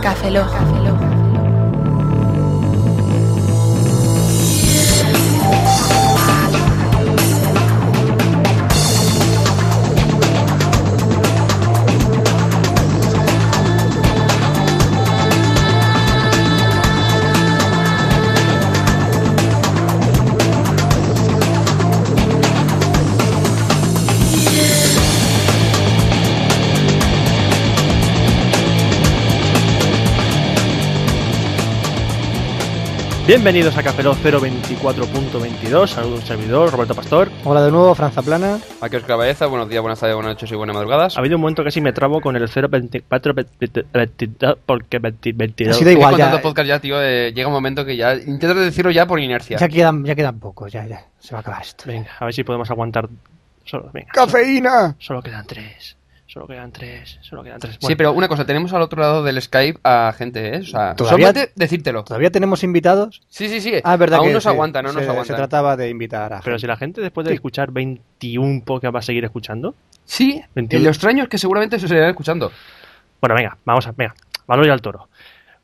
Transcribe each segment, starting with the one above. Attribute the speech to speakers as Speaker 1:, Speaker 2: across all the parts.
Speaker 1: Café Lock.
Speaker 2: Bienvenidos a Café Lock 024.22. Saludos, servidor Roberto Pastor.
Speaker 3: Hola de nuevo, Franza Plana.
Speaker 4: Aquí Oscar Baeza, buenos días, buenas tardes, buenas noches y buenas madrugadas.
Speaker 2: Ha habido un momento que casi me trabo con el 024 porque 22.
Speaker 3: Así da igual,
Speaker 4: Es con
Speaker 3: ya.
Speaker 4: tantos podcasts ya, tío, eh, llega un momento que ya intentas decirlo ya por inercia.
Speaker 3: Ya quedan, ya quedan pocos, ya, ya. Se va a acabar esto.
Speaker 2: Venga, a ver si podemos aguantar. Solo, venga,
Speaker 3: ¡Cafeína!
Speaker 2: solo quedan tres. Solo quedan tres. Solo quedan tres.
Speaker 4: Sí,
Speaker 2: Bueno,
Speaker 4: pero una cosa, tenemos al otro lado del Skype a gente, ¿eh? O sea,
Speaker 3: Todavía-
Speaker 4: solamente decírtelo.
Speaker 3: ¿Todavía tenemos invitados?
Speaker 4: Sí, sí, sí.
Speaker 3: Ah, es verdad
Speaker 4: Eh, Aún
Speaker 3: que
Speaker 4: nos
Speaker 3: se-
Speaker 4: aguanta, no
Speaker 3: se-
Speaker 4: nos
Speaker 3: Se
Speaker 4: aguanta.
Speaker 3: trataba de invitar a.
Speaker 2: pero si la gente después de
Speaker 3: Sí.
Speaker 2: escuchar 21 podcasts va a seguir escuchando.
Speaker 4: Sí,
Speaker 2: Veintiuno.
Speaker 4: y lo extraño es que seguramente se irán escuchando.
Speaker 2: Bueno, venga, vamos a. Venga, valor y al toro.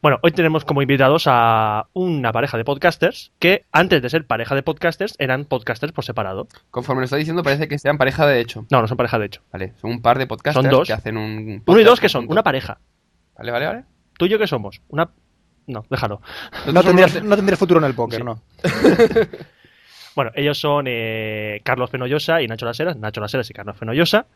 Speaker 2: Bueno, hoy tenemos como invitados a una pareja de podcasters que antes de ser pareja de podcasters eran podcasters por separado.
Speaker 4: Conforme lo está diciendo, parece que sean pareja de hecho.
Speaker 2: No, no son pareja de hecho.
Speaker 4: Vale, son un par de podcasters
Speaker 2: Son dos.
Speaker 4: que hacen un.
Speaker 2: Uno y
Speaker 4: podcast
Speaker 2: dos que son
Speaker 4: junto.
Speaker 2: una pareja.
Speaker 4: Vale, vale, vale.
Speaker 2: ¿Tú y yo qué somos? Una. No, déjalo.
Speaker 4: Nosotros
Speaker 3: No
Speaker 4: somos
Speaker 3: tendrías,
Speaker 4: una-
Speaker 3: no tendrías futuro en el póker, ¿no?
Speaker 2: Bueno, ellos son eh, Carlos Fenollosa y Nacho Laseras, Nacho Laseras y Carlos Fenollosa,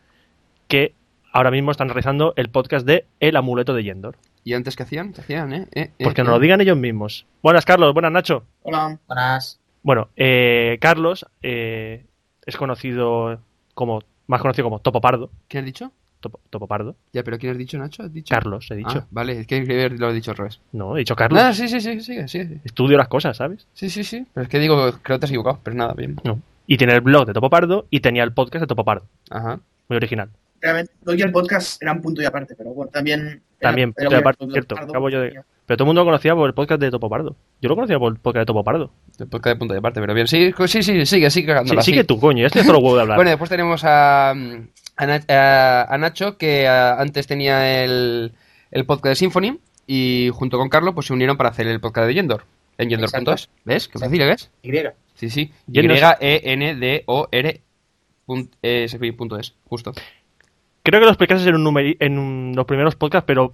Speaker 2: que ahora mismo están realizando el podcast de El Amuleto de Yendor.
Speaker 4: ¿Y antes qué hacían? ¿Qué hacían, eh? eh, eh,
Speaker 2: Porque
Speaker 4: eh.
Speaker 2: nos lo digan ellos mismos. Buenas, Carlos. Buenas, Nacho.
Speaker 5: Hola, buenas.
Speaker 2: Bueno, eh, Carlos eh, es conocido como. Más conocido como Topo Pardo.
Speaker 4: ¿Qué has dicho?
Speaker 2: Topo, Topo Pardo.
Speaker 4: Ya, pero ¿quién has dicho, Nacho? ¿Has dicho?
Speaker 2: Carlos, he dicho.
Speaker 4: Ah, vale, es que lo he dicho al revés.
Speaker 2: No, he dicho Carlos.
Speaker 4: Nada, sí, sí, sí, sigue, sigue.
Speaker 2: Estudio las cosas, ¿sabes?
Speaker 4: Sí, sí, sí. Pero es que digo, creo que te has equivocado, pero nada, bien.
Speaker 2: No. Y tiene el blog de Topo Pardo y tenía el podcast de Topo Pardo.
Speaker 4: Ajá.
Speaker 2: Muy original.
Speaker 5: Realmente, hoy el podcast era un punto y aparte, pero bueno, también. era-
Speaker 2: También,
Speaker 5: era
Speaker 2: punto y
Speaker 5: muy-
Speaker 2: aparte, cierto,
Speaker 5: Pardo,
Speaker 2: acabo yo
Speaker 6: Eh,
Speaker 2: de- Pero todo el mundo lo conocía por el podcast de Topo Pardo. Yo lo conocía por el podcast de Topo Pardo.
Speaker 4: El podcast de punto de parte, pero bien. Sí, co- sí, sí, sigue, sigue
Speaker 2: Sí,
Speaker 4: cagándola.
Speaker 2: sí
Speaker 4: sigue.
Speaker 2: que tú, coño. este Ya estoy hasta los huevos de hablar.
Speaker 4: Bueno, después tenemos a, mm, a, Na- a- a Nacho, que ah, antes tenía el, el podcast de Symphony, y junto con Carlos, pues se unieron para hacer el podcast de Yendor. En Yendor.es. ¿Ves? Qué fácil, ¿ves?
Speaker 5: Y. griega.
Speaker 4: Sí, sí. y
Speaker 2: Yendor.
Speaker 4: e n d o r punt- eh, s p punto es, justo.
Speaker 2: Creo que lo explicaste en, un numeri- en un- los primeros podcasts, pero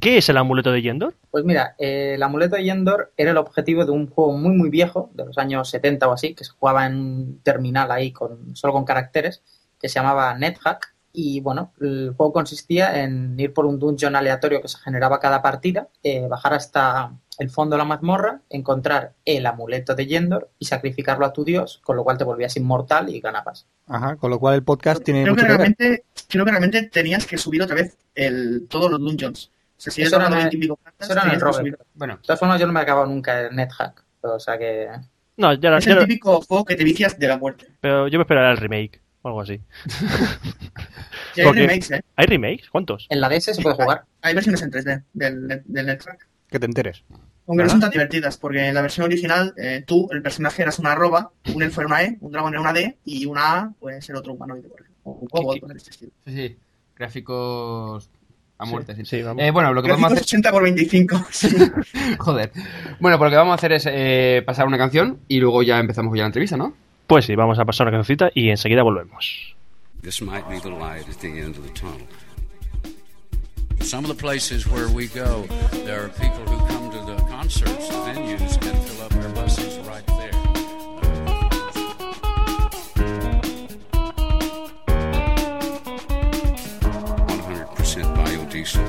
Speaker 2: ¿qué es el amuleto de Yendor?
Speaker 5: Pues mira, eh, el amuleto de Yendor era el objetivo de un juego muy muy viejo, de los años 70 o así, que se jugaba en un terminal ahí con solo con caracteres, que se llamaba NetHack. Y bueno, el juego consistía en ir por un dungeon aleatorio que se generaba cada partida, eh, bajar hasta el fondo de la mazmorra, encontrar el amuleto de Yendor y sacrificarlo a tu dios, con lo cual te volvías inmortal y ganabas.
Speaker 3: Ajá, con lo cual el podcast tiene
Speaker 6: creo que,
Speaker 3: mucho que ver.
Speaker 6: realmente, creo que realmente tenías que subir otra vez el, todos los dungeons. O sea, si
Speaker 5: Eso
Speaker 6: eran
Speaker 5: era en el-
Speaker 6: 20 y pico cartas,
Speaker 5: Eso era en el
Speaker 6: tenías que
Speaker 5: Robert.
Speaker 6: subir.
Speaker 4: Bueno,
Speaker 5: De todas formas, yo no me he acabado nunca el NetHack. O sea que.
Speaker 2: No, ya, lo-
Speaker 6: Es
Speaker 2: ya
Speaker 6: el
Speaker 2: lo-
Speaker 6: típico juego que te vicias de la muerte.
Speaker 2: pero yo me esperaba el remake o algo así.
Speaker 6: Y hay
Speaker 2: Porque-
Speaker 6: remakes, ¿eh?
Speaker 2: ¿Hay remakes? ¿Cuántos?
Speaker 5: En la DS se puede jugar.
Speaker 6: Hay versiones en 3D del, del NetHack.
Speaker 3: Que te enteres.
Speaker 6: Aunque
Speaker 2: Ajá.
Speaker 6: no son tan divertidas, porque en la versión original eh, tú, el personaje, eras una arroba, un elfo era una E, un dragón era una D y una A puede ser otro humanoide, por ejemplo. O un kobold, cosas de este estilo.
Speaker 4: sí, sí. Gráficos a muerte, sí.
Speaker 2: Sí, vamos.
Speaker 4: Eh, bueno, lo que vamos a
Speaker 6: Gráficos
Speaker 4: hacer
Speaker 6: 80 por 25. sí.
Speaker 4: Joder. Bueno, pues lo que vamos a hacer es eh, pasar una canción y luego ya empezamos ya la entrevista, ¿no?
Speaker 2: Pues sí, vamos a pasar una cancioncita y enseguida volvemos.
Speaker 7: This might be the light at the end of the tunnel. Some of the places where we go, there are people who come to the concerts, the venues, and fill up their buses right there. One hundred percent biodiesel.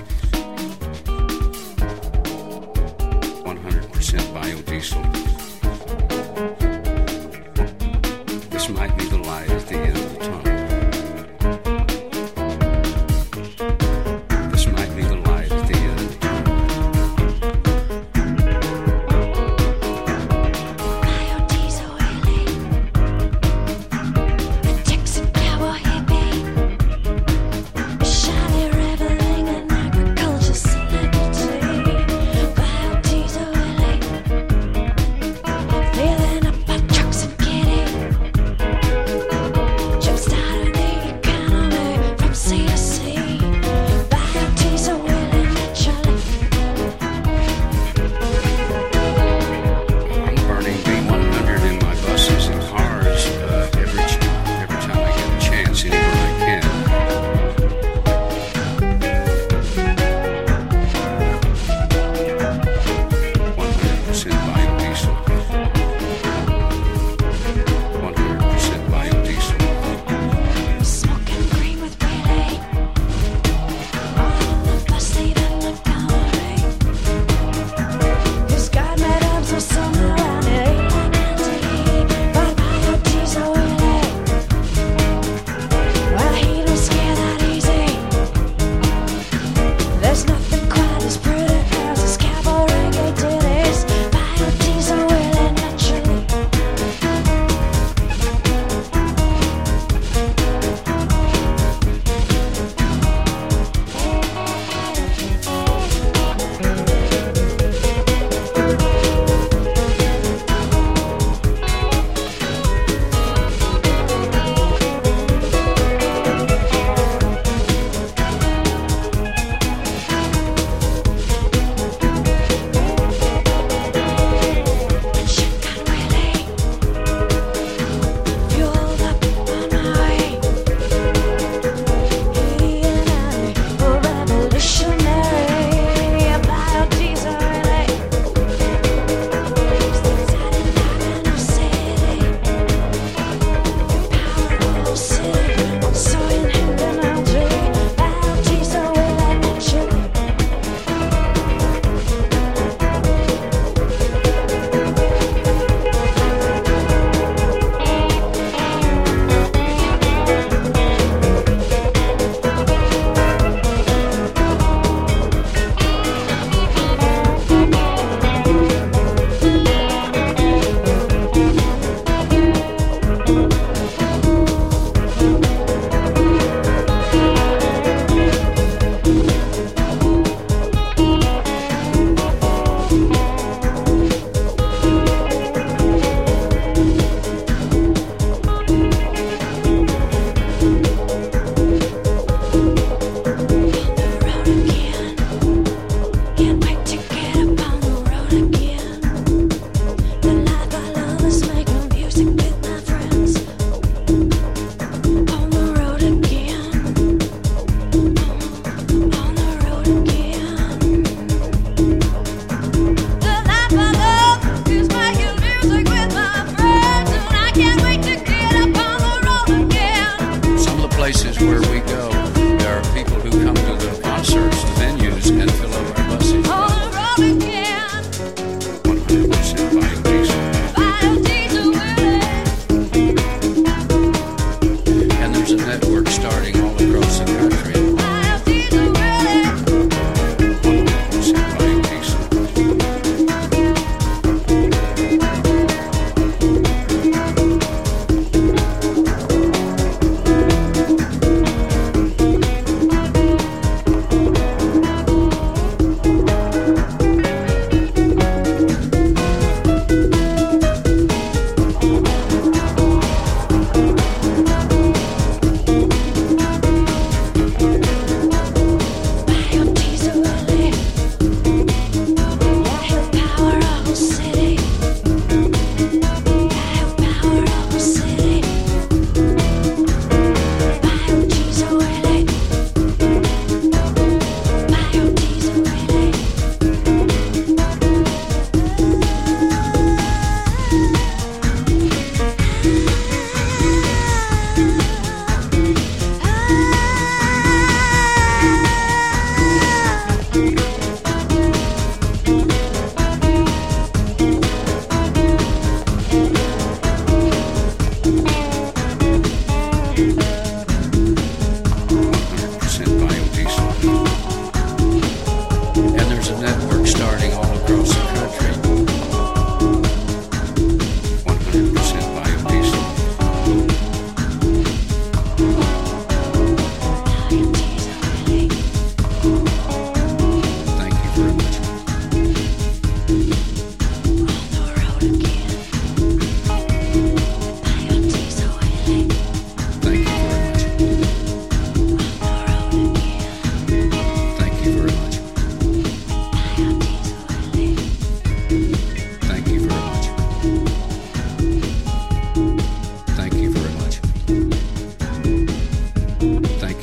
Speaker 7: One hundred percent biodiesel. This might be the light at the end of the tunnel. This might be the light at the end of the tunnel.
Speaker 8: Biodiesel Alley. The Texan cowboy hippie. Shyly reveling in agriculture celebrity. Biodiesel Alley.
Speaker 7: uh, network starting all across the country. 100% biodiesel.
Speaker 8: Now your tears are really
Speaker 7: Thank you very much.
Speaker 8: on the road again. Now your tears are really
Speaker 7: Thank you very much.
Speaker 8: on the road again.
Speaker 7: Thank you very much.
Speaker 8: Now your tears are really
Speaker 7: Thank you very much. Thank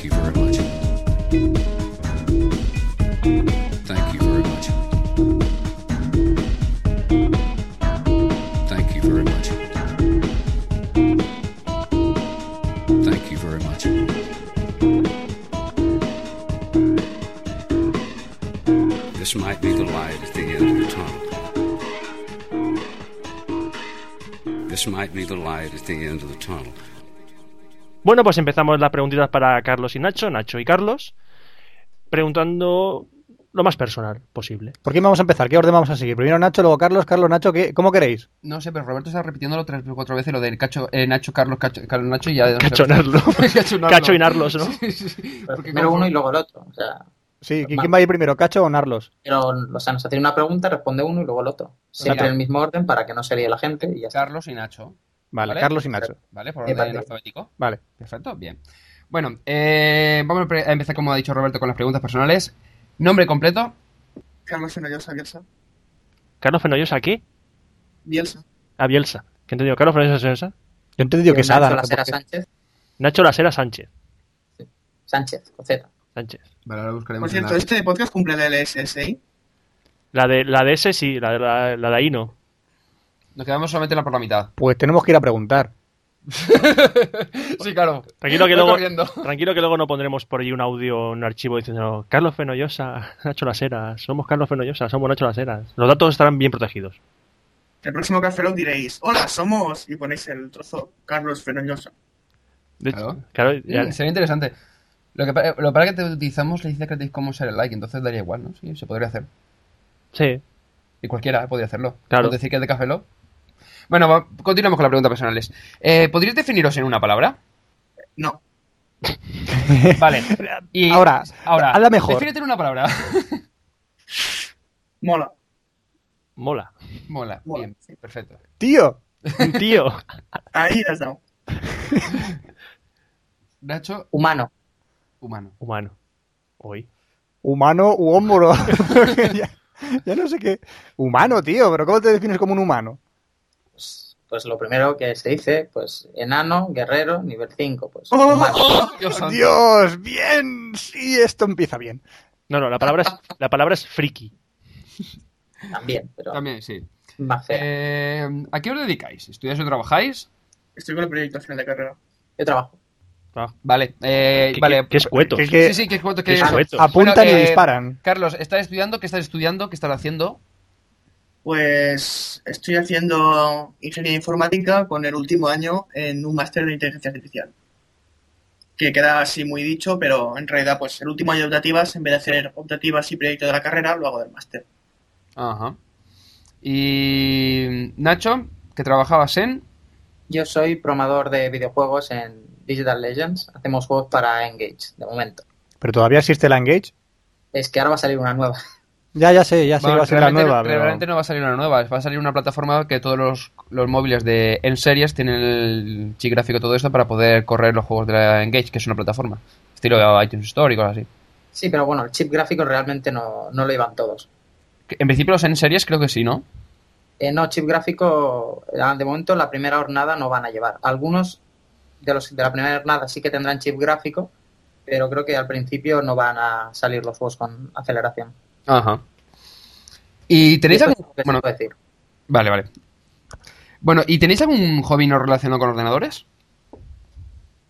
Speaker 7: you very much. Thank you very much. Thank you very much. Thank you very much. Thank you very much. This might be the light at the end of the tunnel. This might be the light at the end of the tunnel.
Speaker 2: Bueno, pues empezamos las preguntitas para Carlos y Nacho, Nacho y Carlos, preguntando lo más personal posible.
Speaker 3: ¿Por quién vamos a empezar? ¿Qué orden vamos a seguir? Primero Nacho, luego Carlos, Carlos, Nacho, ¿qué- ¿cómo queréis?
Speaker 4: No sé, pero Roberto está repitiéndolo tres o cuatro veces lo del cacho, eh, Nacho, Carlos, cacho, Carlos, Nacho y ya... no sé.
Speaker 2: Cachonarlo.
Speaker 4: Cachonarlo.
Speaker 2: Cachoinarlos, ¿no?
Speaker 4: Sí, sí, sí.
Speaker 5: Pero
Speaker 4: Porque
Speaker 5: primero
Speaker 4: como-
Speaker 5: uno y luego el otro. O sea,
Speaker 3: Sí, ¿qui-
Speaker 5: Ma-
Speaker 3: ¿quién va a ir primero, Cacho o Narlos?
Speaker 5: pero, o sea, nos hace una pregunta, responde uno y luego el otro. Siempre
Speaker 4: Claro.
Speaker 5: en el mismo orden para que no se líe la gente y ya está.
Speaker 4: Carlos y Nacho,
Speaker 3: Vale,
Speaker 4: Vale.
Speaker 3: Carlos y Nacho.
Speaker 4: ¿vale? Por
Speaker 5: Me
Speaker 4: orden
Speaker 5: parece.
Speaker 4: alfabético.
Speaker 3: Vale.
Speaker 4: Perfecto, bien. Bueno, eh, vamos a pre- a empezar, como ha dicho Roberto, con las preguntas personales. Nombre completo,
Speaker 6: Carlos Fenollosa, Bielsa.
Speaker 2: Carlos Fenollosa, ¿qué?
Speaker 6: Bielsa.
Speaker 2: A Bielsa. ¿Qué entendido? Carlos Fenollosa Sensa.
Speaker 3: Yo he entendido que es
Speaker 5: Nacho
Speaker 3: Ada. no sé
Speaker 5: Lasera
Speaker 3: por qué.
Speaker 5: Sánchez,
Speaker 2: Nacho Lasera Sánchez.
Speaker 5: Sánchez, con Z.
Speaker 2: Sánchez.
Speaker 4: Vale, ahora buscaremos.
Speaker 6: Por cierto,
Speaker 4: en la-
Speaker 6: este podcast cumple el SSI.
Speaker 2: La de, la de ese sí, la de, la, la de ahí no.
Speaker 4: Nos quedamos solamente en la por la mitad.
Speaker 3: Pues tenemos que ir a preguntar.
Speaker 4: Sí, claro.
Speaker 2: Tranquilo que
Speaker 4: Voy
Speaker 2: luego,
Speaker 4: corriendo.
Speaker 2: tranquilo que luego no pondremos por ahí un audio, un archivo diciendo Carlos Fenollosa, Nacho Lasera, somos Carlos Fenollosa, somos Nacho Lasera. Los datos estarán bien protegidos.
Speaker 6: El próximo Café Lock diréis, hola, somos... Y ponéis el trozo Carlos Fenollosa.
Speaker 2: De-
Speaker 4: Claro.
Speaker 2: claro, ya-
Speaker 4: Mm, Sería interesante. Lo que, pa- eh, lo que para que te utilizamos la licencia Creative Commons Share Like, entonces daría igual, ¿no? Sí, se podría hacer.
Speaker 2: sí.
Speaker 4: Y cualquiera podría hacerlo.
Speaker 2: Claro.
Speaker 4: Por decir que es de Café Lock. Bueno, va- continuamos con las preguntas personales. Eh, ¿Podríais definiros en una palabra?
Speaker 6: No.
Speaker 4: Vale. Y
Speaker 3: Ahora,
Speaker 4: ahora
Speaker 3: hazla mejor.
Speaker 4: Defínete en una palabra.
Speaker 6: Mola.
Speaker 2: Mola.
Speaker 4: Mola.
Speaker 6: Mola,
Speaker 4: Bien, perfecto.
Speaker 3: ¡Tío!
Speaker 2: Un tío.
Speaker 6: Ahí has dado.
Speaker 4: Nacho,
Speaker 5: Humano.
Speaker 4: humano.
Speaker 2: Humano. Hoy.
Speaker 3: Humano u hombro. ya, ya no sé qué. Humano, tío, pero ¿cómo te defines como un humano?
Speaker 5: Pues, pues lo primero que se dice, pues enano, guerrero, nivel 5. Pues,
Speaker 6: Oh,
Speaker 5: humano.
Speaker 4: Dios santo.
Speaker 3: Dios, bien. Sí, esto empieza bien.
Speaker 2: No, no, la palabra es, la palabra es friki.
Speaker 5: También, pero
Speaker 4: También, sí.
Speaker 5: más fea.
Speaker 4: Eh, ¿A qué os dedicáis? ¿Estudiáis o trabajáis?
Speaker 6: Estoy con el proyecto al final de carrera.
Speaker 5: Yo trabajo.
Speaker 4: Vale. eh,
Speaker 2: ¿Qué,
Speaker 4: vale.
Speaker 2: qué- qué es cueto?
Speaker 3: Que- que
Speaker 4: Sí, sí, que es cuento
Speaker 2: qué
Speaker 4: que...
Speaker 2: sujeto.
Speaker 3: apuntan
Speaker 4: Bueno,
Speaker 3: y
Speaker 4: eh,
Speaker 3: disparan.
Speaker 4: Carlos, ¿estás estudiando? ¿Qué estás estudiando? ¿Qué estás haciendo?
Speaker 6: Pues estoy haciendo ingeniería informática con el último año en un máster de inteligencia artificial. Que queda así muy dicho, pero en realidad, pues el último año de optativas, en vez de hacer optativas y proyecto de la carrera, lo hago del máster.
Speaker 4: Ajá. Y Nacho, que trabajabas en...
Speaker 5: Yo soy programador de videojuegos en Digital Legends. Hacemos juegos para Engage, de momento.
Speaker 3: Pero todavía existe la Engage.
Speaker 5: Es que ahora va a salir una nueva.
Speaker 3: Ya, ya sé, ya sé que
Speaker 4: Bueno,
Speaker 3: va a ser la
Speaker 4: realmente-
Speaker 3: nueva. pero-
Speaker 4: realmente no va a salir una nueva, va a salir una plataforma que todos los, los móviles de en series tienen el chip gráfico y todo esto para poder correr los juegos de la Engage, que es una plataforma. Estilo iTunes Store y cosas así.
Speaker 5: Sí, pero bueno, el chip gráfico realmente no, no lo iban todos.
Speaker 4: Que, En principio los en series creo que sí, ¿no?
Speaker 5: Eh, no, chip gráfico, eh, de momento la primera jornada no van a llevar. Algunos de los de la primera jornada sí que tendrán chip gráfico, pero creo que al principio no van a salir los juegos con aceleración.
Speaker 4: Ajá. ¿Y tenéis
Speaker 5: Esto es
Speaker 4: algún...
Speaker 5: lo que se
Speaker 4: Bueno,
Speaker 5: puede decir.
Speaker 4: vale, vale. Bueno, ¿y tenéis algún hobby no relacionado con ordenadores?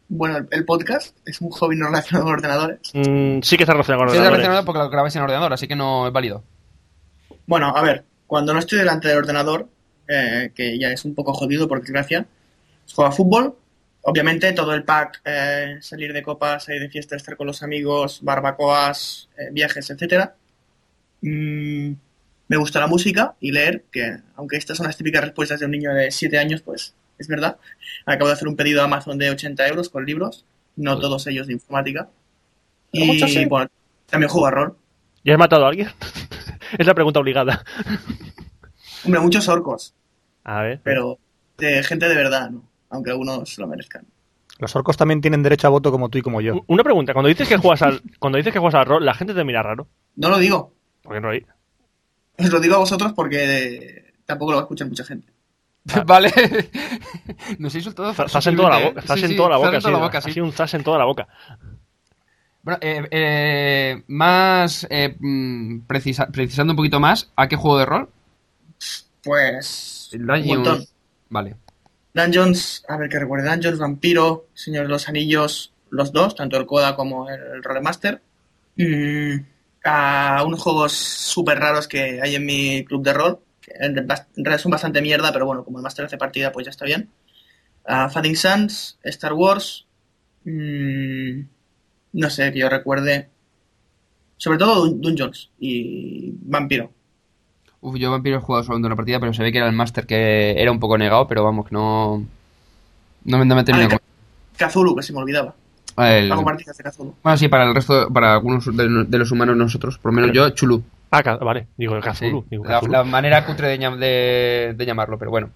Speaker 6: Bueno, el, el podcast es un hobby no relacionado con ordenadores.
Speaker 2: Mm, sí que está relacionado con
Speaker 4: Sí, está
Speaker 2: ordenadores.
Speaker 4: relacionado porque lo grabáis en ordenador, así que no es válido.
Speaker 6: Bueno, a ver, cuando no estoy delante del ordenador, eh, que ya es un poco jodido por desgracia, juego a fútbol. Obviamente todo el pack, eh, salir de copas, salir de fiesta, estar con los amigos, barbacoas, eh, viajes, etcétera. Mm, me gusta la música y leer, que aunque estas son las típicas respuestas de un niño de 7 años, pues es verdad. Acabo de hacer un pedido a Amazon de 80 euros con libros, no todos ellos de informática.
Speaker 5: Pero muchos sí.
Speaker 6: Y bueno, también juego a rol.
Speaker 2: ¿Y has matado a alguien? es la pregunta obligada.
Speaker 6: Hombre, muchos orcos,
Speaker 2: A ver.
Speaker 6: pero de gente de verdad, ¿no? Aunque algunos lo merezcan.
Speaker 3: Los orcos también tienen derecho a voto como tú y como yo.
Speaker 4: Uh.
Speaker 2: U- Una pregunta, cuando dices que juegas al cuando dices que juegas al rol, la gente te mira raro.
Speaker 6: No lo digo,
Speaker 2: Porque no hay.
Speaker 6: os lo digo a vosotros porque tampoco lo va a escuchar mucha gente.
Speaker 4: Vale. Nos he insultado.
Speaker 2: Estás en toda la boca,
Speaker 4: horriblemente,
Speaker 2: zas
Speaker 4: ¿eh? Sí,
Speaker 2: en
Speaker 4: sí,
Speaker 2: toda la
Speaker 4: zas
Speaker 2: boca,
Speaker 4: en toda la
Speaker 2: sí,
Speaker 4: boca,
Speaker 2: ha
Speaker 4: sí.
Speaker 2: sido un zas en toda la boca.
Speaker 4: Bueno, eh, eh, más eh, mm, precisa- precisando un poquito más, ¿a qué juego de rol?
Speaker 6: Pues.
Speaker 4: El
Speaker 6: un montón.
Speaker 4: Vale.
Speaker 6: Dungeons, a ver qué recuerde, Dungeons, Vampiro, Señor de los Anillos, los dos, tanto el Coda como el Rolemaster. Mm, a unos juegos súper raros que hay en mi club de rol, que en realidad son bastante mierda, pero bueno, como el Master hace partida, pues ya está bien. A Fading Suns, Star Wars, mm, no sé, que yo recuerde. Sobre todo Dun- Dungeons y Vampiro.
Speaker 4: Uf, yo Vampiro he jugado solamente una partida, pero se ve que era el máster que era un poco negado, pero vamos, que no. No me, no me termino
Speaker 6: Ah,
Speaker 4: con-
Speaker 6: Cthulhu, que se me olvidaba.
Speaker 4: el-
Speaker 6: Hago partidas de Cthulhu.
Speaker 4: Bueno, sí, para el resto, para algunos de, de los humanos nosotros, por lo menos yo, Chulu.
Speaker 2: Ah, ca- vale, digo Cazulu,
Speaker 4: Sí,
Speaker 2: digo
Speaker 4: la,
Speaker 2: Cthulhu.
Speaker 4: la manera cutre de, ñam- de- de llamarlo, pero bueno.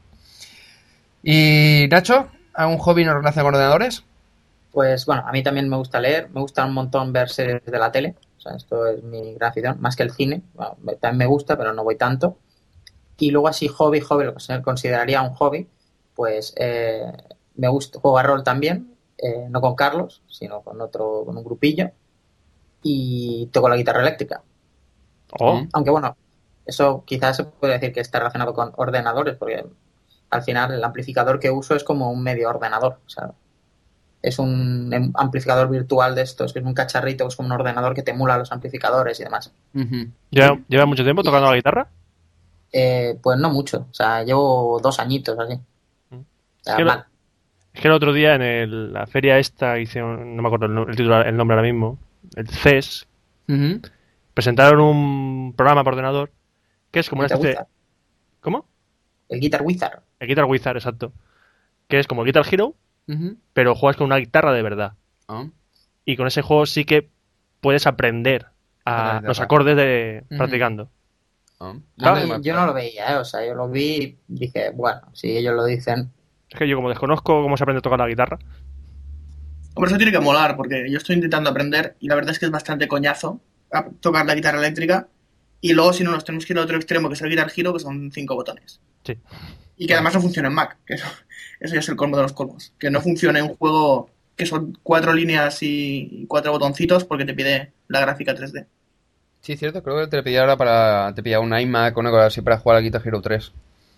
Speaker 4: ¿Y Nacho? ¿Algún hobby no relacionado con ordenadores?
Speaker 5: Pues bueno, a mí también me gusta leer, me gusta un montón ver series de la tele, o sea, esto es mi gran afición, más que el cine, Bueno, me- también me gusta, pero no voy tanto. Y luego así hobby, hobby, lo que se consideraría un hobby, pues eh, me gusta, juego a rol también, eh, no con Carlos, sino con otro, con un grupillo, y toco la guitarra eléctrica.
Speaker 2: Oh,
Speaker 4: ¿Mm?
Speaker 5: Aunque bueno, eso quizás se puede decir que está relacionado con ordenadores, porque al final el amplificador que uso es como un medio ordenador. O sea, es un em- amplificador virtual de estos, que es un cacharrito, que es como un ordenador que te emula los amplificadores y demás.
Speaker 4: Ujú.
Speaker 2: ¿lleva, lleva mucho tiempo tocando la guitarra?
Speaker 5: Eh, pues no mucho, o sea, llevo dos añitos así. O sea,
Speaker 2: Mm. Es que lo-
Speaker 5: mal.
Speaker 2: Es que el otro día en el- la feria esta hicieron, no me acuerdo el, no- el titular- el nombre ahora mismo, el CES,
Speaker 4: Ujú.
Speaker 2: presentaron un programa por ordenador que es como una
Speaker 5: Guitar
Speaker 2: especie
Speaker 5: Wizard.
Speaker 2: ¿Cómo?
Speaker 5: El Guitar Wizard.
Speaker 2: El Guitar Wizard, exacto. Que es como Guitar Hero,
Speaker 4: Ujú.
Speaker 2: pero juegas con una guitarra de verdad.
Speaker 4: Ah.
Speaker 2: Y con ese juego sí que puedes aprender
Speaker 4: Con la
Speaker 2: a
Speaker 4: guitarra.
Speaker 2: los acordes de
Speaker 4: Ujú.
Speaker 2: practicando.
Speaker 4: Ah.
Speaker 5: Yo,
Speaker 2: Ah,
Speaker 5: yo no lo veía, ¿eh? o sea, yo lo vi y dije, bueno, si ellos lo dicen,
Speaker 2: Es que yo como desconozco cómo se aprende a tocar la guitarra.
Speaker 6: Hombre, eso tiene que molar, porque yo estoy intentando aprender y la verdad es que es bastante coñazo a- tocar la guitarra eléctrica. Y luego, si no, nos tenemos que ir al otro extremo, que es el Guitar Hero, que son cinco botones.
Speaker 2: Sí.
Speaker 6: Y que además no funciona en Mac, que eso, eso ya es el colmo de los colmos. Que no funcione un juego que son cuatro líneas y cuatro botoncitos porque te pide la gráfica 3D.
Speaker 4: Sí, cierto, creo que te pillé ahora para. Te pillaba un iMac o una cosa así para jugar al Guitar Hero 3.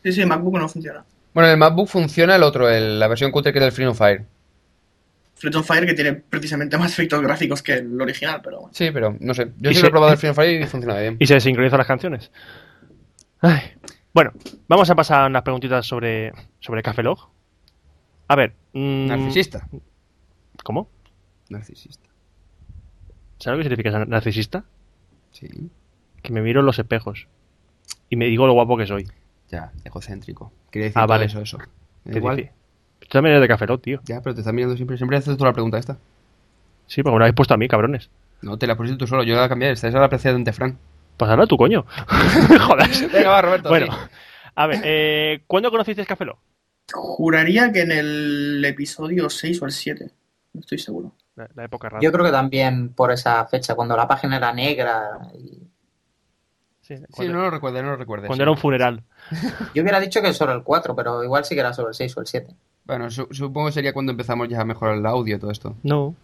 Speaker 6: Sí, sí, MacBook no funciona.
Speaker 4: Bueno, el MacBook funciona el otro, el- la versión cutre que es el Free on Fire.
Speaker 6: Fleet on Fire, que tiene precisamente más efectos gráficos que el original, pero bueno.
Speaker 4: Sí, pero no sé. Yo
Speaker 2: Y
Speaker 4: sí
Speaker 2: se-
Speaker 4: lo he probado el Free on Fire y funciona bien.
Speaker 2: Y se sincronizan las canciones. Ay. Bueno, vamos a pasar a unas preguntitas sobre, sobre Café Log. A ver. mm,
Speaker 4: Narcisista.
Speaker 2: ¿Cómo?
Speaker 4: Narcisista.
Speaker 2: ¿Sabes lo que significa ser narcisista?
Speaker 4: Sí.
Speaker 2: Que me miro en los espejos. Y me digo lo guapo que soy.
Speaker 4: Ya, egocéntrico. Quería decir
Speaker 2: Ah,
Speaker 4: todo
Speaker 2: vale.
Speaker 4: eso, eso. Me da
Speaker 2: Qué
Speaker 4: igual.
Speaker 2: difícil. Tú también eres de Café Lock, tío.
Speaker 4: Ya, pero te estás mirando siempre. Siempre haces tú la pregunta esta.
Speaker 2: Sí, porque me lo habéis puesto a mí, cabrones.
Speaker 4: No, te la pusiste tú solo. Yo la cambié. Esta es la apreciada de Fran.
Speaker 2: Pues ahora tú, coño. Joder.
Speaker 4: Venga, va, Roberto.
Speaker 2: Bueno,
Speaker 4: sí.
Speaker 2: a ver, eh, ¿cuándo conocisteis Café Lock?
Speaker 6: Juraría que en el episodio 6 o el 7. No estoy seguro.
Speaker 2: La, la época rara.
Speaker 5: yo creo que también por esa fecha, cuando la página era negra y
Speaker 2: Sí,
Speaker 4: Sí,
Speaker 2: cuando,
Speaker 4: no lo recuerdes, no lo recuerdes.
Speaker 2: cuando era un funeral.
Speaker 5: Yo hubiera dicho que sobre el 4, pero igual sí que era sobre el 6 o el 7.
Speaker 4: Bueno, su- supongo que sería cuando empezamos ya a mejorar el audio y todo esto.
Speaker 2: No.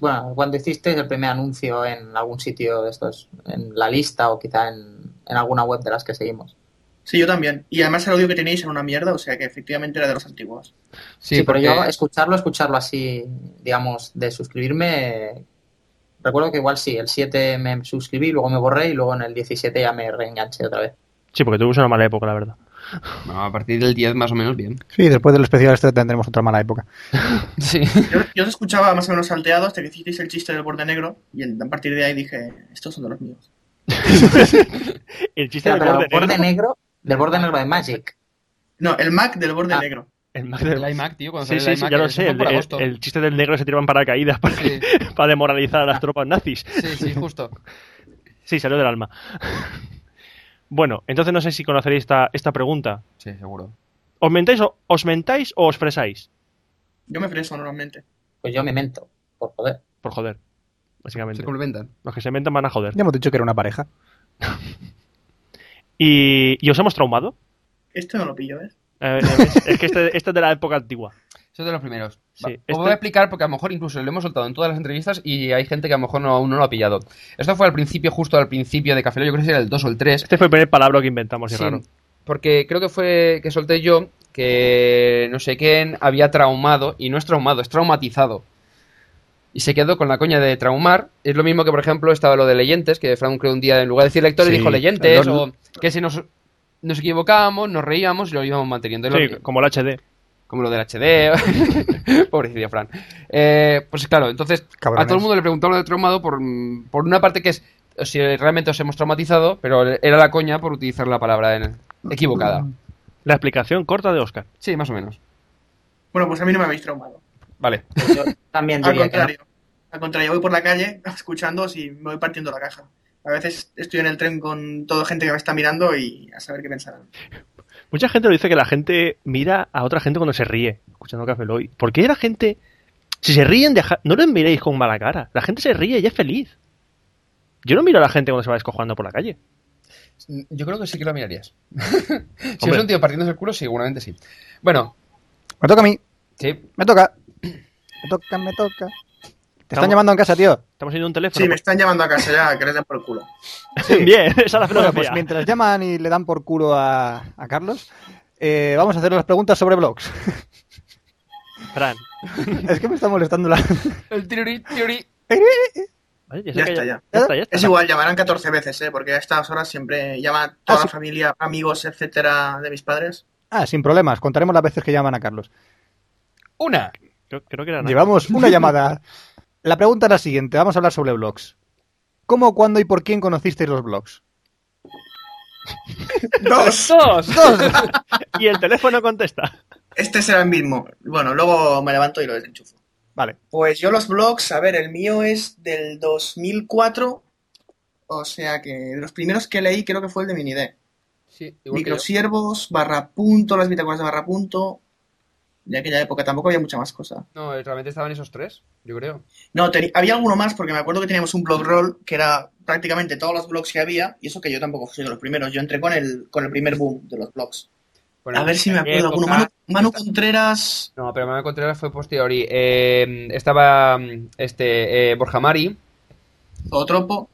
Speaker 5: Bueno, cuando hicisteis el primer anuncio en algún sitio de estos, en la lista o quizá en, en alguna web de las que seguimos.
Speaker 6: Sí, yo también. Y además el audio que tenéis era una mierda, o sea que efectivamente era de los antiguos.
Speaker 5: Sí, pero
Speaker 4: porque-
Speaker 5: yo escucharlo, escucharlo así, digamos, de suscribirme, eh, recuerdo que igual sí, el 7 me suscribí, luego me borré y luego en el 17 ya me reenganché otra vez.
Speaker 2: Sí, porque tuvimos una mala época, la verdad.
Speaker 4: No, a partir del 10 más o menos bien.
Speaker 3: Sí, después del especial este tendremos otra mala época.
Speaker 4: Sí.
Speaker 6: Yo, yo os escuchaba más o menos salteado hasta que hicisteis el chiste del borde negro y en- a partir de ahí dije, estos son de los míos.
Speaker 2: El chiste
Speaker 5: Espera,
Speaker 2: del
Speaker 5: pero
Speaker 2: borde
Speaker 5: el borde
Speaker 2: negro.
Speaker 5: negro, del borde negro de Magic.
Speaker 6: No, el Mac del borde
Speaker 5: Ah.
Speaker 6: negro.
Speaker 2: El Mac del-
Speaker 4: El iMac, tío, cuando
Speaker 2: Sí,
Speaker 4: salió
Speaker 2: sí,
Speaker 4: el
Speaker 2: sí,
Speaker 4: iMac,
Speaker 2: ya lo
Speaker 4: eso
Speaker 2: sé.
Speaker 4: fue
Speaker 2: El,
Speaker 4: por
Speaker 2: el-
Speaker 4: agosto.
Speaker 2: el chiste del negro que se tiraban paracaídas para,
Speaker 4: Sí,
Speaker 2: para demoralizar a las
Speaker 5: Ah.
Speaker 2: tropas nazis.
Speaker 4: sí, sí, justo.
Speaker 2: Sí, salió del alma. Bueno, entonces no sé si conoceréis esta, esta pregunta.
Speaker 4: Sí, seguro.
Speaker 2: ¿Os mentáis, o, ¿Os mentáis o os fresáis?
Speaker 6: Yo me freso normalmente.
Speaker 5: Pues yo me mento, por joder.
Speaker 2: Por joder,
Speaker 4: Se
Speaker 2: básicamente.
Speaker 4: complementan.
Speaker 2: Los que se mentan van a joder.
Speaker 3: Ya hemos dicho que era una pareja.
Speaker 2: ¿Y, y os hemos traumado?
Speaker 6: Esto no lo pillo, ¿ves?
Speaker 2: Eh, es, es que este, este es de la época antigua.
Speaker 4: Eso es de los primeros.
Speaker 2: Sí,
Speaker 4: Va,
Speaker 2: este-
Speaker 4: Os voy a explicar porque a lo mejor incluso lo hemos soltado en todas las entrevistas y hay gente que a lo mejor no, aún no lo ha pillado. Esto fue al principio, justo al principio de Café Lock, yo creo que era el 2 o el 3.
Speaker 2: Este fue el primer palabra que inventamos, y raro.
Speaker 4: Porque creo que fue que solté yo que no sé quién había traumado, y no es traumado, es traumatizado. Y se quedó con la coña de traumar. Es lo mismo que, por ejemplo, estaba lo de leyentes, que Frank creo un día, en lugar de decir lector,
Speaker 2: Sí.
Speaker 4: dijo leyentes,
Speaker 3: Los-
Speaker 4: o que si nos, nos equivocábamos, nos reíamos y lo íbamos manteniendo. Es lo
Speaker 2: Sí,
Speaker 4: que-
Speaker 2: como el HD.
Speaker 4: como lo del HD. Pobrecillo, Fran. Eh, pues claro, entonces
Speaker 3: Cabrones.
Speaker 4: a todo el mundo le preguntaba lo de traumado por, mm, por una parte que es o si realmente os hemos traumatizado, pero era la coña por utilizar la palabra en- equivocada.
Speaker 2: La explicación corta de Oscar.
Speaker 4: Sí, más o menos.
Speaker 6: Bueno, pues a mí no me habéis traumado.
Speaker 4: Vale.
Speaker 5: Pues yo también
Speaker 6: Al
Speaker 5: diría que no.
Speaker 6: contrario. Al contrario, voy por la calle escuchando y me voy partiendo la caja. A veces estoy en el tren con toda gente que me está mirando y a saber qué pensarán.
Speaker 2: Mucha gente lo dice que la gente mira a otra gente cuando se ríe, escuchando Café Lock. ¿Por qué la gente, si se ríen, deja- no les miréis con mala cara? La gente se ríe y es feliz. Yo no miro a la gente cuando se va descojando por la calle.
Speaker 4: Yo creo que sí que lo mirarías. si
Speaker 2: Hombre.
Speaker 4: es un tío partiéndose el culo, seguramente sí. Bueno,
Speaker 3: Me toca a mí.
Speaker 4: sí.
Speaker 3: Me toca. Me toca, me toca. Te
Speaker 2: Estamos-
Speaker 3: están llamando en casa, tío.
Speaker 2: Estamos en un teléfono.
Speaker 6: Sí,
Speaker 5: pues
Speaker 6: me están llamando a casa ya, que les den por el culo.
Speaker 2: Bien, esa es la
Speaker 3: Bueno,
Speaker 2: filosofía.
Speaker 3: pues mientras llaman y le dan por culo a, a Carlos, eh, vamos a hacer las preguntas sobre blogs.
Speaker 2: Fran,
Speaker 3: es que me está molestando la...
Speaker 4: El tiruri, tiruri.
Speaker 2: ¿vale?
Speaker 6: Ya
Speaker 2: sé que
Speaker 6: está, ya.
Speaker 2: ya está, ya está.
Speaker 6: Es igual, llamarán 14 veces, ¿eh? Porque a estas horas siempre llama toda
Speaker 3: Ah, sí.
Speaker 6: la familia, amigos, etcétera, de mis padres.
Speaker 3: Ah, sin problemas. Contaremos las veces que llaman a Carlos.
Speaker 4: Una.
Speaker 2: Creo, creo que era nada.
Speaker 3: Llevamos una llamada. La pregunta es la siguiente. Vamos a hablar sobre blogs. ¿Cómo, cuándo y por quién conocisteis los blogs?
Speaker 6: ¡Dos!
Speaker 2: ¡Dos! y el teléfono contesta.
Speaker 6: Este será el mismo. Bueno, luego me levanto y lo desenchufo.
Speaker 3: Vale.
Speaker 6: Pues yo los blogs, a ver, el mío es del 2004. O sea que de los primeros que leí creo que fue el de Minide.
Speaker 4: Sí, igual que yo.
Speaker 6: Microsiervos, barra punto, las bitácoras de barra punto. De aquella época tampoco había mucha más cosa.
Speaker 4: No, eh, realmente estaban esos tres, yo creo.
Speaker 6: No, teni- había alguno más porque me acuerdo que teníamos un blog roll que era prácticamente todos los blogs que había y eso que yo tampoco soy de los primeros. Yo entré con el, con el primer boom de los blogs.
Speaker 4: Bueno, eh,
Speaker 6: A ver si me
Speaker 4: en mi
Speaker 6: acuerdo alguno.
Speaker 4: época-
Speaker 6: Manu, Manu Contreras.
Speaker 4: No, pero Manuel Contreras fue posteriori. Eh, estaba mm, este eh, Borja Mari,
Speaker 6: Zootropo.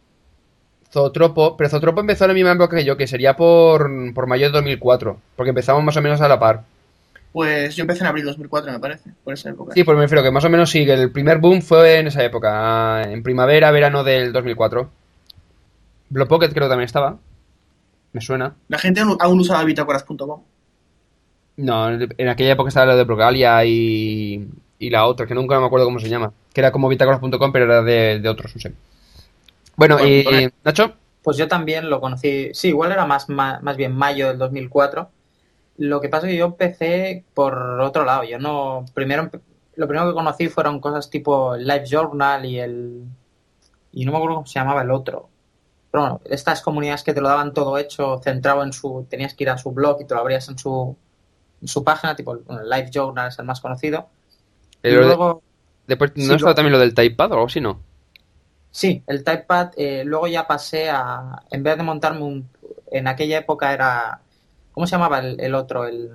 Speaker 4: Zootropo, pero Zootropo empezó en la misma época que yo, que sería por, por mayo de 2004, porque empezamos más o menos a la par.
Speaker 6: Pues yo empecé en abril 2004, me parece, por esa época.
Speaker 4: Sí, pues me refiero que más o menos sí, que el primer boom fue en esa época, ah, en primavera, verano del 2004. Blog Pocket creo que también estaba, me suena.
Speaker 6: La gente aún aún usaba bitácoras.com.
Speaker 4: No, en aquella época estaba lo de Blogalia y, y la otra, que nunca me acuerdo cómo se llama, que era como bitácoras.com, pero era de, de otros, no sé. Bueno,
Speaker 6: Bueno,
Speaker 4: y
Speaker 6: vale.
Speaker 4: Nacho,
Speaker 5: Pues yo también lo conocí, sí, igual era más, ma- más bien mayo del 2004. Lo que pasa es que yo empecé por otro lado. Yo no, primero, empe- lo primero que conocí fueron cosas tipo el Live Journal y el, y no me acuerdo cómo se llamaba el otro. Pero bueno, estas comunidades que te lo daban todo hecho, centrado en su, tenías que ir a su blog y te lo abrías en su, en su página, tipo el, bueno, el Live Journal es el más conocido.
Speaker 4: el
Speaker 5: y
Speaker 4: orden-
Speaker 5: luego,
Speaker 4: Después, ¿no
Speaker 5: Sí,
Speaker 4: estaba
Speaker 5: lo-
Speaker 4: también lo del Typepad o algo así, no?
Speaker 5: Sí, el Typepad, eh, luego ya pasé a, en vez de montarme un, en aquella época era, ¿cómo se llamaba el, el otro? El,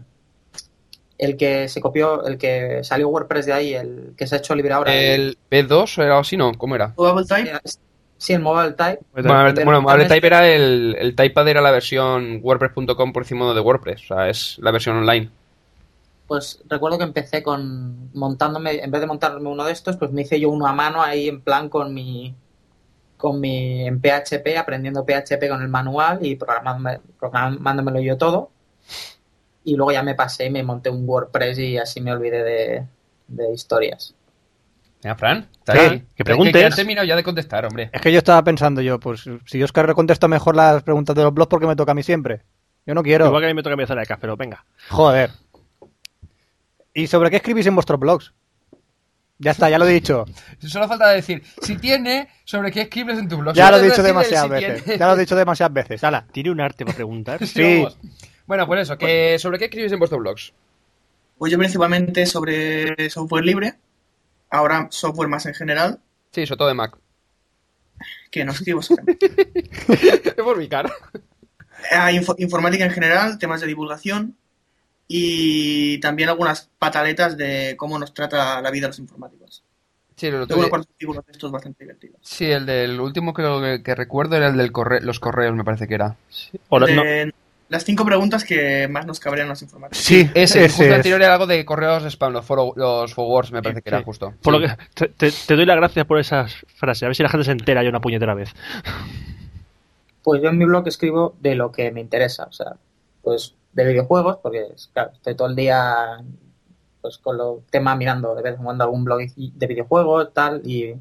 Speaker 5: el que se copió, el que salió WordPress de ahí, el que se ha hecho libre ahora.
Speaker 4: ¿El P2 o era algo así, no? ¿Cómo era?
Speaker 6: Double Type.
Speaker 5: Eh, sí, el Mobile Type.
Speaker 4: Bueno, a ver,
Speaker 5: Pero
Speaker 4: bueno, a ver,
Speaker 5: también-
Speaker 4: Type era el, el Typepad era la versión WordPress.com por encima de WordPress, o sea, es la versión online.
Speaker 5: Pues recuerdo que empecé con montándome, en vez de montarme uno de estos, pues me hice yo uno a mano ahí en plan con mi con mi en PHP, aprendiendo PHP con el manual y programándome- programándomelo yo todo. Y luego ya me pasé y me monté un WordPress y así me olvidé de, de historias.
Speaker 4: Venga, Fran, está
Speaker 2: Sí,
Speaker 4: ahí.
Speaker 2: que
Speaker 4: Es
Speaker 2: preguntes.
Speaker 4: Que, que has terminado ya de contestar, hombre.
Speaker 3: Es que yo estaba pensando yo, pues si Oscar contesta mejor las preguntas de los blogs porque me toca a mí siempre. Yo no quiero.
Speaker 2: Igual que a mí me toca empezar acá, pero venga.
Speaker 3: Joder. ¿Y sobre qué escribís en vuestros blogs? Ya está, ya lo he dicho.
Speaker 4: Solo falta decir, si tiene, sobre qué escribes en tu blog.
Speaker 3: Ya lo
Speaker 4: Solo
Speaker 3: he
Speaker 4: decir
Speaker 3: dicho
Speaker 4: el
Speaker 3: demasiadas
Speaker 4: si
Speaker 3: veces.
Speaker 4: tiene.
Speaker 3: Ya lo he dicho demasiadas veces. Hala.
Speaker 2: Tiene un arte para preguntar.
Speaker 3: Sí.
Speaker 4: vamos. Bueno, pues eso, que sobre qué escribes en vuestros blogs.
Speaker 6: Pues yo principalmente sobre software libre, ahora software más en general,
Speaker 4: Sí, sobre todo de Mac.
Speaker 6: que no escribo sobre.
Speaker 4: Es por mi cara.
Speaker 6: Ah, info- informática en general, temas de divulgación y también algunas pataletas de cómo nos trata la vida a los informáticos.
Speaker 4: Sí, lo
Speaker 6: Tengo
Speaker 4: tuyo-
Speaker 6: unos cuantos artículos de estos bastante divertidos.
Speaker 4: sí, el del último creo que, que recuerdo era el de los correos, me parece que era.
Speaker 2: O no- no.
Speaker 6: De Las cinco preguntas que más nos cabrean a los informáticos.
Speaker 3: Sí,
Speaker 4: Ese, justo
Speaker 3: es.
Speaker 4: anterior era algo de correos spam, los, foro- los forwards, me parece que era
Speaker 2: Sí.
Speaker 4: justo.
Speaker 2: Por lo
Speaker 4: Sí.
Speaker 2: que te, te- te doy las gracias por esas frases. A ver si la gente se entera ya una puñetera vez.
Speaker 5: Pues yo en mi blog escribo de lo que me interesa, o sea, pues de videojuegos, porque es- claro, estoy todo el día pues con los temas mirando de vez en cuando algún blog de videojuegos, tal, y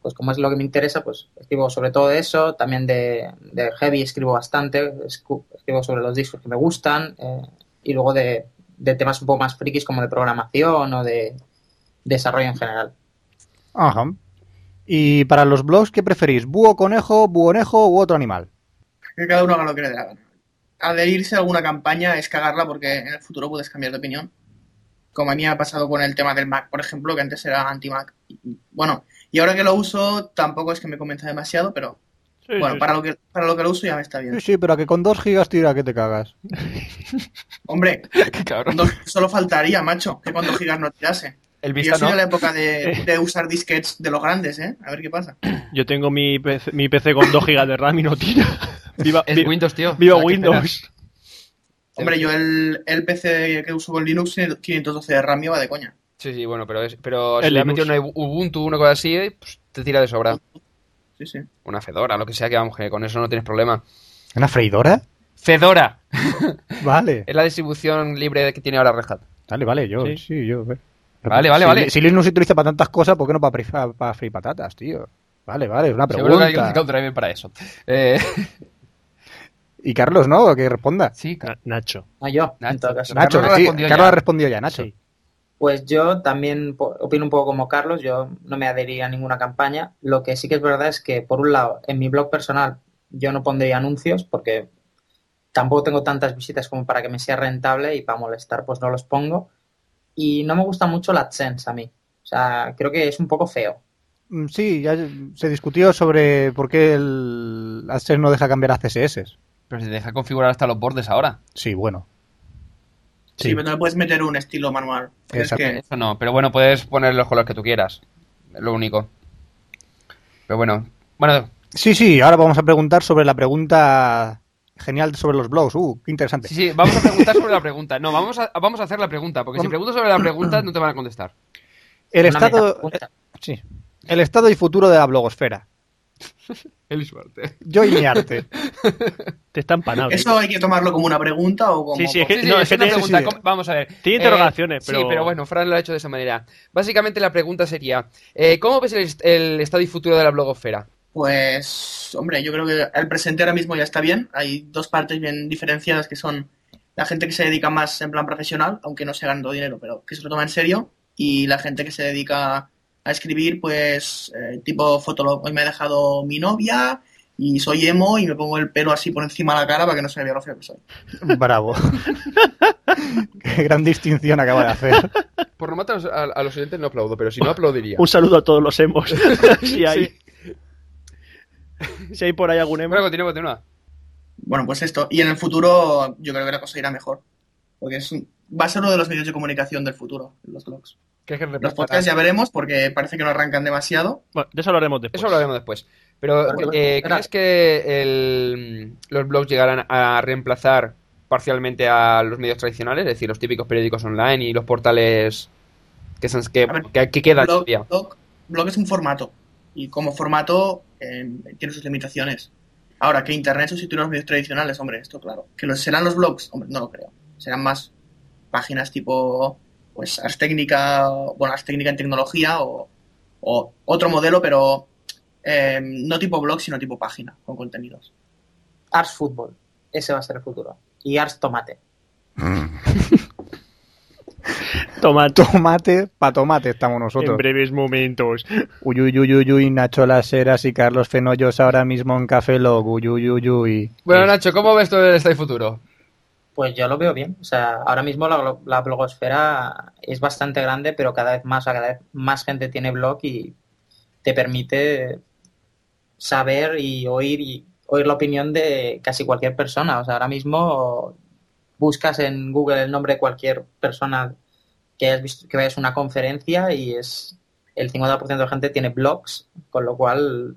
Speaker 5: pues como es lo que me interesa, pues escribo sobre todo de eso, también de, de heavy escribo bastante, escu- escribo sobre los discos que me gustan, eh, y luego de, de temas un poco más frikis como de programación o de desarrollo en general.
Speaker 3: Ajá. Y para los blogs, ¿qué preferís? ¿Búho, conejo, buonejo u otro animal?
Speaker 6: Que cada uno haga lo que le dé la gana. Adherirse a alguna campaña es cagarla porque en el futuro puedes cambiar de opinión. Como a mí me ha pasado con el tema del Mac, por ejemplo, que antes era anti-Mac. Y- y- Bueno, y ahora que lo uso tampoco es que me convenza demasiado, pero bueno, para lo, que, para lo que lo uso ya me está
Speaker 3: Sí,
Speaker 6: bien.
Speaker 3: sí, pero a que con dos gigas tira que te cagas.
Speaker 6: Hombre,
Speaker 4: Qué cabrón.
Speaker 6: cuando- solo faltaría, macho, que cuando gigas no tirase.
Speaker 4: El
Speaker 6: Y yo
Speaker 4: Vista
Speaker 6: soy
Speaker 4: no.
Speaker 6: de la época de, de usar disquets de los grandes, ¿eh? A ver qué pasa.
Speaker 2: Yo tengo mi PC, mi PC con 2 GB de RAM y no tira. Viva,
Speaker 4: Es
Speaker 2: vi-
Speaker 4: Windows, tío.
Speaker 2: viva
Speaker 4: Ah, qué
Speaker 2: Windows.
Speaker 6: Hombre, yo el, el PC que uso con Linux, tiene 512 de RAM, va de coña.
Speaker 4: pena. Sí, sí, bueno, pero, es, pero
Speaker 2: El
Speaker 4: si le has
Speaker 2: Linux.
Speaker 4: metido una Ubuntu, una cosa así, eh, pues, te tira de sobra.
Speaker 6: Sí, sí.
Speaker 4: Una Fedora, lo que sea, que vamos, que con eso no tienes problema.
Speaker 3: ¿Una freidora?
Speaker 4: Fedora
Speaker 3: Vale.
Speaker 4: es la distribución libre que tiene ahora Red Hat.
Speaker 3: Vale, vale, yo, sí,
Speaker 2: Sí.
Speaker 3: yo. eh.
Speaker 4: Vale, vale,
Speaker 3: si,
Speaker 4: vale.
Speaker 3: Si Linux se utiliza para tantas cosas, ¿por qué no para, fri- para, para freír patatas, tío? Vale, vale, es una
Speaker 4: Seguro que hay un
Speaker 3: pregunta.
Speaker 4: account driver para eso. Eh,
Speaker 3: Y Carlos, ¿no? Que responda.
Speaker 4: sí, claro.
Speaker 2: Na- Nacho.
Speaker 5: No Ah, yo, en
Speaker 4: Nacho,
Speaker 5: todo caso.
Speaker 3: Nacho,
Speaker 4: Carlos
Speaker 3: que sí,
Speaker 4: respondió
Speaker 3: Carlos
Speaker 4: ya.
Speaker 3: ha respondido ya, Nacho.
Speaker 2: Sí.
Speaker 5: Pues yo también po- opino un poco como Carlos, yo no me adheriría a ninguna campaña. Lo que sí que es verdad es que, por un lado, en mi blog personal yo no pondría anuncios porque tampoco tengo tantas visitas como para que me sea rentable y para molestar pues no los pongo. Y no me gusta mucho la AdSense a mí. O sea, creo que es un poco feo.
Speaker 3: Mm, Sí, ya se discutió sobre por qué el AdSense no deja cambiar a CSS.
Speaker 4: Pero se deja configurar hasta los bordes ahora.
Speaker 3: Sí, bueno.
Speaker 6: Sí, pero no le puedes meter un estilo manual. Es
Speaker 3: Exacto.
Speaker 6: que
Speaker 4: Eso no, pero bueno, puedes poner los colores que tú quieras. Es Lo único. Pero bueno. Bueno,
Speaker 3: Sí, sí, ahora vamos a preguntar sobre la pregunta genial sobre los blogs. Uh, qué interesante.
Speaker 4: sí, sí, vamos a preguntar sobre la pregunta. No, vamos a, vamos a hacer la pregunta, porque si
Speaker 3: Vamos.
Speaker 4: preguntas sobre la pregunta no te van a contestar.
Speaker 3: El
Speaker 5: Una meta
Speaker 3: estado, eh,
Speaker 5: oculta.
Speaker 3: sí. el estado y futuro de la blogosfera.
Speaker 4: El suerte.
Speaker 3: Yo y mi arte.
Speaker 2: Te está empanado. tío.
Speaker 6: eso hay que tomarlo como una pregunta o como...
Speaker 2: Sí, sí, es
Speaker 4: Sí,
Speaker 2: que-
Speaker 4: sí,
Speaker 2: no,
Speaker 4: es
Speaker 2: es que
Speaker 4: una
Speaker 2: tiene-
Speaker 4: pregunta.
Speaker 3: sí, sí.
Speaker 4: ¿cómo- Vamos a ver.
Speaker 2: Tiene
Speaker 4: Eh,
Speaker 2: interrogaciones,
Speaker 4: Sí,
Speaker 2: pero-
Speaker 4: pero bueno, Fran lo ha hecho de esa manera. Básicamente la pregunta sería, eh, ¿cómo ves el, est- el estado y futuro de la blogosfera?
Speaker 6: Pues, hombre, yo creo que el presente ahora mismo ya está bien. Hay dos partes bien diferenciadas que son la gente que se dedica más en plan profesional, aunque no se ganando dinero, pero que se lo toma en serio, y la gente que se dedica a escribir, pues, eh, tipo fotolog. Hoy me ha dejado mi novia y soy emo y me pongo el pelo así por encima de la cara para que no se me vea lo feo que soy.
Speaker 3: Bravo. qué gran distinción acaba de hacer.
Speaker 4: Por lo menos a, a los oyentes no aplaudo, pero si no aplaudiría.
Speaker 2: Un saludo a todos los hemos. si, hay, si hay por ahí algún emo.
Speaker 4: Bueno, continúa, continúa.
Speaker 6: Bueno, pues esto. Y en el futuro yo creo que la cosa irá mejor. Porque es un- va a ser uno de los medios de comunicación del futuro, los blogs.
Speaker 4: ¿Crees que
Speaker 6: Los
Speaker 4: reemplazará-
Speaker 6: podcasts ya veremos porque parece que no arrancan demasiado.
Speaker 2: Bueno, de eso hablaremos
Speaker 6: Pues
Speaker 2: después.
Speaker 4: Eso lo haremos después. Pero,
Speaker 5: Porque,
Speaker 4: eh,
Speaker 5: espera.
Speaker 4: ¿crees que el- los blogs llegarán a reemplazar parcialmente a los medios tradicionales? Es decir, los típicos periódicos online y los portales que, son- que,
Speaker 6: A ver,
Speaker 4: que- que quedan
Speaker 6: blog,
Speaker 4: todavía.
Speaker 6: blog- blog es un formato. Y como formato eh, tiene sus limitaciones. Ahora, que Internet sustituya a los medios tradicionales, hombre, esto claro. Que los, serán los blogs, hombre, no lo creo. Serán más páginas tipo pues Ars Técnica, bueno, Ars Técnica en tecnología o, o otro modelo, pero eh, no tipo blog, sino tipo página con contenidos.
Speaker 5: Ars Fútbol. Ese va a ser el futuro. Y Ars Tomate.
Speaker 2: Tomate
Speaker 3: Tomate, pa' tomate estamos
Speaker 2: en
Speaker 3: nosotros.
Speaker 2: breves momentos.
Speaker 3: Uy, uy, uy, uy, uy, Nacho Las Heras y Carlos Fenollos ahora mismo en Café Log. Uy, uy, uy, uy.
Speaker 4: Bueno, Nacho, ¿cómo ves tú el Stay Futuro?
Speaker 5: Pues yo lo veo bien. O sea, ahora mismo la, glo- la blogosfera es bastante grande, pero cada vez más, o sea, cada vez más gente tiene blog y te permite saber y oír y oír la opinión de casi cualquier persona. O sea, ahora mismo buscas en Google el nombre de cualquier persona que hayas visto, que vayas a una conferencia y es el 50% de la gente tiene blogs, con lo cual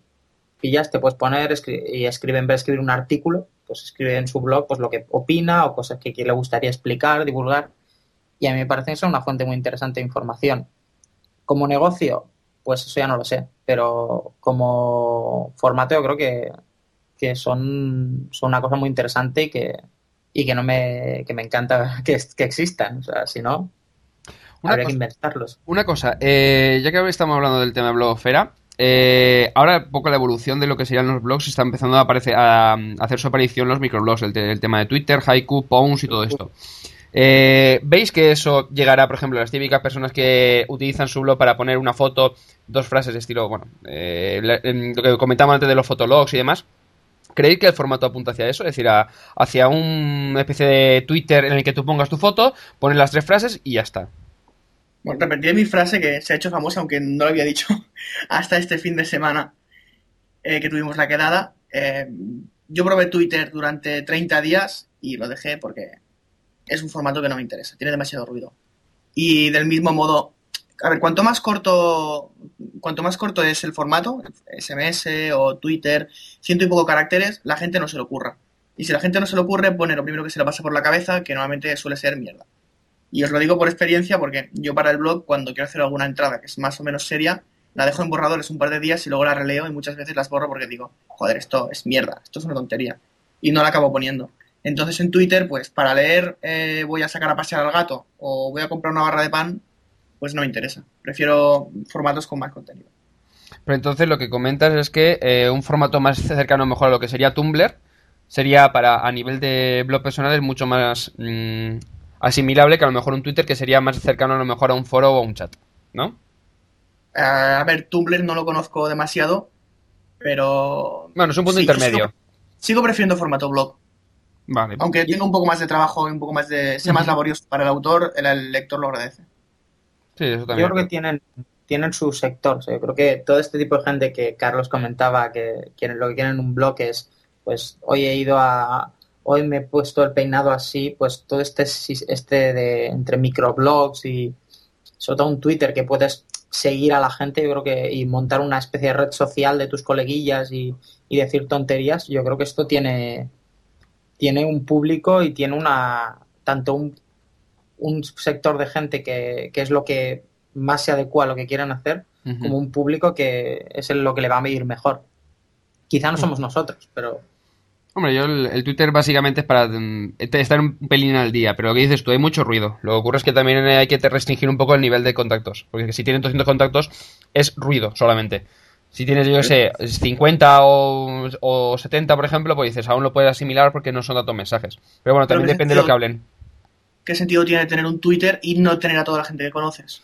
Speaker 5: pillas, te puedes poner escri- y escriben, en vez de escribir un artículo, pues escribe en su blog pues lo que opina o cosas que que le gustaría explicar, divulgar. Y a mí me parece que es una fuente muy interesante de información. Como negocio, pues eso ya no lo sé, pero como formato yo creo que, que son, son una cosa muy interesante y que, y que no me, que me encanta que, es- que existan. O sea, si no,
Speaker 4: Una
Speaker 5: habría
Speaker 4: cosa-
Speaker 5: que inventarlos.
Speaker 4: Una cosa, eh, ya que ahora estamos hablando del tema de blogosfera, eh, ahora un poco la evolución de lo que serían los blogs está empezando a, aparecer, a, mm, hacer su aparición los microblogs, el, te- el tema de Twitter, Haiku, Pons y todo esto. Eh, ¿Veis que eso llegará, por ejemplo, a las típicas personas que utilizan su blog para poner una foto, dos frases de estilo, bueno, eh, la- em, lo que comentábamos antes de los fotologs y demás? ¿Creéis que el formato apunta hacia eso? Es decir, a- hacia una especie de Twitter en el que tú pongas tu foto, pones las tres frases y ya está.
Speaker 6: Bueno, repetiré mi frase que se ha hecho famosa, aunque no lo había dicho, hasta este fin de semana eh, que tuvimos la quedada. Eh, yo probé Twitter durante 30 días y lo dejé porque es un formato que no me interesa, tiene demasiado ruido. Y del mismo modo, a ver, cuanto más corto, cuanto más corto es el formato, SMS o Twitter, ciento y poco caracteres, la gente no se le ocurra. Y si la gente no se le ocurre, pone lo primero que se le pasa por la cabeza, que normalmente suele ser mierda. Y os lo digo por experiencia porque yo para el blog, cuando quiero hacer alguna entrada que es más o menos seria, la dejo en borradores un par de días y luego la releo y muchas veces las borro porque digo, joder, esto es mierda, esto es una tontería. Y no la acabo poniendo. Entonces en Twitter, pues para leer eh, voy a sacar a pasear al gato o voy a comprar una barra de pan, pues no me interesa. Prefiero formatos con más contenido.
Speaker 4: Pero entonces lo que comentas es que eh, un formato más cercano mejor a lo que sería Tumblr sería para a nivel de blog personal es mucho más mm, asimilable que a lo mejor un Twitter que sería más cercano a lo mejor a un foro o a un chat, ¿no?
Speaker 6: Eh, a ver, Tumblr no lo conozco demasiado, pero...
Speaker 4: Bueno, es un punto
Speaker 6: Sí, yo sigo-
Speaker 4: intermedio.
Speaker 6: sigo prefiriendo formato blog.
Speaker 4: Vale.
Speaker 6: Aunque tenga un poco más de trabajo y un poco más de. sea más laborioso para el autor, el, el lector lo agradece.
Speaker 4: Sí, eso
Speaker 5: Yo
Speaker 4: también.
Speaker 5: creo que tienen, tienen su sector. o sea, yo creo que todo este tipo de gente que Carlos comentaba, que quieren, lo que quieren en un blog es, pues, hoy he ido a. Hoy me he puesto el peinado así, pues todo este, sis- este de entre microblogs y sobre todo un Twitter que puedes seguir a la gente, yo creo que, y montar una especie de red social de tus coleguillas y, y decir tonterías, yo creo que esto tiene, tiene un público y tiene una, tanto un un sector de gente que, que es lo que más se adecua a lo que quieran hacer,
Speaker 4: Ujú.
Speaker 5: como un público que es el- lo que le va a medir mejor. Quizá no somos nosotros, pero
Speaker 4: Hombre, yo el, el Twitter básicamente es para mm, te- estar un pelín al día, pero lo que dices tú, hay mucho ruido. Lo que ocurre es que también hay que te restringir un poco el nivel de contactos, porque si tienen 200 contactos es ruido solamente. Si tienes, yo qué sé, 50 o, o 70, por ejemplo, pues dices, aún lo puedes asimilar porque no son tantos mensajes. Pero bueno,
Speaker 6: Pero
Speaker 4: también
Speaker 6: que
Speaker 4: depende de lo que
Speaker 6: sentido-
Speaker 4: hablen.
Speaker 6: ¿Qué sentido tiene tener un Twitter y no tener a toda la gente que conoces?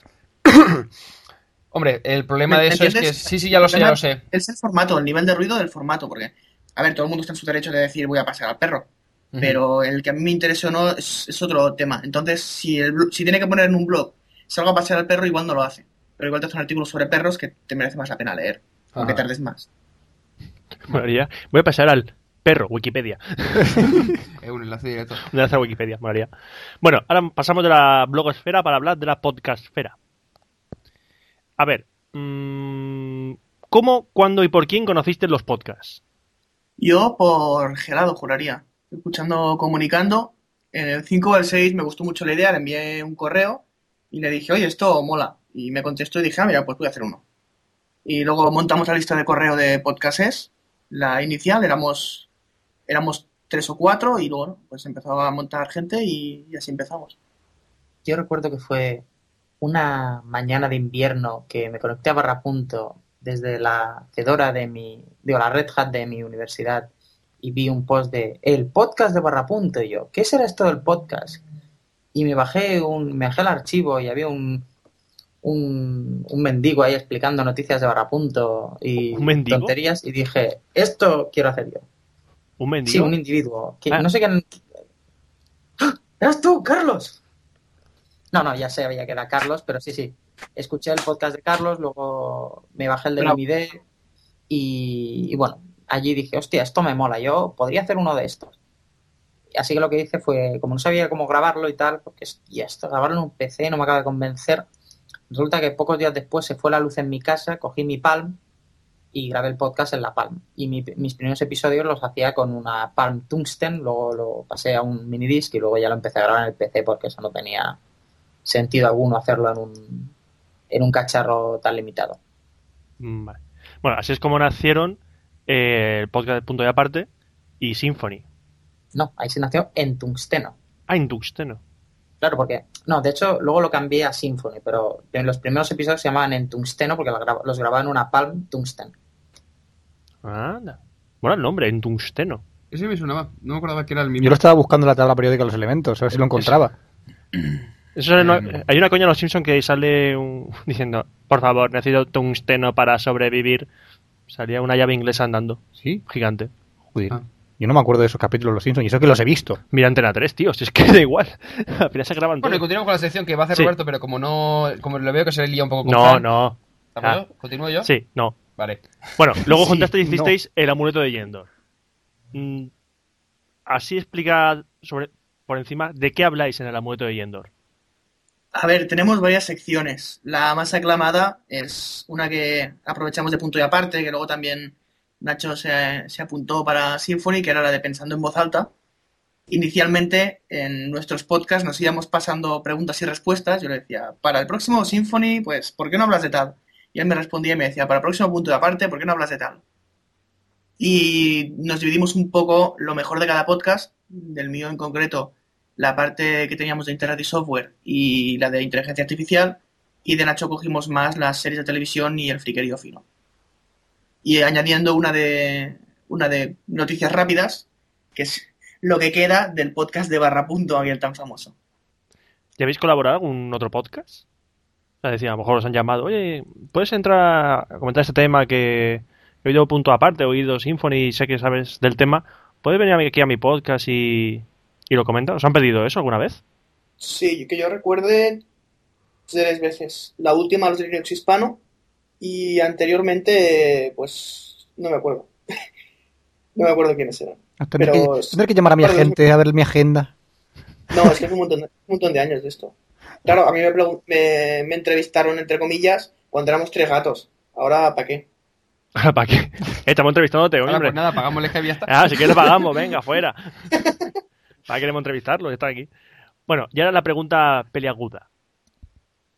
Speaker 4: Hombre, el problema
Speaker 6: ¿Me-
Speaker 4: de
Speaker 6: me
Speaker 4: eso es que...
Speaker 6: entiendes?
Speaker 4: Sí, sí, ya lo sé, ya lo sé.
Speaker 6: Es el formato, el nivel de ruido del formato, porque, a ver, todo el mundo está en su derecho de decir voy a pasear al perro,
Speaker 4: Ujú.
Speaker 6: pero el que a mí me interesa o no es, es otro tema. Entonces, si, el, blo- si tiene que poner en un blog salgo a pasear al perro, igual no lo hace. Pero igual te hace un artículo sobre perros que te merece más la pena leer, aunque
Speaker 4: Ah.
Speaker 6: tardes más.
Speaker 2: Molaría. Voy a pasar al perro, Wikipedia.
Speaker 4: Es Eh, un enlace directo.
Speaker 2: De la Wikipedia, molaría. Bueno, ahora pasamos de la blogosfera para hablar de la podcastfera. A ver, mm, ¿cómo, cuándo y por quién conociste los podcasts?
Speaker 6: Yo por Gerardo juraría. Escuchando, comunicando. En el 5 o el 6 me gustó mucho la idea, le envié un correo y le dije, oye, esto mola. Y me contestó y dije, ah, mira, pues voy a hacer uno. Y luego montamos la lista de correo de podcasts. La inicial éramos, éramos tres o cuatro y luego pues empezaba a montar gente y, y así empezamos.
Speaker 5: yo recuerdo que fue una mañana de invierno que me conecté a Barrapunto desde la Fedora de mi, digo, la Red Hat de mi universidad y vi un post de el podcast de Barrapunto y yo, ¿qué será esto del podcast? Y me bajé un, me bajé el archivo y había un un, un mendigo ahí explicando noticias de Barrapunto y
Speaker 2: ¿Un mendigo?
Speaker 5: tonterías y dije, esto quiero hacer yo.
Speaker 2: Un
Speaker 5: Sí,
Speaker 2: mendigo.
Speaker 5: un individuo. que
Speaker 2: Ah.
Speaker 5: No sé quién. ¡Ah! ¡Eras tú, Carlos! No, no, ya sabía que era Carlos, pero sí, sí. Escuché el podcast de Carlos, luego me bajé el de
Speaker 4: Bravo.
Speaker 5: mi y, y bueno, allí dije, hostia, esto me mola, yo podría hacer uno de estos. Así que lo que hice fue, como no sabía cómo grabarlo y tal, porque y esto, grabarlo en un PC no me acaba de convencer, resulta que pocos días después se fue la luz en mi casa, cogí mi Palm y grabé el podcast en la Palm. Y mi- mis primeros episodios los hacía con una Palm Tungsten, luego lo pasé a un minidisc y luego ya lo empecé a grabar en el PC porque eso no tenía sentido alguno hacerlo en un, en un cacharro tan limitado.
Speaker 2: Mm, vale. Bueno, así es como nacieron eh, el podcast de Punto y Aparte y Symphony.
Speaker 5: No, ahí se nació en tungsteno.
Speaker 2: Ah, Induxteno.
Speaker 5: Claro, porque. No, de hecho, luego lo cambié a Symphony, pero en los primeros episodios se llamaban en tungsteno porque la gra- los grababa en una Palm Tungsten.
Speaker 2: Anda. Bueno, el nombre, Induxteno.
Speaker 4: Ese me sonaba, no me acordaba que era el mismo.
Speaker 3: Yo lo estaba buscando en la tabla periódica de los elementos, a ver si lo encontraba.
Speaker 2: Eso no- hay una coña en los Simpsons que sale un- diciendo, por favor, necesito tungsteno para sobrevivir. Salía una llave inglesa andando,
Speaker 3: Sí,
Speaker 2: gigante.
Speaker 3: joder.
Speaker 4: Ah.
Speaker 3: Yo no me acuerdo de esos capítulos de los Simpsons, y eso que los he visto.
Speaker 2: Mira Antena 3, tío, si es que da igual. Al final se graban
Speaker 4: Bueno, y
Speaker 2: todo.
Speaker 4: continuamos con la sección que va a hacer
Speaker 2: Sí.
Speaker 4: Roberto, pero como no, como lo veo que se lía un poco con
Speaker 2: No,
Speaker 4: Fran,
Speaker 2: no.
Speaker 4: ¿de acuerdo? ¿Continúo yo?
Speaker 2: Sí, no.
Speaker 4: Vale.
Speaker 2: Bueno, luego
Speaker 3: Sí,
Speaker 2: juntaste y
Speaker 3: no.
Speaker 2: hicisteis el amuleto de Yendor. Mm, así explica sobre, por encima de qué habláis en el amuleto de Yendor.
Speaker 6: A ver, tenemos varias secciones. La más aclamada es una que aprovechamos de punto y aparte, que luego también Nacho se, se apuntó para Symphony, que era la de Pensando en Voz Alta. Inicialmente, en nuestros podcasts nos íbamos pasando preguntas y respuestas. Yo le decía, para el próximo Symphony, pues, ¿por qué no hablas de tal? Y él me respondía y me decía, para el próximo punto y aparte, ¿por qué no hablas de tal? Y nos dividimos un poco lo mejor de cada podcast, del mío en concreto, la parte que teníamos de Internet y software y la de inteligencia artificial, y de Nacho cogimos más las series de televisión y el friquerío fino. Y añadiendo una de, una de noticias rápidas, que es lo que queda del podcast de Barra Punto, aquel tan famoso.
Speaker 2: ¿Ya habéis colaborado con otro podcast? O sea, decía, a lo mejor os han llamado, oye, ¿puedes entrar a comentar este tema que he oído punto aparte, he oído Symphony y sé que sabes del tema? ¿Puedes venir a mi- aquí a mi podcast y, y lo comentas? ¿Os han pedido eso alguna vez?
Speaker 6: Sí, que yo recuerde tres veces. La última, los derechos hispano, y anteriormente, pues, no me acuerdo. no me acuerdo quiénes eran.
Speaker 3: Tendré,
Speaker 6: Pero-
Speaker 3: que, tendré que llamar a mi
Speaker 6: Perdón.
Speaker 3: agente a ver mi agenda.
Speaker 6: No, es que hace un montón de, un montón de años de esto. Claro, a mí me, pregun- me, me entrevistaron, entre comillas, cuando éramos tres gatos. Ahora, ¿para qué?
Speaker 2: ¿Para qué? Eh, Estamos entrevistándote,
Speaker 4: Ahora,
Speaker 2: hombre.
Speaker 4: pues nada, pagamos el escape y ya está.
Speaker 2: Ah, si quieres pagamos, venga, fuera. ¿Para qué queremos entrevistarlo? Está aquí. Bueno, y ahora la pregunta peliaguda.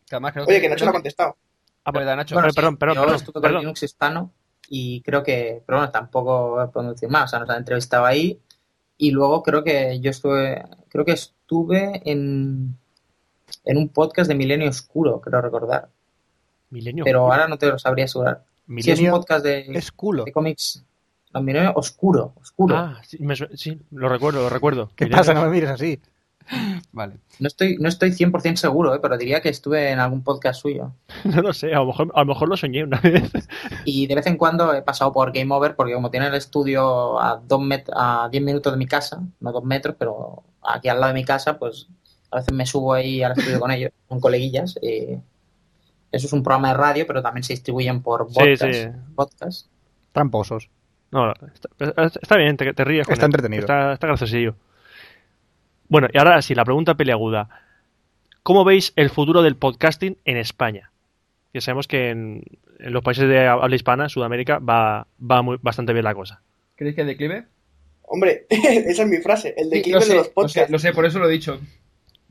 Speaker 4: Que además creo
Speaker 6: Oye,
Speaker 4: que
Speaker 6: que Nacho no
Speaker 4: creo
Speaker 6: ha
Speaker 4: que-
Speaker 6: contestado.
Speaker 2: Ah,
Speaker 4: ¿Verdad, Nacho?
Speaker 2: Bueno, perdón, perdón,
Speaker 5: yo ahora
Speaker 2: perdón,
Speaker 5: estuve con
Speaker 2: perdón.
Speaker 5: Linux hispano y creo que, pero bueno, tampoco puedo decir más, o sea, nos han entrevistado ahí y luego creo que yo estuve, creo que estuve en, en un podcast de Milenio Oscuro, creo recordar,
Speaker 2: Milenio.
Speaker 5: pero ahora no te lo sabría asegurar. Sí, es un
Speaker 3: Milenio
Speaker 5: podcast de,
Speaker 3: Es culo.
Speaker 5: de cómics, no, Milenio Oscuro, Oscuro.
Speaker 2: Ah, sí, me su- sí, lo recuerdo, lo recuerdo.
Speaker 3: ¿Qué
Speaker 2: Milenio-
Speaker 3: pasa? No me mires así.
Speaker 4: Vale.
Speaker 5: No estoy, no estoy 100% seguro, eh, pero diría que estuve en algún podcast suyo.
Speaker 2: No lo sé, a lo mejor, a lo, mejor lo soñé una vez.
Speaker 5: Y de vez en cuando he pasado por Game Over porque como tiene el estudio a dos met- a 10 minutos de mi casa, no dos metros, pero aquí al lado de mi casa, pues a veces me subo ahí al estudio con ellos, con coleguillas. eh. eso es un programa de radio, pero también se distribuyen por
Speaker 2: Sí,
Speaker 5: podcast.
Speaker 2: sí.
Speaker 5: podcast.
Speaker 3: Tramposos.
Speaker 2: No, está, está bien, te, te ríes. con
Speaker 3: Está
Speaker 2: él.
Speaker 3: entretenido.
Speaker 2: Está, está graciosillo. Bueno, y ahora sí, la pregunta peliaguda. ¿Cómo veis el futuro del podcasting en España? Ya sabemos que en, en los países de habla hispana, Sudamérica, va, va muy- bastante bien la cosa.
Speaker 4: ¿Creéis que el declive?
Speaker 6: Hombre, esa es mi frase, el
Speaker 4: Sí,
Speaker 6: declive
Speaker 4: lo sé,
Speaker 6: de los
Speaker 4: Lo sé,
Speaker 6: podcasts.
Speaker 4: lo sé, por eso lo he dicho.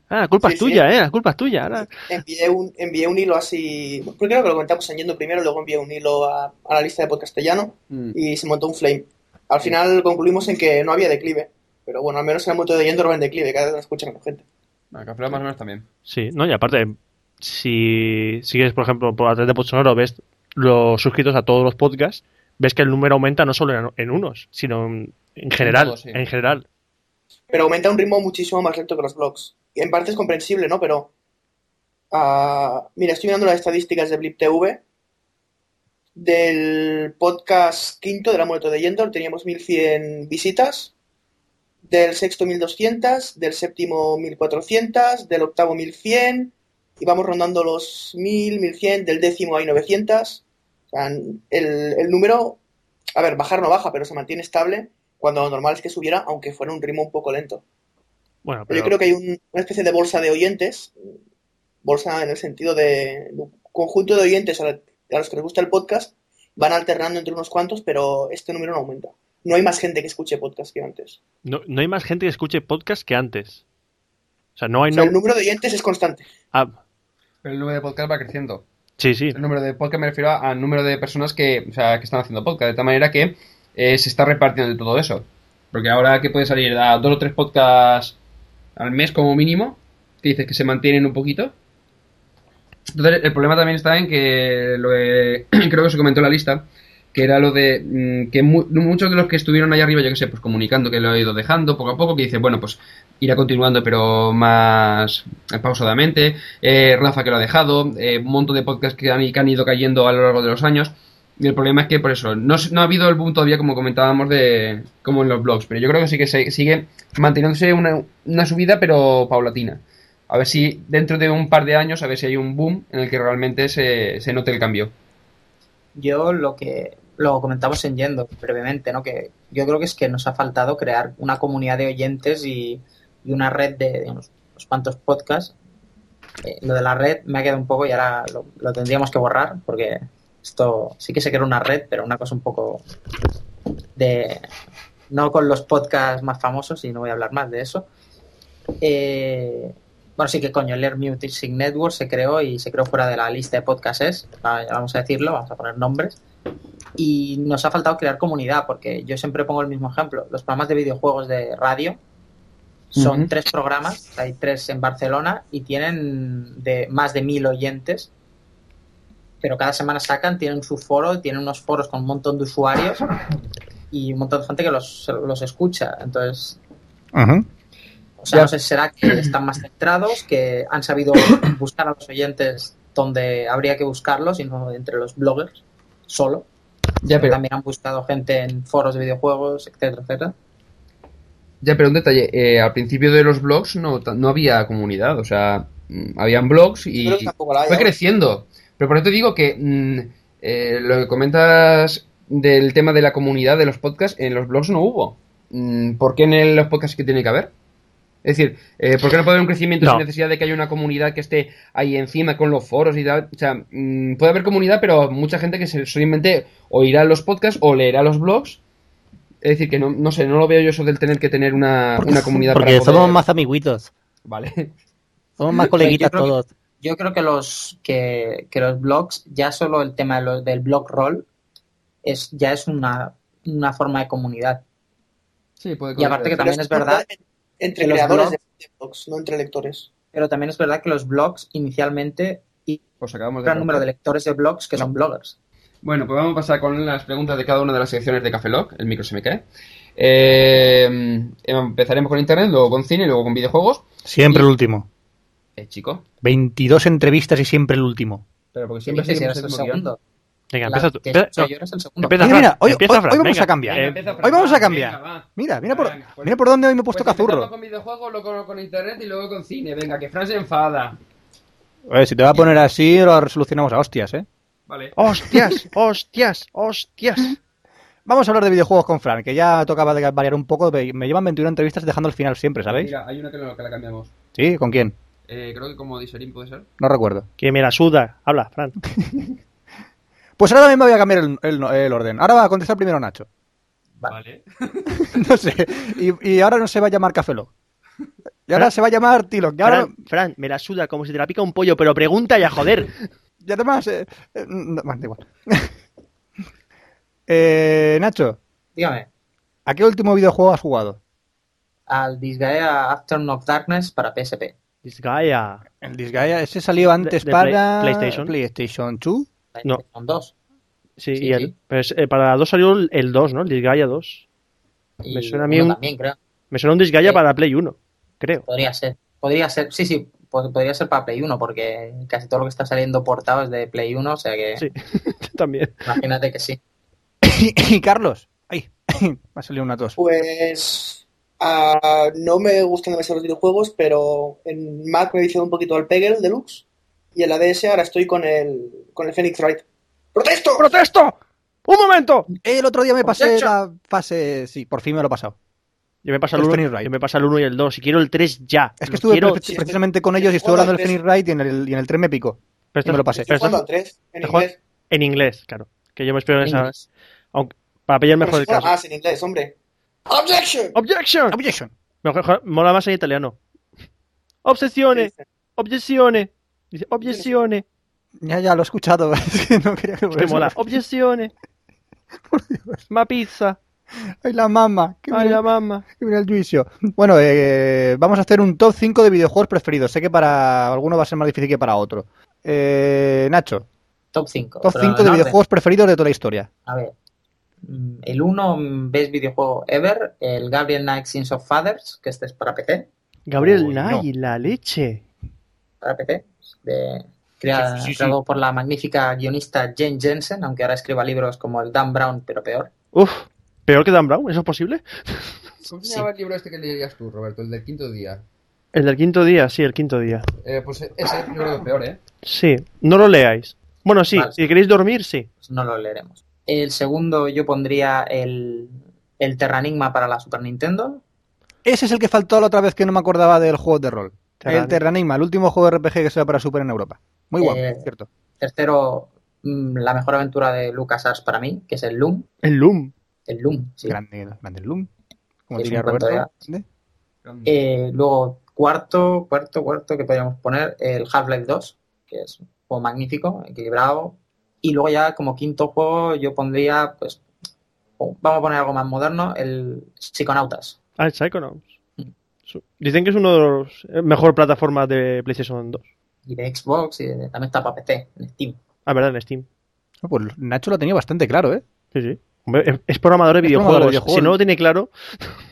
Speaker 2: Ah, la culpa
Speaker 6: Sí,
Speaker 2: es
Speaker 6: sí.
Speaker 2: tuya, ¿eh? La culpa es tuya. Ahora-
Speaker 6: Envié, un, envié un hilo así, porque creo que lo comentamos en Yendo primero, luego envié un hilo a, a la lista de podcast castellano
Speaker 4: Mm.
Speaker 6: y se montó un flame. Al final concluimos en que no había declive, pero bueno, al menos en el momento de Yendo no va en declive, cada vez nos escucha menos gente.
Speaker 4: Bueno, que al final más o menos también.
Speaker 2: Sí, no, y aparte, si sigues, por ejemplo, por a través de Podsonoro, ves los suscritos a todos los podcasts, ves que el número aumenta no solo en, en unos, sino en, en general.
Speaker 1: todos, sí.
Speaker 2: En general.
Speaker 6: Pero aumenta a un ritmo muchísimo más lento que los blogs. Y en parte es comprensible, ¿no? Pero. ah, mira, estoy mirando las estadísticas de Blip TV. Del podcast quinto de la muerte de Yendor teníamos 1100 visitas. Del sexto 1200. Del séptimo 1400. Del octavo 1100. Y vamos rondando los 1000, 1100. Del décimo hay 900. O sea, el, el número. A ver, bajar no baja, pero se mantiene estable. Cuando lo normal es que subiera, aunque fuera un ritmo un poco lento.
Speaker 2: Bueno,
Speaker 6: Pero
Speaker 2: pero,
Speaker 6: yo creo que hay un- una especie de bolsa de oyentes, bolsa en el sentido de un conjunto de oyentes a, la- a los que les gusta el podcast, van alternando entre unos cuantos, pero este número no aumenta. No hay más gente que escuche podcast que antes.
Speaker 2: no, no hay más gente que escuche podcast que antes. O sea, no hay...
Speaker 6: O sea,
Speaker 2: no-
Speaker 6: el número de oyentes es constante.
Speaker 2: ah,
Speaker 4: El número de podcast va creciendo.
Speaker 2: sí, sí.
Speaker 4: El número de podcast me refiero a- al número de personas que, o sea, que están haciendo podcast, de tal manera que eh, se está repartiendo de todo eso. Porque ahora que puede salir a dos o tres podcasts al mes como mínimo, que dices que se mantienen un poquito. Entonces, el problema también está en que lo de- creo que se comentó en la lista, que era lo de mm, que mu- muchos de los que estuvieron allá arriba, yo que sé, pues comunicando que lo he ido dejando poco a poco, que dice, bueno, pues irá continuando, pero más pausadamente. Eh, Rafa que lo ha dejado, eh, un montón de podcasts que han, que han ido cayendo a lo largo de los años. Y el problema es que por eso no, se- no ha habido el boom todavía como comentábamos de como en los blogs, pero yo creo que sí que se- sigue manteniéndose una, una subida pero paulatina. A ver si dentro de un par de años a ver si hay un boom en el que realmente se, se note el cambio.
Speaker 5: Yo lo que lo comentamos en Yendo brevemente, ¿no? Que yo creo que es que nos ha faltado crear una comunidad de oyentes y, y una red de, de unos, unos cuantos podcasts. Eh, lo de la red me ha quedado un poco y ahora lo, lo tendríamos que borrar porque esto sí que se creó una red, pero una cosa un poco de no con los podcasts más famosos y no voy a hablar más de eso. Eh, bueno, sí que coño, el Air Music Network se creó y se creó fuera de la lista de podcasts, va- ya vamos a decirlo, vamos a poner nombres. Y nos ha faltado crear comunidad, porque yo siempre pongo el mismo ejemplo. Los programas de videojuegos de radio son
Speaker 4: Ujú.
Speaker 5: tres programas, hay tres en Barcelona y tienen de más de mil oyentes. Pero cada semana sacan, tienen su foro, tienen unos foros con un montón de usuarios y un montón de gente que los, los escucha. Entonces,
Speaker 3: Ujú.
Speaker 5: o sea, no sé si será que están más centrados, que han sabido buscar a los oyentes donde habría que buscarlos y no entre los bloggers solo.
Speaker 4: Ya, pero,
Speaker 5: También han buscado gente en foros de videojuegos, etcétera, etcétera.
Speaker 4: ya, pero un detalle, eh, al principio de los blogs no, ta- no había comunidad, o sea, mm, habían blogs y...
Speaker 6: Yo creo que tampoco la hay. ¿eh?
Speaker 4: Fue
Speaker 6: ahora.
Speaker 4: creciendo. Pero por eso te digo que mm, eh, lo que comentas del tema de la comunidad de los podcasts, en los blogs no hubo. Mm, ¿Por qué en el- los podcasts que tiene que haber? Es decir, eh, ¿por qué no puede haber un crecimiento
Speaker 2: No.
Speaker 4: sin necesidad de que haya una comunidad que esté ahí encima con los foros y tal? O sea, mm, puede haber comunidad, pero mucha gente que se- solamente oirá los podcasts o leerá los blogs. Es decir, que no, no sé, no lo veo yo eso del tener que tener una, una comunidad
Speaker 9: Porque
Speaker 4: para poder-
Speaker 9: somos más amiguitos.
Speaker 4: Vale.
Speaker 9: Somos más coleguitas
Speaker 5: creo que-
Speaker 9: todos.
Speaker 5: Yo creo que los que, que los blogs, ya solo el tema de los- del blog roll, es, ya es una, una forma de comunidad.
Speaker 4: Sí, puede
Speaker 5: Y aparte que
Speaker 6: Pero
Speaker 5: también es verdad
Speaker 6: Entre
Speaker 5: que los
Speaker 6: creadores de
Speaker 5: blogs-
Speaker 6: de blogs, no entre lectores.
Speaker 5: Pero también es verdad que los blogs inicialmente y
Speaker 4: Pues acabamos
Speaker 5: un
Speaker 4: de
Speaker 5: gran
Speaker 4: cortar.
Speaker 5: número de lectores de blogs que son bloggers.
Speaker 4: Bueno, pues vamos a pasar con las preguntas de cada una de las secciones de Café Lock. El micro se me cae. Eh, empezaremos con internet, luego con cine, luego con videojuegos.
Speaker 3: Siempre
Speaker 4: Y-
Speaker 3: el último.
Speaker 4: Eh, chico,
Speaker 3: 22 entrevistas y siempre el último.
Speaker 4: pero
Speaker 2: Pues
Speaker 4: porque siempre
Speaker 5: Siempre
Speaker 4: seguimos
Speaker 5: el
Speaker 4: el mismo guión.
Speaker 5: segundo.
Speaker 2: Venga,
Speaker 5: La
Speaker 2: empieza tú.
Speaker 5: que
Speaker 2: Empieza-
Speaker 5: soy
Speaker 2: no,
Speaker 5: yo eres el segundo.
Speaker 2: empieza
Speaker 3: Mira,
Speaker 2: Fran,
Speaker 3: mira, hoy-
Speaker 2: empieza
Speaker 3: hoy-
Speaker 2: Fran,
Speaker 3: hoy vamos
Speaker 2: venga.
Speaker 3: a cambiar.
Speaker 2: Eh,
Speaker 4: Empieza, Fran.
Speaker 3: Hoy vamos a
Speaker 4: Venga,
Speaker 3: cambiar.
Speaker 4: va.
Speaker 3: Mira, mira por,
Speaker 4: Venga, pues-
Speaker 3: mira por dónde hoy me he puesto
Speaker 4: Pues empezamos
Speaker 3: cazurro.
Speaker 4: con videojuegos, luego con, con internet y luego con cine. Venga, que Fran se enfada.
Speaker 3: Eh, si te va a poner así, lo resolucionamos a hostias, ¿eh?
Speaker 4: Vale.
Speaker 2: Hostias, hostias, hostias.
Speaker 3: Vamos a hablar de videojuegos con Fran, que ya tocaba de variar un poco. Me me llevan 21 entrevistas dejando el final siempre, ¿sabéis?
Speaker 4: Mira, hay una que, no- que la cambiamos.
Speaker 3: ¿Sí? ¿Con quién?
Speaker 4: Eh, creo que como Diserín puede ser.
Speaker 3: No recuerdo.
Speaker 2: Que me la suda. Habla, Fran.
Speaker 3: Pues ahora también me voy a cambiar el, el- el orden. Ahora va a contestar primero Nacho.
Speaker 4: Vale.
Speaker 3: No sé. Y, y ahora no se va a llamar Café Lock. Y ahora se va a llamar T-Lock. Y ahora,
Speaker 2: Fran, Fran, me la suda como si te la pica un pollo, pero pregunta ya, joder.
Speaker 3: y además... eh, eh, no, bueno, da igual. Eh, Nacho,
Speaker 5: Dígame.
Speaker 3: ¿a qué último videojuego has jugado?
Speaker 5: al Disgaea Afternoon of Darkness para PSP.
Speaker 2: Disgaea.
Speaker 3: El Disgaea, ese salió antes
Speaker 2: de
Speaker 3: para
Speaker 2: Play- PlayStation.
Speaker 3: PlayStation 2.
Speaker 2: No.
Speaker 5: Son dos.
Speaker 2: Sí,
Speaker 5: Sí,
Speaker 2: y el-
Speaker 5: sí.
Speaker 2: pero es- eh, para la 2 salió el- el 2, ¿no? El Disgaea 2.
Speaker 5: Y
Speaker 2: Me suena a mí
Speaker 5: uno
Speaker 2: un-
Speaker 5: también, creo.
Speaker 2: Me suena un Disgaea
Speaker 3: Eh.
Speaker 5: Sí.
Speaker 2: para Play 1, creo.
Speaker 5: Podría ser. Podría ser, sí, sí, po- podría ser para Play 1, porque casi todo lo que está saliendo portado es de Play 1, o sea que
Speaker 2: Sí, también.
Speaker 5: imagínate que sí.
Speaker 3: Y Carlos, ay, me ha salido una tos.
Speaker 6: Pues ah, no me gustan demasiado los videojuegos, pero en Mac me he viciado un poquito al Pegel Deluxe y en la DS ahora estoy con el, con el Phoenix Wright. ¡Protesto!
Speaker 2: ¡Protesto! ¡Un momento!
Speaker 3: El otro día me pasé
Speaker 6: Muchacho.
Speaker 3: la fase, sí, por fin me lo he pasado.
Speaker 2: Yo me paso
Speaker 3: El
Speaker 2: el
Speaker 3: Phoenix
Speaker 2: 1,
Speaker 3: Wright.
Speaker 2: yo me paso el 1 y el 2. Y quiero el 3 ya.
Speaker 3: Es que
Speaker 2: Lo
Speaker 3: estuve
Speaker 2: quiero-
Speaker 3: pre- precisamente con ellos y estuve
Speaker 6: Hola,
Speaker 3: hablando del
Speaker 6: Andrés.
Speaker 3: Phoenix Wright y en el, y en el tren me picó.
Speaker 2: pero
Speaker 3: me lo pasé.
Speaker 6: Estoy
Speaker 2: pero
Speaker 6: jugando
Speaker 2: estás
Speaker 6: al 3 en
Speaker 2: Te juega-
Speaker 6: inglés.
Speaker 2: en inglés, claro. Que yo me espero en esa,
Speaker 5: Inglés.
Speaker 2: para pillar
Speaker 6: Pero
Speaker 2: mejor
Speaker 6: si
Speaker 2: el
Speaker 6: fuera
Speaker 2: caso.
Speaker 6: más en Ah, inglés, hombre. ¡Objection!
Speaker 2: ¡Objection!
Speaker 3: Objection.
Speaker 2: Mejor, mola más en italiano. ¡Obsesiones! ¡Objeciones! Dice, objeciones.
Speaker 3: Ya, ya, lo he escuchado. Es que no quería que
Speaker 2: Es que
Speaker 3: volviese.
Speaker 2: mola. Objeciones. Ma pizza.
Speaker 3: Ay, la mamá. Que
Speaker 2: Ay, la mamá.
Speaker 3: Que viene el juicio. Bueno, eh, vamos a hacer un top 5 de videojuegos preferidos. Sé que para alguno va a ser más difícil que para otro. Eh, Nacho,
Speaker 5: Top 5.
Speaker 3: top 5 de videojuegos preferidos de toda la historia.
Speaker 5: A ver. Mm, El 1, best videojuego ever, el Gabriel Knight Sins of Fathers, que este es para PC,
Speaker 2: Gabriel
Speaker 3: Uy, no.
Speaker 2: Nay, la leche.
Speaker 5: para PC, de- crea-
Speaker 3: Sí, sí, sí, sí.
Speaker 5: creado por la magnífica guionista Jane Jensen, aunque ahora escriba libros como el Dan Brown, pero peor.
Speaker 2: Uf. ¿Peor que Dan Brown? ¿Eso es posible?
Speaker 4: ¿Cómo se llama el libro este que leías tú, Roberto? El del quinto día.
Speaker 2: El del quinto día, sí, el quinto día.
Speaker 4: Eh, pues ese yo creo que es peor, ¿eh?
Speaker 2: Sí, no lo leáis. Bueno, sí,
Speaker 5: Vale.
Speaker 2: si queréis dormir, sí.
Speaker 5: pues no lo leeremos. El segundo yo pondría el, el Terranigma para la Super Nintendo.
Speaker 3: Ese es el que faltó la otra vez que no me acordaba del juego de rol.
Speaker 2: Terranigma.
Speaker 3: El Terranigma, el último juego RPG que se va para Super en Europa. Muy guapo,
Speaker 5: Eh,
Speaker 3: por cierto.
Speaker 5: Tercero, mm, la mejor aventura de LucasArts para mí, que es el Loom.
Speaker 2: El Loom.
Speaker 5: El Loom, sí.
Speaker 3: Grande, grande el Loom. Como
Speaker 5: Es
Speaker 3: diría
Speaker 5: un cuento
Speaker 3: Roberto.
Speaker 5: de Eh, luego, cuarto, cuarto, cuarto que podríamos poner, el Half-Life 2, que es un juego magnífico, equilibrado. Y luego ya como quinto juego yo pondría, pues, o- vamos a poner algo más moderno, el Psychonautas.
Speaker 2: Ah, el Psychonauts.
Speaker 5: Mm.
Speaker 2: Su- Dicen que es uno de los eh, mejor plataformas de PlayStation 2.
Speaker 5: Y de Xbox, y de- también está para PC, en Steam.
Speaker 2: Ah, verdad, en Steam.
Speaker 3: No, pues Nacho lo ha tenido bastante claro, ¿eh?
Speaker 2: Sí, sí. Hombre, es- es programador de
Speaker 3: Es programador
Speaker 2: videojuegos.
Speaker 3: de
Speaker 2: Si
Speaker 3: videojuegos.
Speaker 2: no lo tiene claro,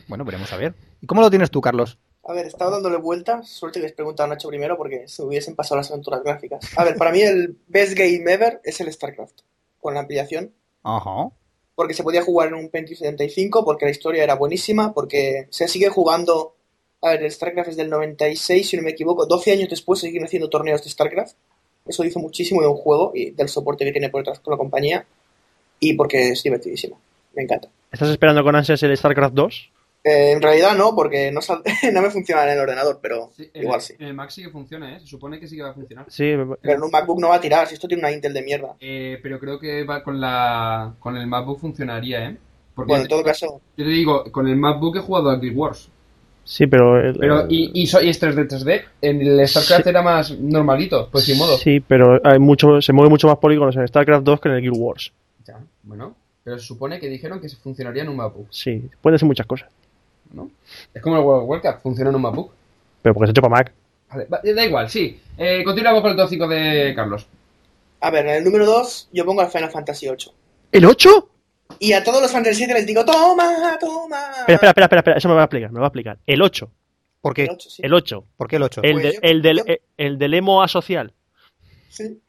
Speaker 3: Bueno, veremos a ver. ¿Y cómo lo tienes tú, Carlos?
Speaker 6: A ver, estaba dándole vueltas. Suerte que les preguntaba a Nacho primero porque se hubiesen pasado las aventuras gráficas. A ver, para mí el best game ever es el StarCraft, con la ampliación.
Speaker 3: Ajá.
Speaker 6: porque se podía jugar en un Pentium 75, porque la historia era buenísima, porque se sigue jugando. A ver, el StarCraft es del 96, si no me equivoco. 12 años después se siguen haciendo torneos de StarCraft. Eso dice muchísimo de un juego y del soporte que tiene por detrás con la compañía. Y porque es divertidísimo. Me encanta.
Speaker 2: ¿estás esperando con ansias el StarCraft 2?
Speaker 6: Eh, en realidad no, porque no, sal- no me funciona en el ordenador, pero igual sí.
Speaker 4: En el Mac sí que funciona, ¿eh? Se supone que sí que va a funcionar.
Speaker 2: Sí,
Speaker 6: Pero en un MacBook no va a tirar, si esto tiene una Intel de mierda.
Speaker 4: Eh, pero creo que va con la con el MacBook funcionaría, ¿eh? Porque
Speaker 6: Bueno, en todo caso,
Speaker 4: yo te digo, con el MacBook he jugado a Guild Wars.
Speaker 2: sí, pero. el-
Speaker 3: Eh,
Speaker 4: Pero, y, y, so- y es 3D, 3D. En el StarCraft era más normalito, pues sin modo.
Speaker 2: Sí, pero hay mucho, se mueve mucho más polígonos en StarCraft 2 que en el Guild Wars.
Speaker 4: Ya, bueno. Pero se supone que dijeron que se funcionaría en un MacBook,
Speaker 2: Sí, pueden ser muchas cosas.
Speaker 4: ¿no? Es como el World of Warcraft, funciona en un MacBook.
Speaker 2: Pero porque se ha hecho para Mac.
Speaker 4: Vale, va- da igual, sí. Eh, continuamos con el top 5 de Carlos.
Speaker 6: a ver, en el número 2 yo pongo al Final Fantasy 8.
Speaker 2: ¿El 8?
Speaker 6: Y a todos los fans del 7 les digo, toma, toma.
Speaker 2: Espera, espera, espera, espera, espera, eso me va a explicar, me va a explicar. El 8,
Speaker 3: ¿Por qué?
Speaker 6: El 8, sí.
Speaker 2: el 8,
Speaker 3: ¿Por qué el 8?
Speaker 2: el, de-
Speaker 6: yo-
Speaker 2: el, del,
Speaker 6: yo-
Speaker 2: eh, el del emo asocial,
Speaker 6: Sí.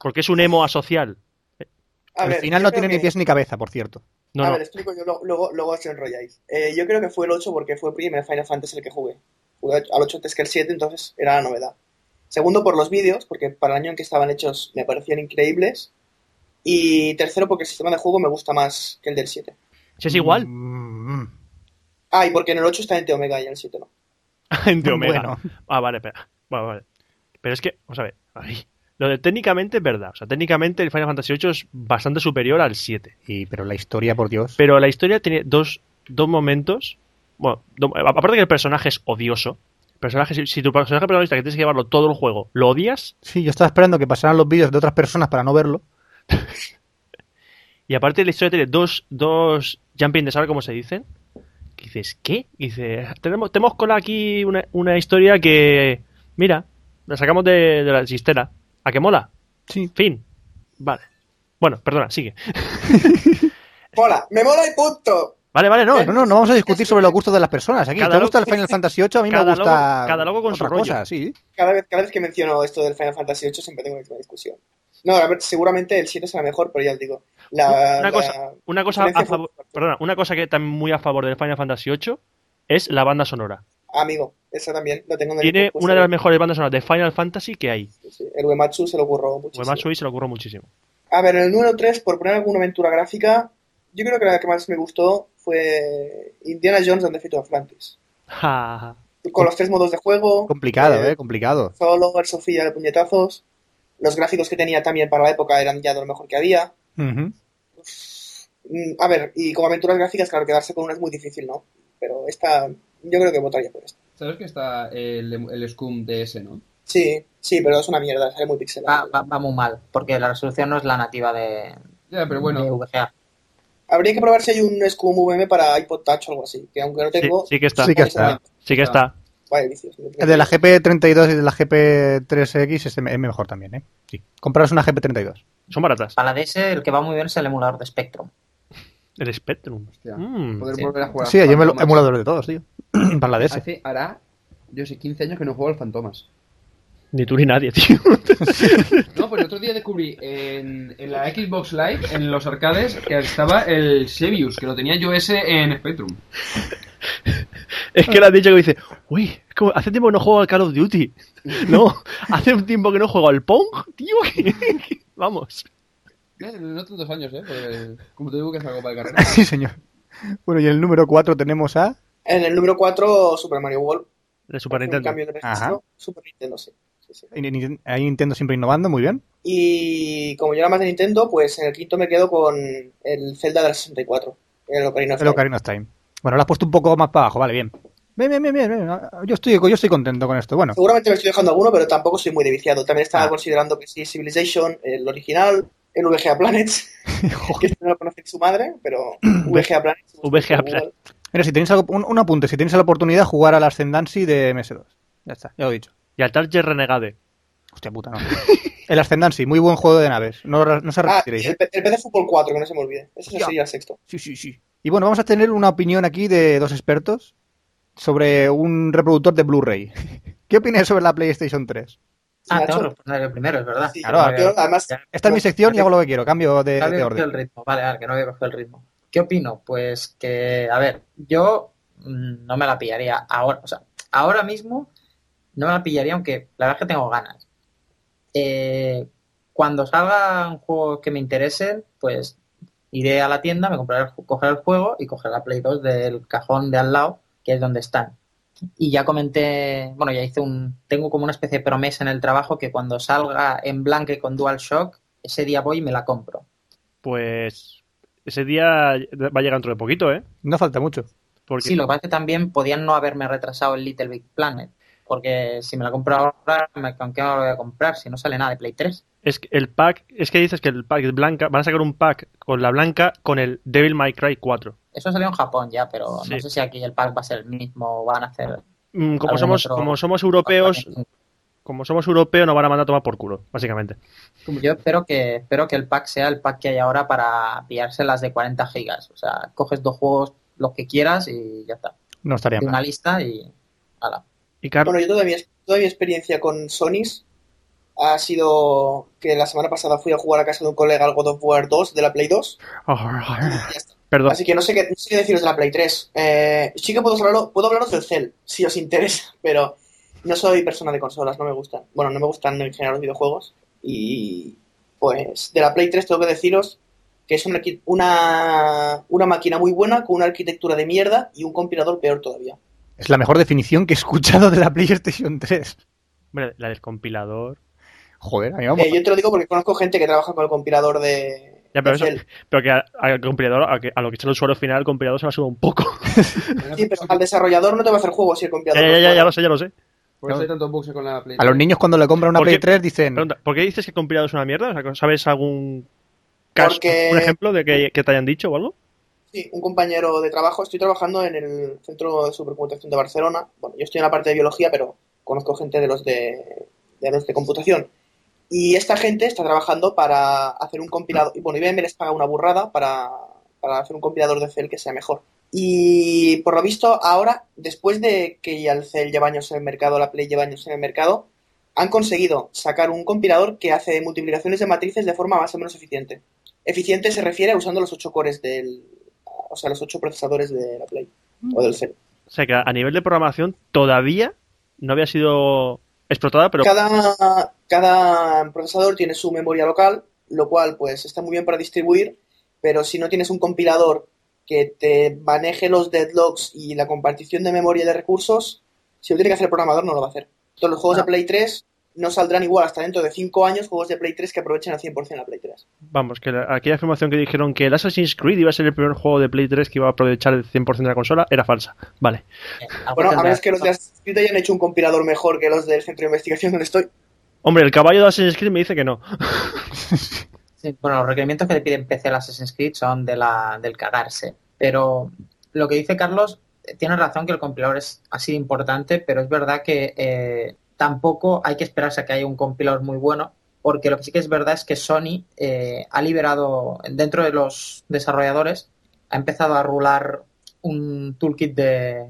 Speaker 2: porque es un emo asocial.
Speaker 6: A
Speaker 3: Al
Speaker 6: ver,
Speaker 3: final
Speaker 6: yo
Speaker 3: no
Speaker 6: creo
Speaker 3: tiene ni
Speaker 6: que-
Speaker 3: pies ni cabeza, por cierto.
Speaker 2: No,
Speaker 6: a
Speaker 2: no,
Speaker 6: ver, explico yo, lo- luego, luego os enrolláis. Eh, yo creo que fue el 8 porque fue el primer Final Fantasy el que jugué. Jugué al 8 antes que el 7, entonces era la novedad. Segundo, por los vídeos, porque para el año en que estaban hechos me parecían increíbles. Y tercero, porque el sistema de juego me gusta más que el del 7.
Speaker 2: si es igual,
Speaker 3: Mm, mm.
Speaker 6: Ah, y porque en el 8 está en Omega y en el 7 no.
Speaker 2: de Omega.
Speaker 3: Bueno.
Speaker 2: Ah, vale, espera. Vale, vale. Pero es que, vamos a ver. ay, lo de técnicamente es verdad. O sea, técnicamente el Final Fantasy VIII es bastante superior al 7.
Speaker 3: Y, pero la historia, por Dios.
Speaker 2: Pero la historia tiene dos, dos momentos. Bueno, do- aparte que el personaje es odioso. el Personaje, si, si tu personaje protagonista que tienes que llevarlo todo el juego, lo odias.
Speaker 3: Sí, yo estaba esperando que pasaran los vídeos de otras personas para no verlo.
Speaker 2: Y aparte la historia tiene dos, dos jumping de saber cómo se dicen. Y dices, ¿qué? Y dices, tenemos, tenemos cola aquí una, una historia que, mira, la sacamos de, de la chistera. ¿A qué mola?
Speaker 3: Sí.
Speaker 2: Fin. Vale. Bueno, perdona, sigue.
Speaker 6: Mola, me mola y punto.
Speaker 2: Vale, vale, no.
Speaker 3: No, no, no vamos a discutir sobre los gustos de las personas. Aquí,
Speaker 2: Eh, Cada
Speaker 3: ¿te gusta el
Speaker 2: loco-
Speaker 3: Final Fantasy VIII? A mí me
Speaker 2: cada
Speaker 3: gusta.
Speaker 2: loco- cada loco con
Speaker 3: otra
Speaker 2: su rollo.
Speaker 3: cosa, sí.
Speaker 6: Cada vez, cada vez que menciono esto del Final Fantasy VIII siempre tengo la misma discusión. No, a ver, seguramente el 7 será mejor, pero ya os digo. Eh, La,
Speaker 2: una
Speaker 6: la-
Speaker 2: cosa, una cosa a
Speaker 6: diferencia
Speaker 2: favor,
Speaker 6: fue-
Speaker 2: perdona, una cosa que también muy a favor del Final Fantasy VIII es la banda sonora.
Speaker 6: Ah, Amigo, esa también la tengo en el
Speaker 2: Tiene
Speaker 6: discurso.
Speaker 2: una de las mejores bandas sonoras de Final Fantasy que hay. Pues
Speaker 6: Sí, sí, El Uematsu se lo ocurrió mucho.
Speaker 2: Uematsu se lo ocurre muchísimo.
Speaker 6: A ver, en el número 3, por poner alguna aventura gráfica, yo creo que la que más me gustó fue Indiana Jones and the Fate of Atlantis.
Speaker 2: Ja, ja.
Speaker 6: Con los tres modos de juego.
Speaker 3: Complicado,
Speaker 6: eh,
Speaker 3: eh, complicado.
Speaker 6: Solo, el Sofía de puñetazos. Los gráficos que tenía también para la época eran ya de lo mejor que había.
Speaker 3: Ujú.
Speaker 6: Mm, A ver, y como aventuras gráficas, claro, quedarse con una es muy difícil, ¿no? Pero esta, yo creo que votaría por esta.
Speaker 4: ¿Sabes que está el, el Scum DS, no?
Speaker 6: Sí, sí, pero es una mierda, sale muy pixelada.
Speaker 5: Va, va- va muy mal, porque la resolución no es la nativa de,
Speaker 4: Ya, pero
Speaker 5: de
Speaker 3: Mm,
Speaker 4: bueno,
Speaker 5: VGA.
Speaker 6: Habría que probar si hay un SQM VM para iPod Touch o algo así, que aunque no
Speaker 2: Sí,
Speaker 6: tengo,
Speaker 2: sí que está.
Speaker 3: Sí que está.
Speaker 2: Sí que está.
Speaker 6: vaya vicios.
Speaker 3: El de la GP32 y de la GP3X este es es mejor también, ¿eh? Sí. Compraros una GP32.
Speaker 2: Son baratas.
Speaker 5: Para la DS, el que va muy bien es el emulador de Spectrum.
Speaker 2: El Spectrum.
Speaker 4: hostia,
Speaker 2: Mm.
Speaker 4: poder
Speaker 5: sí.
Speaker 4: volver a jugar.
Speaker 3: Sí,
Speaker 4: al
Speaker 3: yo me lo
Speaker 4: Fantomas.
Speaker 3: emulador de todos, tío. Para la DS.
Speaker 4: Hace, hará, yo sé, 15 años que no juego al Fantomas.
Speaker 2: Ni tú ni nadie, tío.
Speaker 4: No, pues el otro día descubrí en, en la Xbox Live, en los arcades, que estaba el Sevius, que lo tenía yo ese en Spectrum.
Speaker 2: es que le has dicho que dice, uy, es como, hace tiempo que no juego al Call of Duty. No, hace un tiempo que no juego al Pong, tío. Vamos.
Speaker 4: Eh, No tantos años, ¿eh? Porque, como te digo, que es algo para carrera.
Speaker 3: Sí, señor. Bueno, y el número 4 tenemos a.
Speaker 6: En el número 4, Super Mario World.
Speaker 2: De Super
Speaker 6: Hace un
Speaker 2: Nintendo.
Speaker 6: cambio de registro.
Speaker 3: Ajá.
Speaker 6: Super Nintendo, sí. Sí, sí.
Speaker 3: Hay Nintendo siempre innovando, muy bien.
Speaker 6: Y como yo era más de Nintendo, pues en el quinto me quedo con el Zelda de la 64. El Ocarina of
Speaker 3: El
Speaker 6: Time.
Speaker 3: Ocarina of Time. Bueno, lo has puesto un poco más para abajo, vale, bien. Bien, bien, bien, bien, bien. Ah, Yo estoy, yo estoy contento con esto. Bueno,
Speaker 6: Seguramente me estoy dejando alguno, pero tampoco soy muy de viciado. También estaba
Speaker 3: Ah.
Speaker 6: considerando que sí, Civilization, el original, el VGA Planet, que este no lo conoce su madre, pero VGA Planet.
Speaker 2: VGA
Speaker 6: Google.
Speaker 2: Planet.
Speaker 3: mira, si tenéis algo, un, un apunte, si tenéis la oportunidad, jugar al Ascendancy de MS2. Ya está, ya lo he dicho.
Speaker 2: Y al Target Renegade.
Speaker 3: Hostia puta, no. El Ascendancy, muy buen juego de naves. No, no se
Speaker 6: Ah,
Speaker 3: arrepetiréis,
Speaker 6: el,
Speaker 3: ¿eh?
Speaker 6: P- el PC Fútbol 4, que no se me olvide. Ese
Speaker 3: Ya.
Speaker 6: sería el sexto.
Speaker 3: Sí, sí, sí. Y bueno, vamos a tener una opinión aquí de dos expertos sobre un reproductor de Blu-ray. ¿Qué opináis sobre la PlayStation 3?
Speaker 5: Ah,
Speaker 6: Nacho.
Speaker 5: tengo que responder el primero, es verdad.
Speaker 6: Sí,
Speaker 3: Ah, Claro,
Speaker 5: No había-
Speaker 6: yo, además,
Speaker 5: ya-
Speaker 3: Esta es mi sección y hago lo que quiero, cambio de,
Speaker 5: no había
Speaker 3: de
Speaker 5: cogido el
Speaker 3: orden.
Speaker 5: ritmo. Vale, vale, que no había cogido el ritmo. ¿Qué opino? Pues que, a ver, yo mm, no me la pillaría ahora. O sea, ahora mismo no me la pillaría, aunque la verdad es que tengo ganas. Eh, cuando salgan juegos que me interesen, pues iré a la tienda, me compraré, el ju- cogeré el juego y cogeré la Play 2 del cajón de al lado, que es donde están. Y ya comenté, bueno, ya hice un, tengo como una especie de promesa en el trabajo que cuando salga en blanco y con DualShock, ese día voy y me la compro.
Speaker 2: Pues ese día va a llegar dentro de poquito, ¿eh?
Speaker 3: No falta mucho.
Speaker 2: Porque
Speaker 5: Sí, lo que pasa es que también podían no haberme retrasado el Little Big Planet. Porque si me la compro ahora, me- ¿con qué me la voy a comprar? Si no sale nada de Play 3.
Speaker 2: es que el pack, es que dices que el pack es blanca, van a sacar un pack con la blanca con el Devil May Cry 4.
Speaker 5: Eso salió en Japón ya, pero
Speaker 2: Sí.
Speaker 5: no sé si aquí el pack va a ser el mismo o van a hacer...
Speaker 2: Mm, Como
Speaker 5: Algún
Speaker 2: somos,
Speaker 5: otro-
Speaker 2: como somos europeos, como somos europeos nos van a mandar a tomar por culo, básicamente.
Speaker 5: Yo espero que, espero que el pack sea el pack que hay ahora para pillarse las de 40 gigas. O sea, coges dos juegos, los que quieras y ya está.
Speaker 3: No estaría
Speaker 5: De
Speaker 3: mal.
Speaker 5: una lista y... ala.
Speaker 2: Y Carlos,
Speaker 6: Bueno, yo toda mi, toda mi experiencia con Sonys ha sido que la semana pasada fui a jugar a casa de un colega al God of War 2 de la Play 2. y ya está.
Speaker 2: perdón,
Speaker 6: Así que no sé qué, no sé qué deciros de la Play 3. Eh, sí que puedo, hablarlo- puedo hablaros del Cell, si os interesa, pero no soy persona de consolas, no me gustan. Bueno, no me gustan en general los videojuegos. Y pues de la Play 3 tengo que deciros que es una, arqui- una, una máquina muy buena con una arquitectura de mierda y un compilador peor todavía.
Speaker 3: Es la mejor definición que he escuchado de la PlayStation 3.
Speaker 2: Hombre, la del compilador.
Speaker 3: Joder, ahí vamos.
Speaker 6: Eh, yo te lo digo porque conozco gente que trabaja con el compilador de,
Speaker 2: Ya, pero
Speaker 6: de
Speaker 2: eso-
Speaker 6: Cell.
Speaker 2: Pero que a- al compilador, a, que- a lo que echa el usuario final, el compilador se la sube un poco.
Speaker 6: Sí, pero al desarrollador no te va a hacer juegos si el
Speaker 2: ya,
Speaker 6: compilador.
Speaker 2: ya,
Speaker 6: no
Speaker 2: ya,
Speaker 6: juega.
Speaker 2: ya lo sé, ya lo sé.
Speaker 4: Por eso hay tantos bugs con la Play
Speaker 3: A los niños cuando le compran una
Speaker 2: ¿Por
Speaker 3: Play
Speaker 2: qué?
Speaker 3: 3 dicen...
Speaker 2: Pregunta, ¿por qué dices que el compilador es una mierda? O sea, ¿Sabes algún caso,
Speaker 6: Porque-
Speaker 2: un ejemplo de que, que te hayan dicho o algo?
Speaker 6: Sí, un compañero de trabajo. Estoy trabajando en el Centro de Supercomputación de Barcelona. Bueno, yo estoy en la parte de biología, pero conozco gente de los de, de los de computación. Y esta gente está trabajando para hacer un compilador. Y bueno, IBM les paga una burrada para, para hacer un compilador de CEL que sea mejor. Y por lo visto, ahora, después de que ya el CEL lleva años en el mercado, la Play lleva años en el mercado, han conseguido sacar un compilador que hace multiplicaciones de matrices de forma más o menos eficiente. Eficiente se refiere a usando los ocho cores del. O sea, los ocho procesadores de la Play o del CEL.
Speaker 2: O sea que a nivel de programación todavía no había sido explotada, pero
Speaker 6: Cada, cada procesador tiene su memoria local, lo cual pues está muy bien para distribuir, pero si no tienes un compilador que te maneje los deadlocks y la compartición de memoria y de recursos, si lo tiene que hacer el programador no lo va a hacer. Entonces los juegos de Play 3 no saldrán igual hasta dentro de 5 años juegos de Play 3 que aprovechen al 100% la Play 3.
Speaker 2: vamos, que la- aquella afirmación que dijeron que el Assassin's Creed iba a ser el primer juego de Play 3 que iba a aprovechar el 100% de la consola era falsa. Vale.
Speaker 5: Ah,
Speaker 6: Bueno, a menos
Speaker 5: ver
Speaker 6: que los de Assassin's Creed hayan hecho un compilador mejor que los del centro de investigación donde estoy.
Speaker 2: Hombre, el caballo de Assassin's Creed me dice que no.
Speaker 5: Sí, bueno, los requerimientos que le piden PC al Assassin's Creed son de la, del cagarse. Pero lo que dice Carlos, eh, tiene razón que el compilador es así de importante, pero es verdad que eh, tampoco hay que esperarse a que haya un compilador muy bueno, porque lo que sí que es verdad es que Sony eh, ha liberado, dentro de los desarrolladores, ha empezado a rular un toolkit de,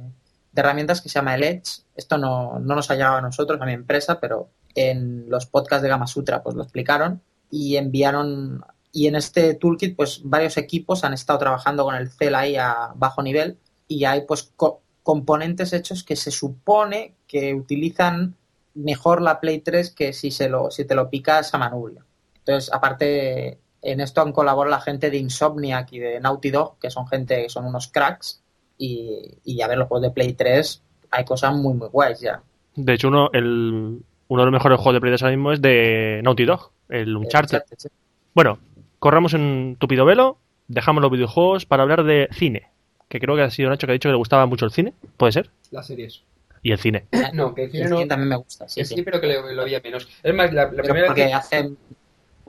Speaker 5: de herramientas que se llama el Edge. Esto no, no nos ha llegado a nosotros, a mi empresa, pero en los podcasts de Gama Sutra pues lo explicaron y enviaron y en este toolkit pues varios equipos han estado trabajando con el CEL ahí a bajo nivel y hay pues co- componentes hechos que se supone que utilizan mejor la Play 3 que si se lo si te lo picas a manubrio. Entonces, aparte en esto han colaborado la gente de Insomniac y de Naughty Dog, que son gente que son unos cracks y, y a ver los juegos de Play 3 hay cosas muy muy guays ya.
Speaker 2: De hecho, uno, el, uno de los mejores juegos de Play 3 ahora mismo es de Naughty Dog, el Uncharted. Bueno, corramos en un tupido velo, dejamos los videojuegos para hablar de cine. Que creo que ha sido Nacho que ha dicho que le gustaba mucho el cine, puede ser.
Speaker 4: Las series.
Speaker 2: Y el cine.
Speaker 4: No, que el
Speaker 5: Sí,
Speaker 4: cine
Speaker 5: el
Speaker 4: no-
Speaker 5: cine también me gusta, sí,
Speaker 4: el
Speaker 5: sí.
Speaker 4: cine, pero que lo, lo veía menos. Es más, la, la
Speaker 5: Pero
Speaker 4: primera
Speaker 5: porque
Speaker 4: vez
Speaker 5: hacen,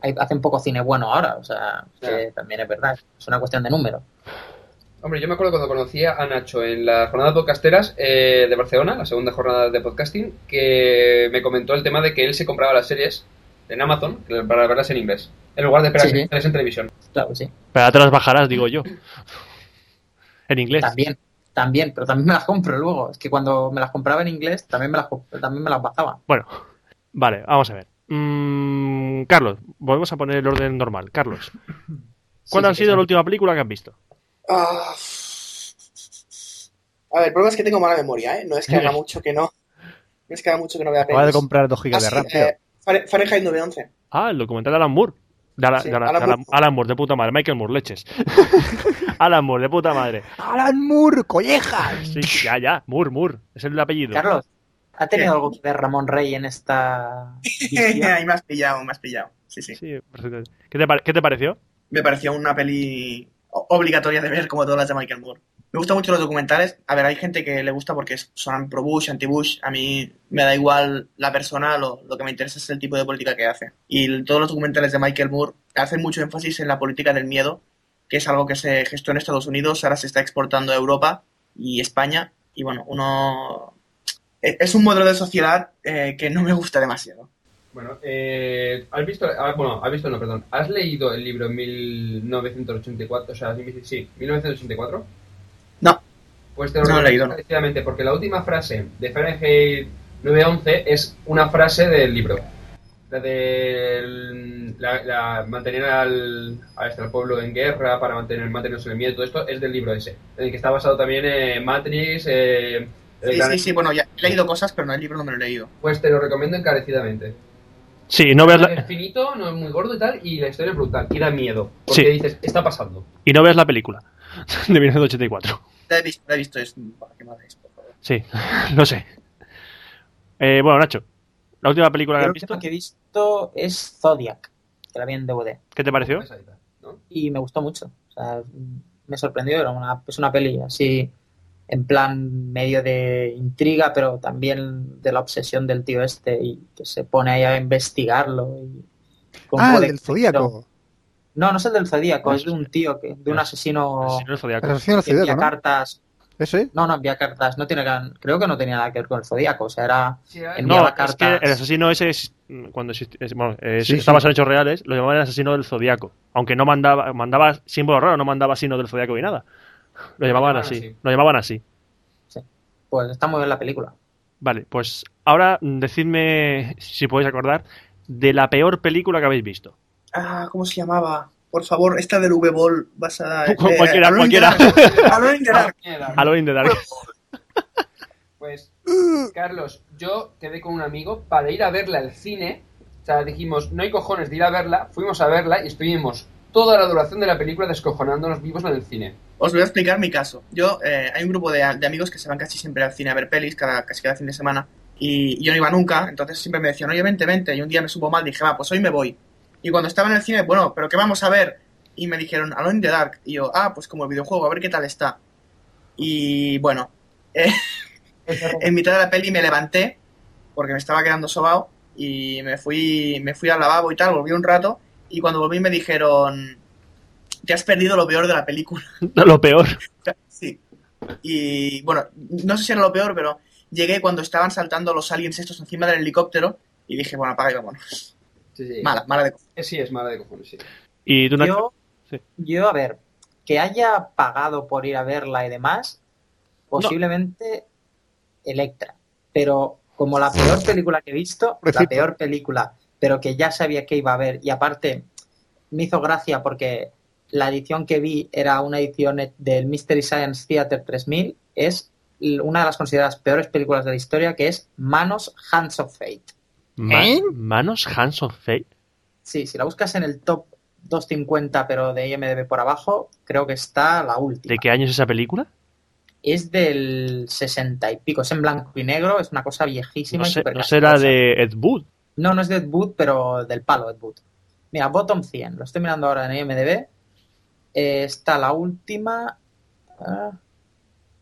Speaker 5: hay- hacen poco cine bueno ahora, o sea, que
Speaker 4: Claro.
Speaker 5: también es verdad, es una cuestión de número.
Speaker 4: que- Hombre, yo me acuerdo cuando conocí a Nacho en las jornadas podcasteras eh, de Barcelona, la segunda jornada de podcasting, que me comentó el tema de que él se compraba las series en Amazon para verlas en inglés, en lugar de esperar
Speaker 5: Sí,
Speaker 4: a que
Speaker 5: sí.
Speaker 4: estuvieran en televisión.
Speaker 5: Claro, que sí.
Speaker 2: Pero ahora te las bajarás, digo yo. En inglés.
Speaker 5: También, también, pero también me las compro luego. Es que cuando me las compraba en inglés, también me las, comp- también me las bajaba.
Speaker 2: Bueno, vale, vamos a ver. Mm, Carlos, volvemos a poner el orden normal. Carlos, ¿cuál
Speaker 5: Sí,
Speaker 2: ha
Speaker 5: sí,
Speaker 2: sido
Speaker 5: sí.
Speaker 2: la última película que has visto?
Speaker 6: Ah. A ver, el problema es que tengo mala memoria, ¿eh? No es que haga mucho que no. No es que haga mucho que no vea
Speaker 3: Acabas de
Speaker 6: pelis.
Speaker 3: comprar 2
Speaker 6: Ah,
Speaker 3: gigas de
Speaker 6: sí,
Speaker 3: RAM, tío.
Speaker 6: eh, Fare- Fahrenheit 911.
Speaker 2: Ah, el documental de Alan Moore. De Ala-
Speaker 6: Sí,
Speaker 2: de Ala- de Ala-
Speaker 6: Alan
Speaker 2: Alan,
Speaker 6: Moore.
Speaker 2: Moore, de puta madre. Michael Moore, leches. Alan Moore, de puta madre.
Speaker 3: Alan Moore, collejas.
Speaker 2: Sí, ya, ya. Moore, Moore. Es el apellido.
Speaker 5: Carlos, ¿ha tenido
Speaker 6: ¿Qué?
Speaker 5: algo que ver Ramón Rey en esta... visión?
Speaker 6: Ahí me has pillado, me has pillado. Sí, sí.
Speaker 2: Sí, perfecto. ¿Qué te, pare- qué te pareció?
Speaker 6: Me pareció una peli o- obligatoria de ver, como todas las de Michael Moore. Me gustan mucho los documentales. A ver, hay gente que le gusta porque es- son pro-Bush, anti-Bush. A mí me da igual la persona, lo, lo que me interesa es el tipo de política que hace. Y el- todos los documentales de Michael Moore hacen mucho énfasis en la política del miedo, que es algo que se gestó en Estados Unidos, ahora se está exportando a Europa y España. Y bueno, uno. e- Es un modelo de sociedad eh, que no me gusta demasiado.
Speaker 4: Bueno, eh, ¿has visto, ah, bueno, has visto, no, perdón, ¿has leído el libro 1984? O sea, sí, 1984.
Speaker 6: No.
Speaker 4: Pues te lo
Speaker 6: No lo he
Speaker 4: recomiendo
Speaker 6: leído, no.
Speaker 4: encarecidamente, porque la última frase de Fahrenheit 911 es una frase del libro. La de la, la- mantener al, a este, al pueblo en guerra para mantener mantenerse en el miedo, todo esto es del libro ese. En el que está basado también eh, Matrix. eh, el
Speaker 6: Sí,
Speaker 4: gran-
Speaker 6: sí, sí, bueno, ya he leído cosas, pero no el libro no me lo he leído.
Speaker 4: Pues te lo recomiendo encarecidamente.
Speaker 2: Sí, no veas
Speaker 4: Es
Speaker 2: la,
Speaker 4: finito, no es muy gordo y tal, y la historia es brutal, y da miedo. Porque
Speaker 2: Sí.
Speaker 4: dices, está pasando.
Speaker 2: y no veas la película de 1984.
Speaker 6: La he visto, la he visto. Es... Buah, qué madre es, por favor.
Speaker 2: Sí, no sé. Eh, bueno, Nacho, la última película que
Speaker 5: Yo
Speaker 2: has
Speaker 5: lo último
Speaker 2: visto,
Speaker 5: que he visto es Zodiac, que la vi en DVD.
Speaker 2: ¿qué te pareció?
Speaker 4: Pesadita, ¿no?
Speaker 5: y me gustó mucho. O sea, me sorprendió, era una, es una peli así en plan medio de intriga, pero también de la obsesión del tío este y que se pone ahí a investigarlo. Y con
Speaker 3: Ah, el
Speaker 5: un poco de
Speaker 3: del
Speaker 5: conflicto.
Speaker 3: Zodíaco.
Speaker 5: No, no es el del Zodíaco,
Speaker 2: No,
Speaker 5: es de un tío, que, de un
Speaker 2: no.
Speaker 5: asesino
Speaker 2: Asesino del Zodiaco.
Speaker 3: El asesino del
Speaker 5: que envía
Speaker 3: Zodíaco, ¿no?
Speaker 5: cartas.
Speaker 3: ¿Ese?
Speaker 5: No, no envía cartas. No tiene, gran- creo que no tenía nada que ver con el Zodíaco. O sea, era.
Speaker 2: No,
Speaker 5: enviaba
Speaker 2: es que
Speaker 5: cartas.
Speaker 2: el asesino ese es, mm, cuando existi- es- bueno, es-
Speaker 3: Sí,
Speaker 2: está
Speaker 3: sí.
Speaker 2: basado en hechos reales, lo llamaban el asesino del zodiaco. Aunque no mandaba, mandaba símbolo raro, no mandaba signo del zodiaco ni nada. Lo llamaban
Speaker 4: llamaban
Speaker 2: así,
Speaker 4: así.
Speaker 2: lo llamaban así.
Speaker 5: Pues está muy bien la película.
Speaker 2: Vale, pues ahora mm, decidme, si podéis acordar, de la peor película que habéis visto.
Speaker 6: Ah, ¿cómo se llamaba? Por favor, esta del V-Ball basada en.
Speaker 2: Cualquiera, cualquiera.
Speaker 6: Alone in the Dark.
Speaker 2: Halloween de Dark.
Speaker 4: Pues, Carlos, yo quedé con un amigo para ir a verla al cine. O sea, dijimos, no hay cojones de ir a verla. Fuimos a verla y estuvimos toda la duración de la película descojonándonos vivos en el cine.
Speaker 6: Os voy a explicar mi caso. Yo, eh, hay un grupo de, de amigos que se van casi siempre al cine a ver pelis, cada, casi cada fin de semana, y yo no iba nunca, entonces siempre me decían, oye, vente, vente, y un día me supo mal, dije, va, pues hoy me voy. Y cuando estaba en el cine, bueno, ¿pero qué vamos a ver? Y me dijeron, Alone in the Dark, y yo, ah, pues como el videojuego, a ver qué tal está. Y bueno, eh, en mitad de la peli me levanté, porque me estaba quedando sobao, y me fui, me fui al lavabo y tal, volví un rato, y cuando volví me dijeron, te has perdido lo peor de la película.
Speaker 2: Lo peor.
Speaker 6: Sí. Y bueno, no sé si era lo peor, pero llegué cuando estaban saltando los aliens estos encima del helicóptero y dije, bueno, apaga y vámonos.
Speaker 4: Sí, sí.
Speaker 6: Mala, mala de... co-
Speaker 4: Eh, Sí, es mala de cojones, sí.
Speaker 2: Y tú, Nacho,
Speaker 5: Yo,
Speaker 2: Sí.
Speaker 5: yo, a ver, que haya pagado por ir a verla y demás, posiblemente Electra. Pero como la peor película que he visto, la
Speaker 3: Pobrecito.
Speaker 5: peor película, pero que ya sabía que iba a ver. Y aparte, me hizo gracia porque la edición que vi era una edición del Mystery Science Theater 3000. Es l- una de las consideradas peores películas de la historia, que es Manos Hands of Fate.
Speaker 2: Ma-
Speaker 3: ¿Eh?
Speaker 2: manos Hands of Fate.
Speaker 5: Sí, si la buscas en el top 250, pero de IMDB por abajo, creo que está la última.
Speaker 2: ¿De qué año es esa película?
Speaker 5: Es del 60 y pico, es en blanco y negro, es una cosa viejísima.
Speaker 2: No,
Speaker 5: y
Speaker 2: sé- no
Speaker 5: supercastosa.
Speaker 2: será de Ed Wood.
Speaker 5: No, no es de Ed Wood, pero del palo Ed Wood. Mira, Bottom 100, lo estoy mirando ahora en IMDB. Eh, está la última. ah,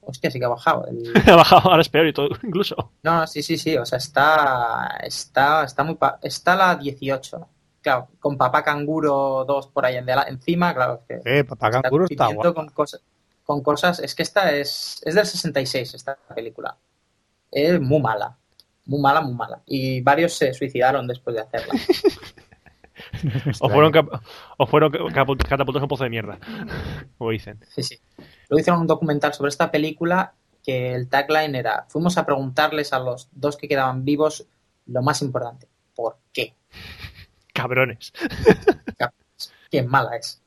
Speaker 5: hostia, sí que ha bajado. el-
Speaker 2: Ha bajado, ahora es peor y todo, incluso.
Speaker 5: No, no, sí, sí, sí. O sea, está, está, está muy, pa- está la 18. Claro, con papá canguro 2 por ahí en dela- encima, claro que
Speaker 3: Eh, papá
Speaker 5: está
Speaker 3: canguro está
Speaker 5: compitiendo
Speaker 3: guapo.
Speaker 5: con cosas, con cosas. Es que esta es, es del 66, esta película. Es muy mala. Muy mala, muy mala. Y varios se suicidaron después de hacerla.
Speaker 2: O fueron, cap- o fueron ca- capu- catapultados a un pozo de mierda. Como dicen.
Speaker 5: Sí, sí. Luego hicieron un documental sobre esta película que el tagline era: Fuimos a preguntarles a los dos que quedaban vivos lo más importante. ¿Por qué?
Speaker 2: Cabrones.
Speaker 5: Qué mala es.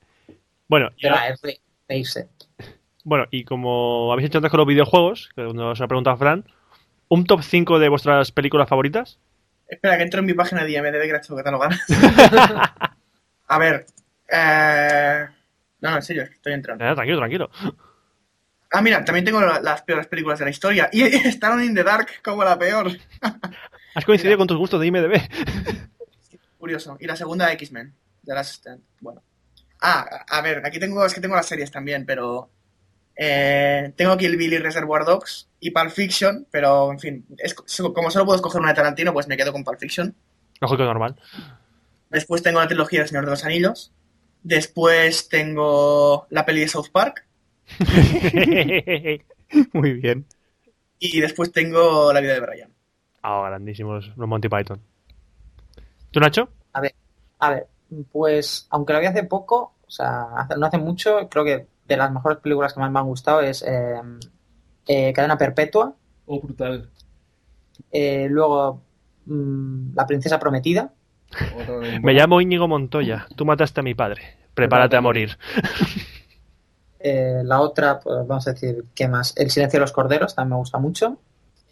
Speaker 2: Bueno, y-
Speaker 5: Pero nada, es re- reírse.
Speaker 2: bueno, y como habéis hecho antes con los videojuegos, que nos ha preguntado Fran, ¿un top 5 de vuestras películas favoritas?
Speaker 6: Espera, que entro en mi página de IMDB que la tengo catalogada. A ver. eh, No, no, en serio, es que estoy entrando.
Speaker 2: Eh, tranquilo, tranquilo.
Speaker 6: Ah, mira, también tengo la- las peores películas de la historia. Y estaron in the Dark como la peor.
Speaker 2: Has coincidido con tus gustos de IMDB.
Speaker 6: Curioso. Y la segunda X-Men. De las... Bueno. Ah, a a ver, aquí tengo... Es que tengo las series también, pero... eh, tengo Kill Bill y Reservoir Dogs y Pulp Fiction, pero en fin, es, co- como solo puedo escoger una de Tarantino, pues me quedo con Pulp Fiction.
Speaker 2: Ojo que normal.
Speaker 6: Después tengo la trilogía del Señor de los Anillos. Después tengo la peli de South Park.
Speaker 3: Muy bien.
Speaker 6: Y después tengo la vida de Brian.
Speaker 2: Ah, grandísimos los Monty Python. ¿Tú, Nacho?
Speaker 5: A ver, pues aunque lo vi hace poco, o sea, hace- no hace mucho, creo que de las mejores películas que más me han gustado es eh, eh, Cadena Perpetua,
Speaker 1: Oh, brutal.
Speaker 5: eh, luego mm, La Princesa Prometida,
Speaker 1: Otra de-
Speaker 2: Me llamo Íñigo Montoya. Tú mataste a mi padre. Prepárate a morir.
Speaker 5: eh, la otra, pues vamos a decir, ¿qué más? El Silencio de los Corderos, también me gusta mucho,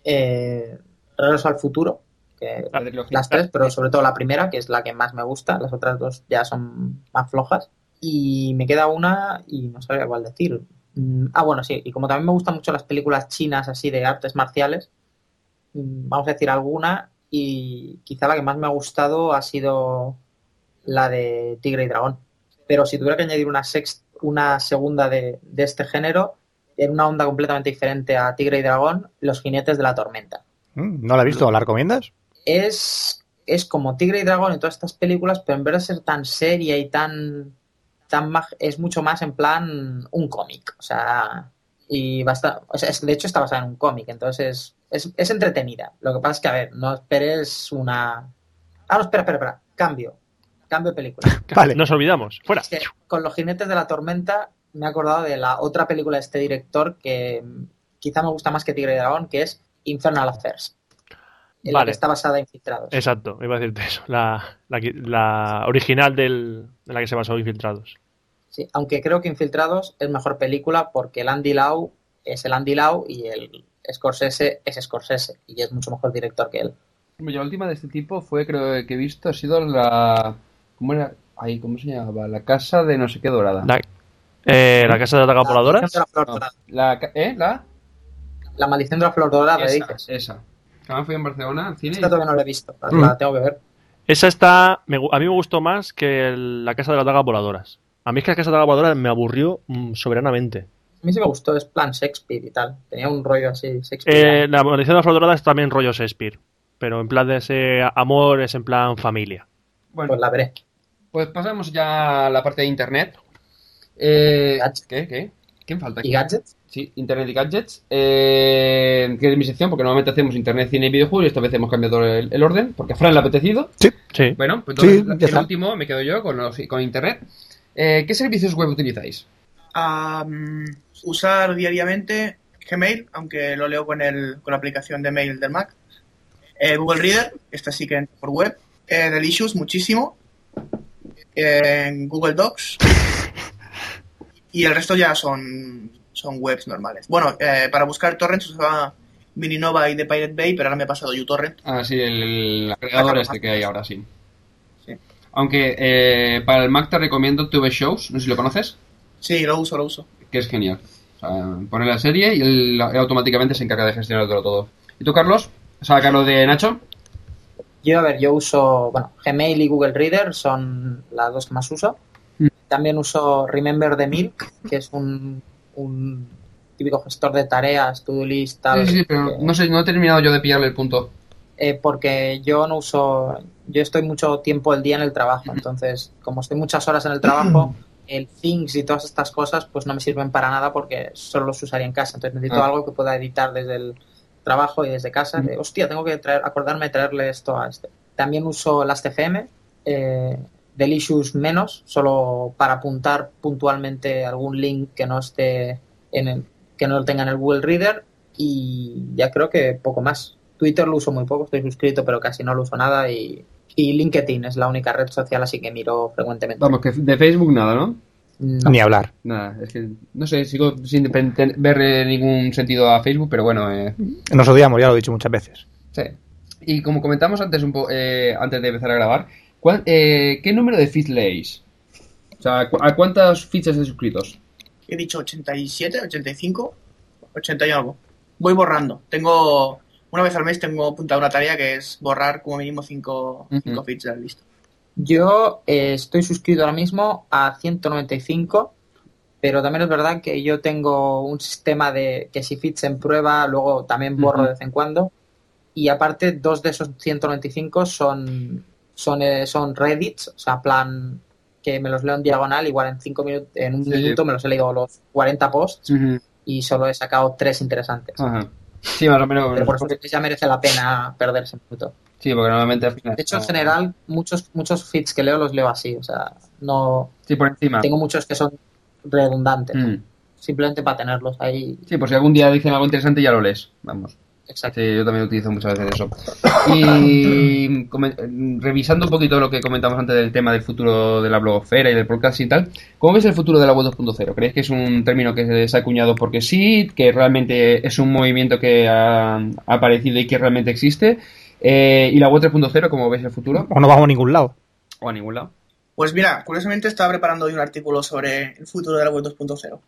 Speaker 5: eh, Regreso al Futuro, que
Speaker 4: La
Speaker 3: Ah,
Speaker 4: trilogía.
Speaker 5: las tres, pero sobre todo la primera, que es la que más me gusta. Las otras dos ya son más flojas. Y me queda una y no sabría cuál decir. Mm, Ah, bueno, sí. Y como también me gustan mucho las películas chinas así de artes marciales, mm, vamos a decir alguna. Y quizá la que más me ha gustado ha sido la de Tigre y Dragón. Pero si tuviera que añadir una, sext- una segunda de, de este género, en una onda completamente diferente a Tigre y Dragón, Los Jinetes de la Tormenta
Speaker 3: Mm, ¿No la he visto? ¿La recomiendas?
Speaker 5: es, es como Tigre y Dragón en todas estas películas, pero en vez de ser tan seria y tan tan mag- es mucho más en plan un cómic. O sea, y basta, o sea, es- de hecho está basada en un cómic, entonces es, es entretenida. Lo que pasa es que, a ver, no esperes una... Ah, no, espera, espera, espera. Cambio. Cambio de película.
Speaker 3: Vale.
Speaker 2: Nos olvidamos. Fuera.
Speaker 5: Es que con Los Jinetes de la Tormenta me he acordado de la otra película de este director que mm, quizá me gusta más que Tigre y Dragón, que es Infernal Affairs. En la
Speaker 2: Vale.
Speaker 5: que está basada en Infiltrados.
Speaker 2: Exacto, iba a decirte eso. La, la que- la original del, en la que se basó Infiltrados.
Speaker 5: Sí, aunque creo que Infiltrados es mejor película porque el Andy Lau es el Andy Lau y el Scorsese es Scorsese y es mucho mejor director que él.
Speaker 4: Yo la última de este tipo fue, creo que he visto, ha sido la... ¿Cómo era? Ay, ¿cómo se llamaba? La casa de no sé qué dorada.
Speaker 2: La, eh, la casa de la Draga voladora.
Speaker 5: Maldición de la Flor
Speaker 4: No.
Speaker 5: Dorada.
Speaker 4: La ca- ¿Eh? ¿La?
Speaker 5: La maldición de la flor dorada,
Speaker 4: esa,
Speaker 5: Ah, dices.
Speaker 4: esa. Además fui en Barcelona al cine
Speaker 5: Esta todavía no la he visto, la,
Speaker 2: Mm.
Speaker 5: la tengo que ver.
Speaker 2: Esa está. me gu- a mí me gustó más que el- la casa de las Dragas voladoras. A mí es que la casa de las Dragas voladoras me aburrió mm, soberanamente.
Speaker 5: A mí sí me gustó, es plan Shakespeare y tal. Tenía un rollo así, Shakespeare.
Speaker 2: Eh, la maldición de las Flor Dorada es también rollo Shakespeare. Pero en plan de ese amor, es en plan familia.
Speaker 4: y- Bueno,
Speaker 5: Pues la veré.
Speaker 4: pues pasamos ya a la parte de internet. Eh,
Speaker 5: Gadgets.
Speaker 4: ¿Qué? ¿Qué? ¿Quién falta aquí?
Speaker 5: ¿Y Gadgets?
Speaker 4: Sí, Internet y Gadgets. Eh, que es mi sección, porque normalmente hacemos Internet, cine y videojuegos y esta vez hemos cambiado el, el orden, porque a Fran le ha apetecido.
Speaker 2: Sí.
Speaker 4: Bueno, pues entonces,
Speaker 3: Sí, ya
Speaker 4: el
Speaker 3: está.
Speaker 4: último me quedo yo con, los- con Internet. Eh, ¿Qué servicios web utilizáis?
Speaker 6: a mm, usar diariamente Gmail, aunque lo leo con, el, con la aplicación de mail del Mac. Eh, Google Reader, esta sí que entra por web. Eh, Delicious, muchísimo. Eh, Google Docs. Y el resto ya son, son webs normales. Bueno, eh, para buscar torrents usaba Mininova y The Pirate Bay, pero ahora me he pasado a uTorrent.
Speaker 4: Ah, sí, el, agregador
Speaker 6: Saca
Speaker 4: este
Speaker 6: los
Speaker 4: que hay ahora, sí.
Speaker 6: Sí.
Speaker 4: Aunque eh, para el Mac te recomiendo TV Shows, no sé si lo conoces,
Speaker 6: Sí, lo uso, lo uso.
Speaker 4: que es genial. O sea, poner la serie y él, él automáticamente se encarga de gestionarlo todo. ¿Y tú, Carlos? O sea, Carlos de Nacho.
Speaker 5: Yo, a ver, yo uso, bueno, Gmail y Google Reader son las dos que más uso.
Speaker 4: Mm.
Speaker 5: También uso Remember the Milk, que es un, un típico gestor de tareas, to-do list, tal.
Speaker 4: Sí, sí, pero no sé, no he terminado yo de pillarle el punto.
Speaker 5: Eh, porque yo no uso, yo estoy mucho tiempo al día en el trabajo, entonces como estoy muchas horas en el trabajo, el Things y todas estas cosas pues no me sirven para nada porque solo los usaría en casa, entonces necesito
Speaker 4: Ah.
Speaker 5: algo que pueda editar desde el trabajo y desde casa, de, hostia, tengo que traer, acordarme de traerle esto a este. También uso Last.fm, eh, Delicious menos, solo para apuntar puntualmente algún link que no esté en el, que no lo tenga en el Google Reader y ya creo que poco más. Twitter lo uso muy poco, estoy suscrito pero casi no lo uso nada y, y LinkedIn es la única red social así que miro frecuentemente.
Speaker 4: Vamos, que de Facebook nada, ¿no?
Speaker 5: No.
Speaker 3: Ni hablar.
Speaker 4: Nada, es que no sé, sigo sin pen- ten- ver eh, ningún sentido a Facebook, pero bueno, eh,
Speaker 3: Nos odiamos, ya lo he dicho muchas veces.
Speaker 4: sí. Y como comentamos antes un po- eh, antes de empezar a grabar, ¿cuál- eh, ¿qué número de feeds leéis? O sea, cu- ¿a cuántas fichas de suscritos?
Speaker 6: He dicho 87, 85, 80 y algo. Voy borrando. Tengo. Una vez al mes tengo apuntada una tarea que es borrar como mínimo 5
Speaker 4: Ujú.
Speaker 6: feeds de la lista.
Speaker 5: Yo eh, estoy suscrito ahora mismo a 195, pero también es verdad que yo tengo un sistema de que si fits en prueba, luego también borro
Speaker 4: Ujú.
Speaker 5: de vez en cuando. Y aparte, dos de esos 195 son, son, eh, son Reddits, o sea, plan que me los leo en diagonal, igual en cinco minutos, en un
Speaker 4: Sí.
Speaker 5: minuto me los he leído los 40 posts y solo he sacado tres interesantes.
Speaker 4: Ajá. Sí, más o menos.
Speaker 5: Pero por eso creo que ya merece la pena perderse un minuto.
Speaker 4: Sí, porque normalmente al final-
Speaker 5: De hecho, en general, muchos, muchos feeds que leo los leo así, o sea, no,
Speaker 4: Sí, por encima.
Speaker 5: tengo muchos que son redundantes,
Speaker 4: Ah. Mm.
Speaker 5: simplemente para tenerlos ahí.
Speaker 4: Sí, por si algún día dicen algo interesante ya lo lees. Vamos.
Speaker 5: Exacto.
Speaker 4: Sí, yo también utilizo muchas veces eso. Y come- revisando un poquito lo que comentamos antes del tema del futuro de la blogosfera y del podcast y tal, ¿cómo ves el futuro de la web 2.0? ¿Crees que es un término que se ha acuñado porque sí, que realmente es un movimiento que ha, ha aparecido y que realmente existe? Eh, ¿Y la web 3.0, cómo ves el futuro?
Speaker 3: O no vamos a ningún lado.
Speaker 4: ¿O a ningún lado?
Speaker 6: Pues mira, curiosamente estaba preparando hoy un artículo sobre el futuro de la web 2.0.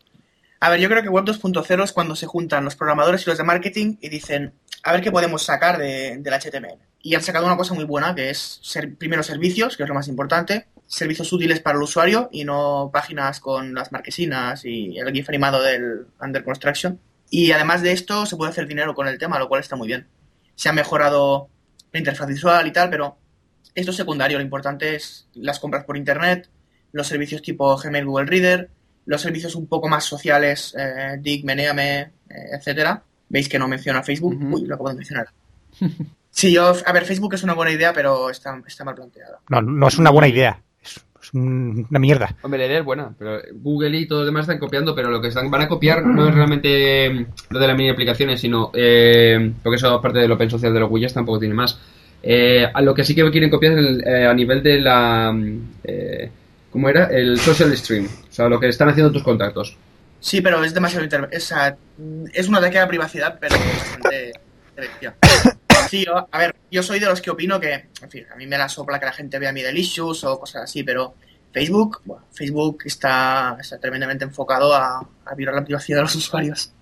Speaker 6: A ver, yo creo que web 2.0 es cuando se juntan los programadores y los de marketing y dicen, a ver qué podemos sacar de- del HTML. Y han sacado una cosa muy buena, que es ser, primero servicios, que es lo más importante, servicios útiles para el usuario y no páginas con las marquesinas y el gif animado del Under Construction. Y además de esto, se puede hacer dinero con el tema, lo cual está muy bien. Se ha mejorado la interfaz visual y tal, pero esto es secundario, lo importante es las compras por internet, los servicios tipo Gmail Google Reader, los servicios un poco más sociales, eh, Dig, Meneame, eh, etcétera. Veis que no menciona Facebook.
Speaker 4: Ujú.
Speaker 6: Uy, lo acabo de mencionar. Sí, yo, a ver, Facebook es una buena idea, pero está, está mal planteada.
Speaker 3: No, no es una buena idea. Es, es un- una mierda.
Speaker 4: Hombre, la idea es buena, pero Google y todo lo demás están copiando, pero lo que están, van a copiar no es realmente eh, lo de las mini aplicaciones, sino eh, porque eso parte del open social de los widgets tampoco tiene más. Eh, a lo que sí que quieren copiar es el, eh, a nivel de la... mm, eh, ¿Cómo era? El social stream, o sea, lo que están haciendo tus contactos.
Speaker 6: Sí, pero es demasiado inter... es, ah, es un ataque a la privacidad, pero es bastante bestia. Sí, yo- a ver, yo soy de los que opino que, en fin, a mí me la sopla que la gente vea mi delicious o cosas así, pero Facebook, bueno, Facebook está, está tremendamente enfocado a, a violar la privacidad de los usuarios.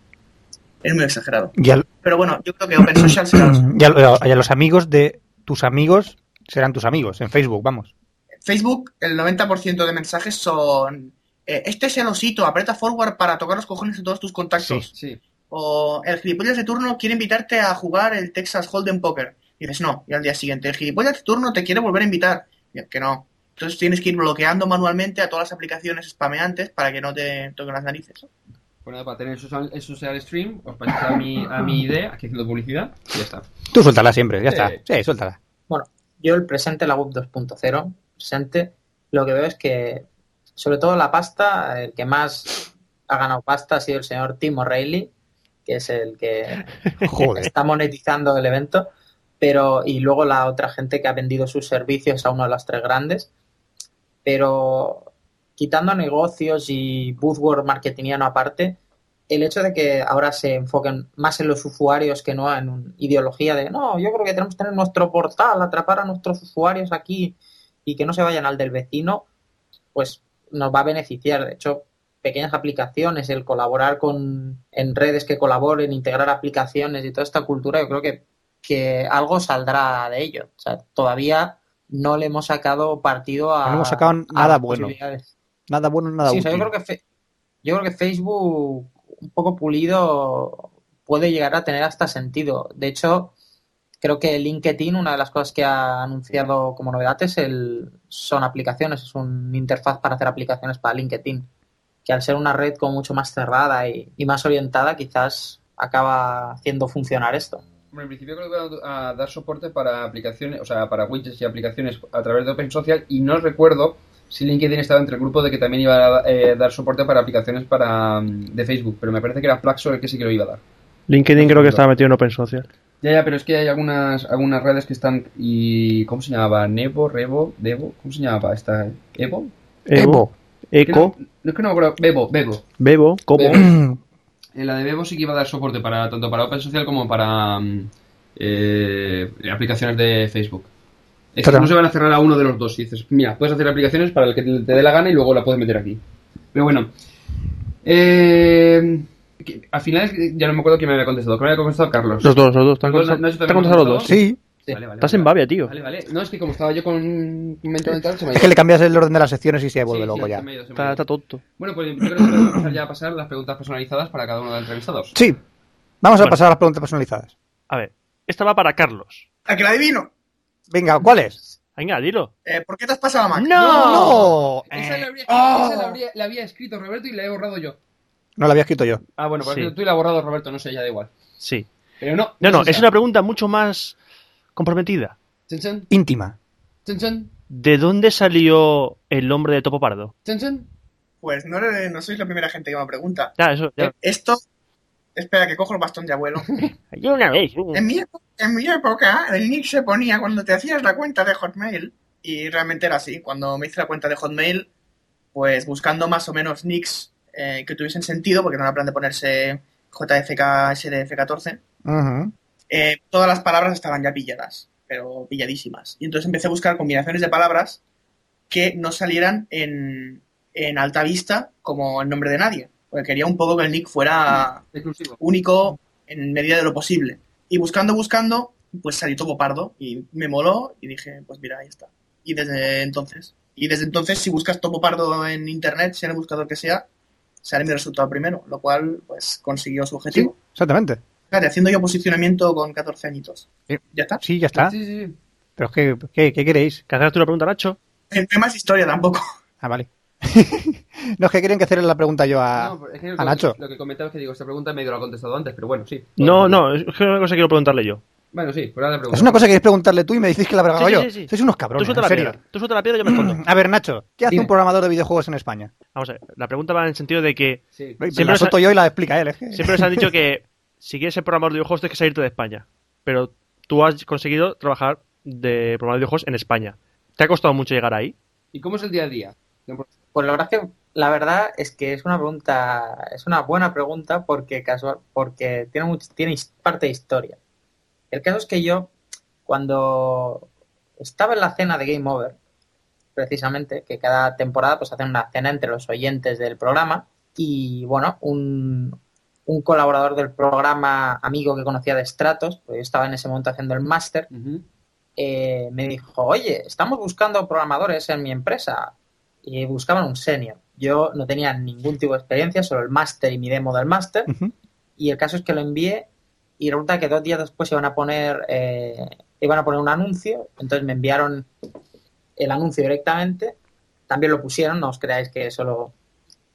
Speaker 6: Es muy exagerado.
Speaker 3: Y, al-
Speaker 6: Pero bueno, yo creo que Open Social será los-
Speaker 3: y al- eh, y a los amigos de tus amigos serán tus amigos en Facebook, vamos.
Speaker 6: Facebook, el 90% de mensajes son eh, este es el osito, aprieta forward para tocar los cojones de todos tus contactos.
Speaker 4: Sí.
Speaker 6: O el gilipollas de turno quiere invitarte a jugar el Texas Hold'em Poker. Y dices no. Y al día siguiente, el gilipollas de turno te quiere volver a invitar. Y es que no. Entonces tienes que ir bloqueando manualmente a todas las aplicaciones spameantes para que no te toquen las narices.
Speaker 4: Bueno, para tener social, el social stream, os pasáis a mi, a mi idea, aquí haciendo publicidad, y ya está.
Speaker 3: Tú suéltala siempre, ya
Speaker 4: Sí.
Speaker 3: está. Sí, suéltala.
Speaker 5: Yo el presente, la web 2.0, presente, lo que veo es que, sobre todo la pasta, el que más ha ganado pasta ha sido el señor Tim O'Reilly, que es el que
Speaker 3: Joder.
Speaker 5: está monetizando el evento, pero y luego la otra gente que ha vendido sus servicios a uno de las tres grandes, pero quitando negocios y buzzword marketingiano aparte, el hecho de que ahora se enfoquen más en los usuarios que no en una ideología de no, yo creo que tenemos que tener nuestro portal, atrapar a nuestros usuarios aquí y que no se vayan al del vecino, pues nos va a beneficiar. De hecho, pequeñas aplicaciones, el colaborar con en redes que colaboren, integrar aplicaciones y toda esta cultura, yo creo que, que algo saldrá de ello. O sea, todavía no le hemos sacado partido a.
Speaker 3: No hemos sacado
Speaker 5: a
Speaker 3: nada
Speaker 5: las
Speaker 3: bueno.
Speaker 5: posibilidades
Speaker 3: Nada bueno, nada
Speaker 5: sí, o
Speaker 3: útil.
Speaker 5: sea, yo creo que fe- yo creo que Facebook un poco pulido puede llegar a tener hasta sentido. De hecho, creo que LinkedIn, una de las cosas que ha anunciado como novedad es el son aplicaciones, es un interfaz para hacer aplicaciones para LinkedIn, que al ser una red como mucho más cerrada y, y más orientada, quizás acaba haciendo funcionar esto.
Speaker 4: Bueno, en principio creo que van a dar soporte para aplicaciones, o sea, para widgets y aplicaciones a través de Open Social y no recuerdo si LinkedIn estaba entre el grupo de que también iba a eh, dar soporte para aplicaciones para mm, de Facebook, pero me parece que era Flaxo el que sí que lo iba a dar.
Speaker 2: LinkedIn creo que estaba metido en Open Social.
Speaker 4: Ya, ya, pero es que hay algunas algunas redes que están y ¿cómo se llamaba? Nevo, Revo, Devo, ¿cómo se llamaba esta? eh? Evo.
Speaker 2: Evo, Eco,
Speaker 4: Creo- No es que no me acuerdo, Bebo, Bebo.
Speaker 2: Bebo, Cobo.
Speaker 4: Bebo. En la de Bebo sí que iba a dar soporte para tanto para Open Social como para mm, eh, aplicaciones de Facebook. Es que
Speaker 3: Claro.
Speaker 4: no se van a cerrar a uno de los dos. Y dices, mira, puedes hacer aplicaciones para el que te te dé la gana y luego la puedes meter aquí. Pero bueno. Eh, que- al final es que ya no me acuerdo quién me había contestado. ¿Quién me había contestado Carlos?
Speaker 2: Los dos, los dos. ¿Te han
Speaker 4: Los dos,
Speaker 2: contestado,
Speaker 4: Nacho
Speaker 2: te han
Speaker 4: también
Speaker 2: contestado los
Speaker 4: contestó.
Speaker 2: dos?
Speaker 3: Sí,
Speaker 4: Vale, vale,
Speaker 2: Estás
Speaker 4: vale.
Speaker 2: en Babia, tío.
Speaker 4: Vale, vale. No, es que como estaba yo con mental y tal, se me ha
Speaker 3: es
Speaker 4: ido.
Speaker 3: que le cambias el orden de las secciones y se
Speaker 4: Sí,
Speaker 3: vuelve
Speaker 4: sí,
Speaker 3: loco
Speaker 4: se
Speaker 3: ya.
Speaker 4: me ha ido, se me ha
Speaker 2: Está,
Speaker 4: ido.
Speaker 2: está tonto.
Speaker 4: Bueno, pues yo creo que podemos empezar ya a pasar las preguntas personalizadas para cada uno de los entrevistados.
Speaker 3: Sí. Vamos a
Speaker 2: Bueno.
Speaker 3: pasar a las preguntas personalizadas.
Speaker 2: A ver, esta va para Carlos.
Speaker 6: ¿A que la adivino?
Speaker 3: Venga, ¿cuáles?
Speaker 2: Venga, dilo.
Speaker 6: Eh, ¿Por qué te has pasado a Mac?
Speaker 3: ¡No!
Speaker 4: Esa, la, habría,
Speaker 6: ¡Oh!
Speaker 4: esa la, habría- la había escrito Roberto y la he borrado yo.
Speaker 3: No la había escrito yo.
Speaker 4: Ah, bueno, pues
Speaker 2: Sí.
Speaker 4: tú y la has borrado Roberto, no sé, ya da igual.
Speaker 2: Sí.
Speaker 4: Pero no.
Speaker 2: No, no,
Speaker 4: esa.
Speaker 2: es una pregunta mucho más comprometida.
Speaker 4: Chan, chan,
Speaker 3: Íntima.
Speaker 4: chan, chan,
Speaker 2: ¿De dónde salió el nombre de Topo Pardo?
Speaker 4: chan, chan.
Speaker 6: Pues no, le- no sois la primera gente que me pregunta.
Speaker 2: Ya, eso. Ya.
Speaker 6: Esto... Espera, que cojo el bastón de abuelo.
Speaker 2: Yo una vez. uh,
Speaker 4: Em-
Speaker 6: En mi, epo- en mi época, el nick se ponía cuando te hacías la cuenta de Hotmail. Y realmente era así. Cuando me hice la cuenta de Hotmail, pues buscando más o menos nicks eh, que tuviesen sentido, porque no era plan de ponerse JFK, SDF14,
Speaker 3: Ujú.
Speaker 6: eh, todas las palabras estaban ya pilladas, pero pilladísimas. Y entonces empecé a buscar combinaciones de palabras que no salieran en, en alta vista como el nombre de nadie. Porque quería un poco que el nick fuera
Speaker 4: Exclusivo.
Speaker 6: único en medida de lo posible. Y buscando, buscando, pues salí Topo Pardo y me moló y dije, pues mira, ahí está. Y desde entonces. Y desde entonces, si buscas Topo Pardo en internet, sea en el buscador que sea, sale mi resultado primero, lo cual, pues, consiguió su
Speaker 3: Sí,
Speaker 6: objetivo.
Speaker 3: exactamente.
Speaker 6: Fíjate, haciendo yo posicionamiento con 14 añitos.
Speaker 3: Sí.
Speaker 6: Ya está.
Speaker 3: Sí, ya está.
Speaker 4: Sí, sí, sí.
Speaker 3: Pero es que, ¿qué, qué queréis?
Speaker 2: ¿Que hagas tú una pregunta, Nacho?
Speaker 6: No hay más historia tampoco.
Speaker 3: Ah, vale. no, es que querían que hacerle la pregunta yo a,
Speaker 4: No, es que lo
Speaker 3: a
Speaker 4: que-
Speaker 3: Nacho.
Speaker 4: Lo que comentaba es que digo, esta pregunta medio la he contestado antes, pero bueno, sí.
Speaker 2: No, no, es que una cosa que quiero preguntarle yo.
Speaker 4: Bueno, sí, pues ahora la pregunta.
Speaker 3: Es una cosa que quieres preguntarle tú y me decís que la preguntaba
Speaker 2: Sí,
Speaker 3: yo.
Speaker 2: sí, sí, sí.
Speaker 3: Sois unos cabrones,
Speaker 2: tú suelta
Speaker 3: en
Speaker 2: la
Speaker 3: serio.
Speaker 2: piedra, tú suelta la piedra y yo me escondo.
Speaker 3: A ver, Nacho, ¿qué hace
Speaker 5: Dime.
Speaker 3: un programador de videojuegos en España?
Speaker 2: Vamos a ver, la pregunta va en el sentido de que
Speaker 4: Sí.
Speaker 3: Me
Speaker 2: Siempre
Speaker 3: la
Speaker 2: nos
Speaker 3: suelto
Speaker 2: ha-
Speaker 3: yo y la explica él. es que-
Speaker 2: siempre nos han dicho que si quieres ser programador de videojuegos tienes que salirte de España. Pero tú has conseguido trabajar de programador de videojuegos en España. ¿Te ha costado mucho llegar ahí?
Speaker 4: ¿Y cómo es el día a día?
Speaker 5: Pues la verdad es que la verdad es que es una pregunta, es una buena pregunta porque casual, porque tiene much- tiene his- parte de historia. El caso es que yo cuando estaba en la cena de Game Over, precisamente, que cada temporada pues hacen una cena entre los oyentes del programa y bueno, un, un colaborador del programa, amigo que conocía de Stratos, pues yo estaba en ese momento haciendo el máster, eh, me dijo, oye, estamos buscando programadores en mi empresa. Y buscaban un senior. Yo no tenía ningún tipo de experiencia, solo el máster y mi demo del máster.
Speaker 3: Ujú.
Speaker 5: Y el caso es que lo envié y resulta que dos días después iban a poner, eh, iban a poner un anuncio. Entonces me enviaron el anuncio directamente. También lo pusieron, no os creáis que solo...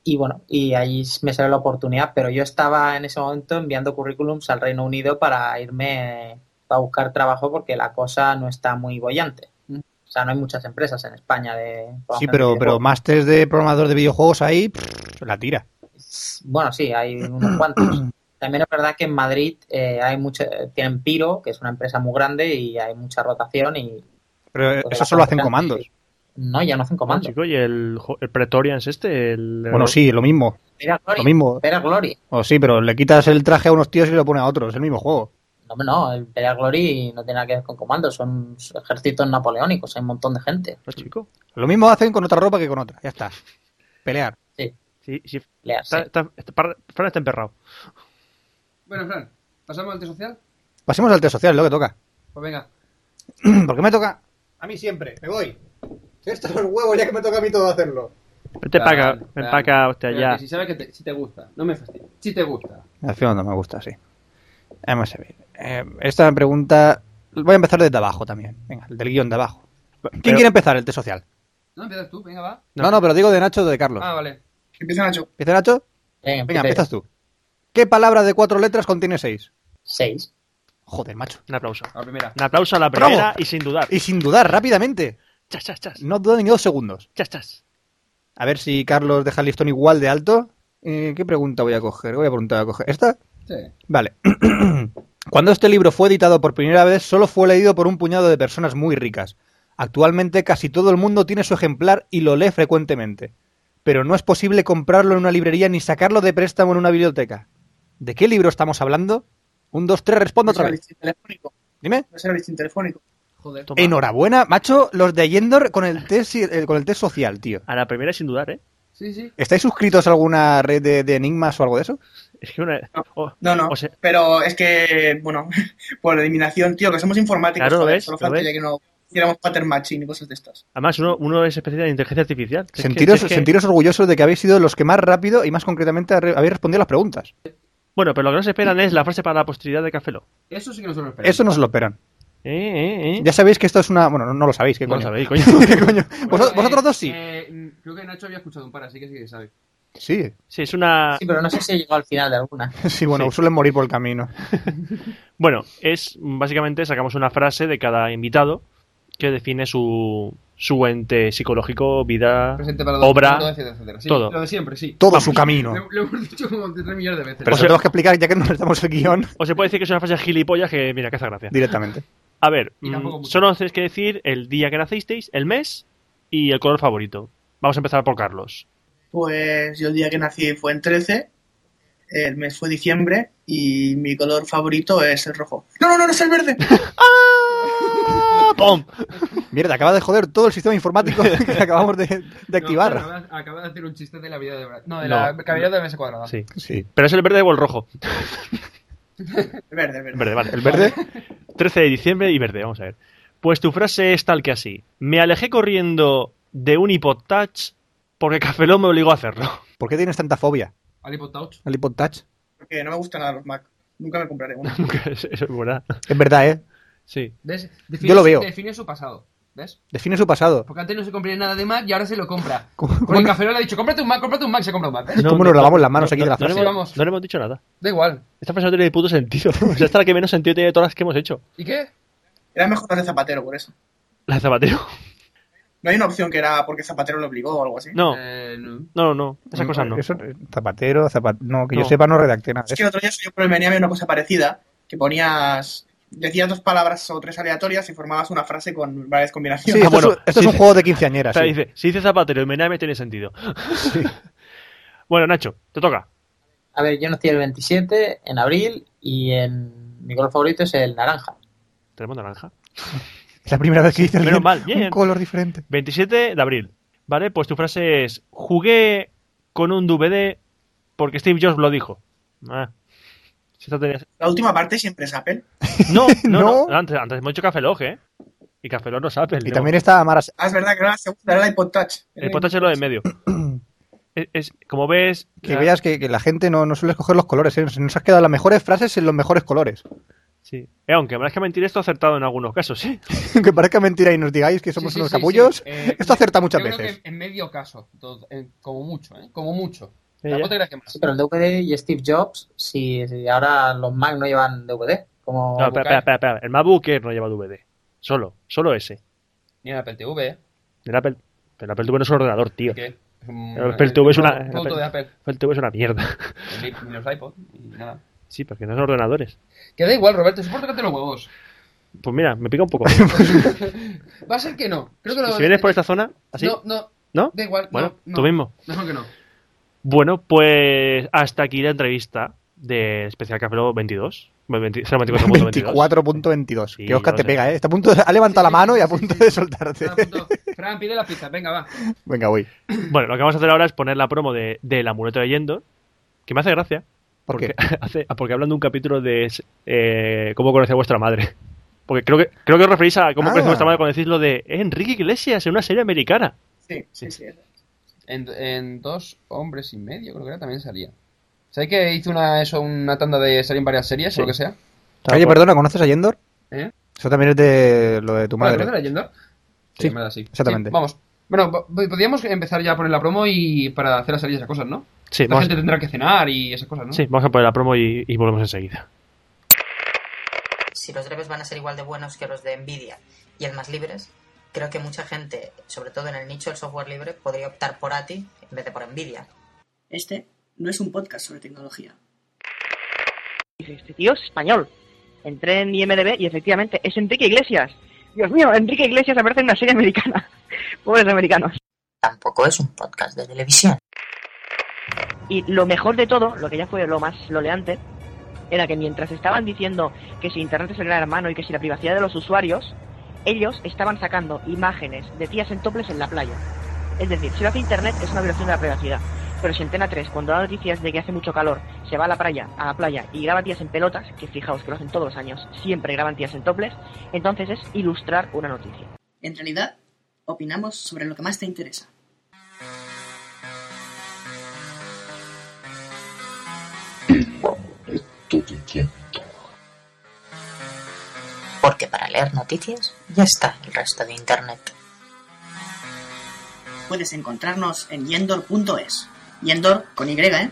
Speaker 5: Y bueno, y ahí me salió la oportunidad, pero yo estaba en ese momento enviando currículums al Reino Unido para irme para buscar trabajo porque la cosa no está muy bollante. O sea, no hay muchas empresas en España de...
Speaker 3: Mm. Sí, pero, pero másters de programador de videojuegos ahí, pff, la tira.
Speaker 5: Bueno, sí, hay unos cuantos. También es verdad que en Madrid eh, hay mucho, tienen Piro, que es una empresa muy grande y hay mucha rotación y
Speaker 3: Pero eh,
Speaker 5: Pues
Speaker 3: eso
Speaker 5: la
Speaker 3: solo hacen
Speaker 5: gente-
Speaker 3: comandos.
Speaker 5: no, ya no hacen
Speaker 2: Ah,
Speaker 5: comando.
Speaker 2: chico, y el, jo- el Pretorians este, el-
Speaker 3: Bueno, sí, lo mismo.
Speaker 5: Era Glory.
Speaker 3: Lo mismo.
Speaker 5: Pera Glory.
Speaker 3: O sí, pero le quitas el traje a unos tíos y lo pones a otros. Es el mismo juego.
Speaker 5: No, hombre, no, el Pera Glory no tiene nada que ver con comando, son ejércitos napoleónicos, hay un montón de gente.
Speaker 2: Ah, chico.
Speaker 3: Lo mismo hacen con otra ropa que con otra. Ya está. Pelear.
Speaker 2: Sí, sí,
Speaker 5: Leas,
Speaker 2: está,
Speaker 5: sí.
Speaker 2: está- está- Fran está emperrado.
Speaker 4: Bueno, Fran, ¿pasamos al social?
Speaker 3: Pasemos al test social, lo que toca.
Speaker 4: Pues venga.
Speaker 3: ¿Por qué me toca? A mí siempre. Me voy. Esto es huevos ya que me toca a mí todo hacerlo.
Speaker 2: Vete
Speaker 4: Fran,
Speaker 2: para acá, ven
Speaker 4: Fran.
Speaker 2: pa' acá, hostia,
Speaker 4: Pero
Speaker 2: ya.
Speaker 4: que Si sabes que te, si te gusta, no me fastidies. Si te gusta.
Speaker 3: Al final no me gusta, sí. Vamos a ver. Eh, esta pregunta... Voy a empezar desde abajo también. Venga, del guión de abajo. ¿Quién
Speaker 2: Pero-
Speaker 3: quiere empezar el test social?
Speaker 4: No, empiezas tú, venga, va.
Speaker 3: No, no, pero digo de Nacho o de Carlos.
Speaker 4: Ah, vale.
Speaker 6: Empieza Nacho.
Speaker 3: ¿Empieza Nacho?
Speaker 5: Venga,
Speaker 3: Venga,
Speaker 5: eh, empieza.
Speaker 3: empiezas tú. ¿Qué palabra de cuatro letras contiene seis?
Speaker 5: Seis.
Speaker 3: Joder, macho.
Speaker 2: Un aplauso.
Speaker 4: A la primera.
Speaker 2: Un aplauso a la
Speaker 3: ¡Bravo!
Speaker 2: primera y sin dudar.
Speaker 3: Y sin dudar, rápidamente.
Speaker 2: Chas, chas, chas.
Speaker 3: No duda ni dos segundos.
Speaker 2: Chas, chas.
Speaker 3: A ver si Carlos deja el listón igual de alto. Eh, ¿Qué pregunta voy a coger? Voy a preguntar a coger. ¿Esta?
Speaker 4: Sí.
Speaker 3: Vale. Cuando este libro fue editado por primera vez, solo fue leído por un puñado de personas muy ricas. Actualmente casi todo el mundo tiene su ejemplar y lo lee frecuentemente. Pero no es posible comprarlo en una librería ni sacarlo de préstamo en una biblioteca. ¿De qué libro estamos hablando? Un, dos, tres, respondo
Speaker 6: No es
Speaker 3: otra
Speaker 6: el
Speaker 3: vez.
Speaker 6: listín telefónico.
Speaker 3: Dime.
Speaker 6: No es el listín telefónico.
Speaker 4: Joder.
Speaker 2: Toma.
Speaker 3: Enhorabuena, macho, los de Yendor con el test, y- eh, con el test social, tío.
Speaker 2: A la primera y sin dudar, ¿eh?
Speaker 4: Sí, sí.
Speaker 3: ¿Estáis suscritos a alguna red de, de enigmas o algo de eso?
Speaker 2: Es que una... oh,
Speaker 6: No, no.
Speaker 2: o sea-
Speaker 6: Pero es que, bueno, por eliminación, tío, que somos informáticos.
Speaker 2: Claro,
Speaker 6: joder,
Speaker 2: ¿ves?
Speaker 6: Solo
Speaker 2: ¿Lo ves?
Speaker 6: faltaría que no hiciéramos pattern matching y cosas de estas.
Speaker 2: Además, uno, uno es especialista en inteligencia artificial. Es que-
Speaker 3: Sentiros,
Speaker 2: es que-
Speaker 3: sentiros orgullosos de que habéis sido los que más rápido y más concretamente arre- habéis respondido las preguntas.
Speaker 2: Bueno, pero lo que no se esperan es la frase para la posteridad de Café Lock.
Speaker 4: Eso sí que nosotros esperamos.
Speaker 3: Eso no se lo esperan.
Speaker 2: Eh, eh, eh.
Speaker 3: Ya sabéis que esto es una... Bueno, no, no lo sabéis, ¿qué
Speaker 2: No lo
Speaker 3: coño?
Speaker 2: sabéis, coño.
Speaker 3: ¿Qué coño?
Speaker 4: Bueno,
Speaker 3: Vosot-
Speaker 4: eh,
Speaker 3: vosotros dos sí.
Speaker 4: eh, mm, creo que Nacho había escuchado un par, así que sí que sabe.
Speaker 3: Sí,
Speaker 2: Sí, es
Speaker 3: Ah.
Speaker 2: una.
Speaker 5: Sí, pero no sé si he llegado al final de alguna.
Speaker 3: sí, bueno,
Speaker 2: Sí.
Speaker 3: suelen morir por el camino.
Speaker 2: Bueno, es básicamente sacamos una frase de cada invitado que define su, su ente psicológico, vida,
Speaker 4: Presente para dos,
Speaker 2: obra.
Speaker 4: todo, etcétera, etcétera. Sí,
Speaker 2: todo.
Speaker 4: Lo de siempre, sí.
Speaker 3: Todo su camino.
Speaker 4: Lo, lo hemos dicho como tres millones de veces.
Speaker 3: Pero
Speaker 2: Pues
Speaker 3: se lo tenemos que explicar ya que no estamos el guión
Speaker 2: O se puede decir que es una frase gilipollas que, mira, que hace gracia.
Speaker 3: directamente.
Speaker 2: A ver,
Speaker 4: Y tampoco
Speaker 2: mm,
Speaker 4: mucho.
Speaker 2: solo tenéis que decir el día que nacisteis, el mes y el color favorito. Vamos a empezar por Carlos.
Speaker 6: Pues yo el día que nací fue en 13, el mes fue diciembre y mi color favorito es el rojo. No, no, no, no es el verde.
Speaker 2: ¡Pum!
Speaker 3: Mierda, acaba de joder todo el sistema informático que acabamos de, de
Speaker 4: No,
Speaker 3: activar.
Speaker 4: acabas- acabas de hacer un chiste de la vida de Brad. No, de
Speaker 2: No.
Speaker 4: la cavidad de mesa cuadrada.
Speaker 2: Sí.
Speaker 3: Sí.
Speaker 2: Pero es el verde o el rojo.
Speaker 6: El verde, el verde.
Speaker 2: El verde, vale.
Speaker 3: ¿El verde?
Speaker 2: 13 de diciembre y verde, vamos a ver. Pues tu frase es tal que así. Me alejé corriendo de un iPod Touch porque Cafelón me obligó a hacerlo.
Speaker 3: ¿Por qué tienes tanta fobia
Speaker 4: Al iPod Touch.
Speaker 3: al iPod Touch?
Speaker 6: Porque no me gustan nada los Mac. Nunca me compraré uno.
Speaker 2: Eso es verdad.
Speaker 3: Es verdad, ¿eh?
Speaker 2: Sí.
Speaker 4: ¿Ves?
Speaker 3: Yo lo veo.
Speaker 4: Define su pasado. ¿Ves?
Speaker 3: Define su pasado.
Speaker 4: Porque antes no se compraría nada de Mac y ahora se lo compra.
Speaker 3: ¿Cómo-
Speaker 4: Con
Speaker 3: cómo
Speaker 4: el
Speaker 3: no-
Speaker 4: café le ha dicho, cómprate un Mac, cómprate un Mac, se compra un Mac. ¿ves?
Speaker 3: ¿Cómo nos lavamos las manos aquí de la
Speaker 2: no,
Speaker 3: frase?
Speaker 2: le hemos-
Speaker 4: Vamos.
Speaker 2: no le hemos dicho nada.
Speaker 4: Da igual.
Speaker 2: Esta frase no tiene ni puto sentido. O sea, esta es la que menos sentido tiene de todas las que hemos hecho.
Speaker 4: ¿Y qué?
Speaker 6: Era mejor la de Zapatero, por eso.
Speaker 2: La de Zapatero.
Speaker 6: No hay una opción que era porque Zapatero lo obligó o algo así.
Speaker 2: No,
Speaker 4: Eh, no.
Speaker 2: no, no.
Speaker 3: Mm,
Speaker 2: Esas cosas no.
Speaker 3: Eso- eh, zapatero, zapat... No, que yo
Speaker 2: No.
Speaker 3: sepa, no redacté nada. de
Speaker 6: Es
Speaker 3: eso.
Speaker 6: que el otro día salió por el Meniame una cosa parecida, que ponías... Decías dos palabras o tres aleatorias y formabas una frase con varias
Speaker 3: Sí,
Speaker 6: combinaciones.
Speaker 3: esto,
Speaker 2: bueno,
Speaker 3: es, un- esto es
Speaker 2: sí.
Speaker 3: un juego de quinceañeras.
Speaker 2: O sea,
Speaker 3: sí.
Speaker 2: dice, si dice Zapatero y Mename tiene sentido. bueno, Nacho, te toca.
Speaker 5: A ver, yo nací el 27 en abril y en... mi color favorito es el naranja.
Speaker 2: Tenemos naranja.
Speaker 3: Es la primera vez que dices
Speaker 2: Menos
Speaker 3: alguien
Speaker 2: mal,
Speaker 3: un
Speaker 2: bien.
Speaker 3: color diferente.
Speaker 2: 27 de abril. ¿Vale? Pues tu frase es: Jugué con un DVD porque Steve Jobs lo dijo. Ah. Si esta tenía-
Speaker 6: La última parte siempre es Apple.
Speaker 2: No, no, no.
Speaker 3: No.
Speaker 2: Antes, antes hemos hecho Café Log, ¿eh? Y Café Log no sabe.
Speaker 3: Y también está Amara...
Speaker 6: Ah, es verdad que era la segunda, era el iPod Touch.
Speaker 2: El potache es lo de en medio. Es, es- como ves.
Speaker 3: Que
Speaker 2: la-
Speaker 3: veas que, que la gente no, no suele escoger los colores. ¿eh? Nos, nos has quedado las mejores frases en los mejores colores.
Speaker 2: Sí. Eh, aunque me parezca mentir, esto ha acertado en algunos casos, ¿eh?
Speaker 3: que parezca mentira y nos digáis que somos
Speaker 4: Sí, sí,
Speaker 3: unos
Speaker 4: sí,
Speaker 3: pues capullos.
Speaker 4: sí. Eh,
Speaker 3: Esto acierta muchas
Speaker 4: yo creo
Speaker 3: veces.
Speaker 4: que en medio caso, todo- en- como mucho, ¿eh? Como mucho.
Speaker 2: Eh,
Speaker 4: Tampoco
Speaker 2: ya.
Speaker 4: te creas que más.
Speaker 5: Sí, pero el DVD y Steve Jobs, si, si ahora los Mac no llevan DVD, como
Speaker 2: No, espera, espera, espera, espera. El MacBook Air no lleva DVD. Solo, solo ese.
Speaker 4: Ni en Apple TV, ¿eh?
Speaker 2: El Apple, el Apple TV no es un ordenador, tío.
Speaker 4: ¿Qué? Es un-
Speaker 2: El Apple TV es una-
Speaker 4: un producto de Apple.
Speaker 2: El TV es una mierda.
Speaker 4: Ni los iPod, ni nada.
Speaker 2: Sí, porque no son ordenadores.
Speaker 4: Que da igual, Roberto, supongo que te los huevos.
Speaker 2: Pues mira, me pica un poco.
Speaker 4: Va a ser que no. Creo que lo...
Speaker 2: si vienes por esta zona, así,
Speaker 4: No, no,
Speaker 2: ¿no?
Speaker 4: da igual.
Speaker 2: Bueno,
Speaker 4: no, no.
Speaker 2: tú mismo.
Speaker 4: Mejor que no.
Speaker 2: Bueno, pues hasta aquí la entrevista de Especial Café Lobo 22. 20 024.22.
Speaker 3: 24.22.
Speaker 2: Sí,
Speaker 3: que Oscar
Speaker 2: yo
Speaker 3: te
Speaker 2: sé.
Speaker 3: pega, ¿eh? Está a punto de- ha levantado la
Speaker 4: Sí,
Speaker 3: mano y a
Speaker 4: sí, sí,
Speaker 3: punto
Speaker 4: sí.
Speaker 3: de soltarte.
Speaker 4: Fran, punto. Fran, pide la pizza, venga, va.
Speaker 3: Venga, voy.
Speaker 2: Bueno, lo que vamos a hacer ahora es poner la promo de, del amuleto de Yendo, que me hace gracia.
Speaker 3: ¿Por qué?
Speaker 2: hace, ah, porque hablan de un capítulo de eh, cómo conocí a vuestra madre. Porque creo que, creo que os referís a cómo
Speaker 3: Ah.
Speaker 2: conocí a vuestra madre cuando decís lo de eh, Enrique Iglesias en una serie americana.
Speaker 6: Sí, sí, sí.
Speaker 4: En, en dos hombres y medio, creo que era, también salía. ¿Sabéis que hizo una, eso, una tanda de salir en varias series
Speaker 2: Sí.
Speaker 4: o lo que sea?
Speaker 3: Oye, perdona, ¿conoces a Yendor?
Speaker 4: Ah, ¿Eh?
Speaker 3: Eso también es de lo de tu
Speaker 4: ¿Para
Speaker 3: madre.
Speaker 4: conocer a Yendor?
Speaker 3: Sí,
Speaker 4: llamada así.
Speaker 3: exactamente.
Speaker 4: Sí, vamos. Bueno, po- podríamos empezar ya a poner la promo y para hacer las series y esas cosas, ¿no?
Speaker 2: Sí,
Speaker 4: La
Speaker 2: vamos,
Speaker 4: gente tendrá que cenar y esas cosas, ¿no?
Speaker 2: sí, vamos a poner la promo y, y volvemos enseguida.
Speaker 10: si los drivers van a ser igual de buenos que los de Nvidia y el más libres, creo que mucha gente, sobre todo en el nicho del software libre, podría optar por ATI en vez de por Nvidia.
Speaker 11: Este no es un podcast sobre tecnología.
Speaker 12: Dice, este tío es español. Entré en IMDB y efectivamente es Enrique Iglesias. Dios mío, Enrique Iglesias aparece en una serie americana. Pobres americanos.
Speaker 10: Tampoco es un podcast de televisión.
Speaker 12: Y lo mejor de todo, lo que ya fue lo más loleante, era que mientras estaban diciendo que si Internet es el gran hermano y que si la privacidad de los usuarios, ellos estaban sacando imágenes de tías en toples en la playa. Es decir, si lo hace Internet es una violación de la privacidad. Pero si Antena 3, cuando da noticias de que hace mucho calor, se va a la playa, a la playa y graba tías en pelotas, que fijaos que lo hacen todos los años, siempre graban tías en toples, entonces es ilustrar una noticia.
Speaker 11: En realidad, opinamos sobre lo que más te interesa.
Speaker 10: Porque para leer noticias ya está el resto de Internet.
Speaker 11: Puedes encontrarnos en yendor.es. Yendor con Y, ¿eh?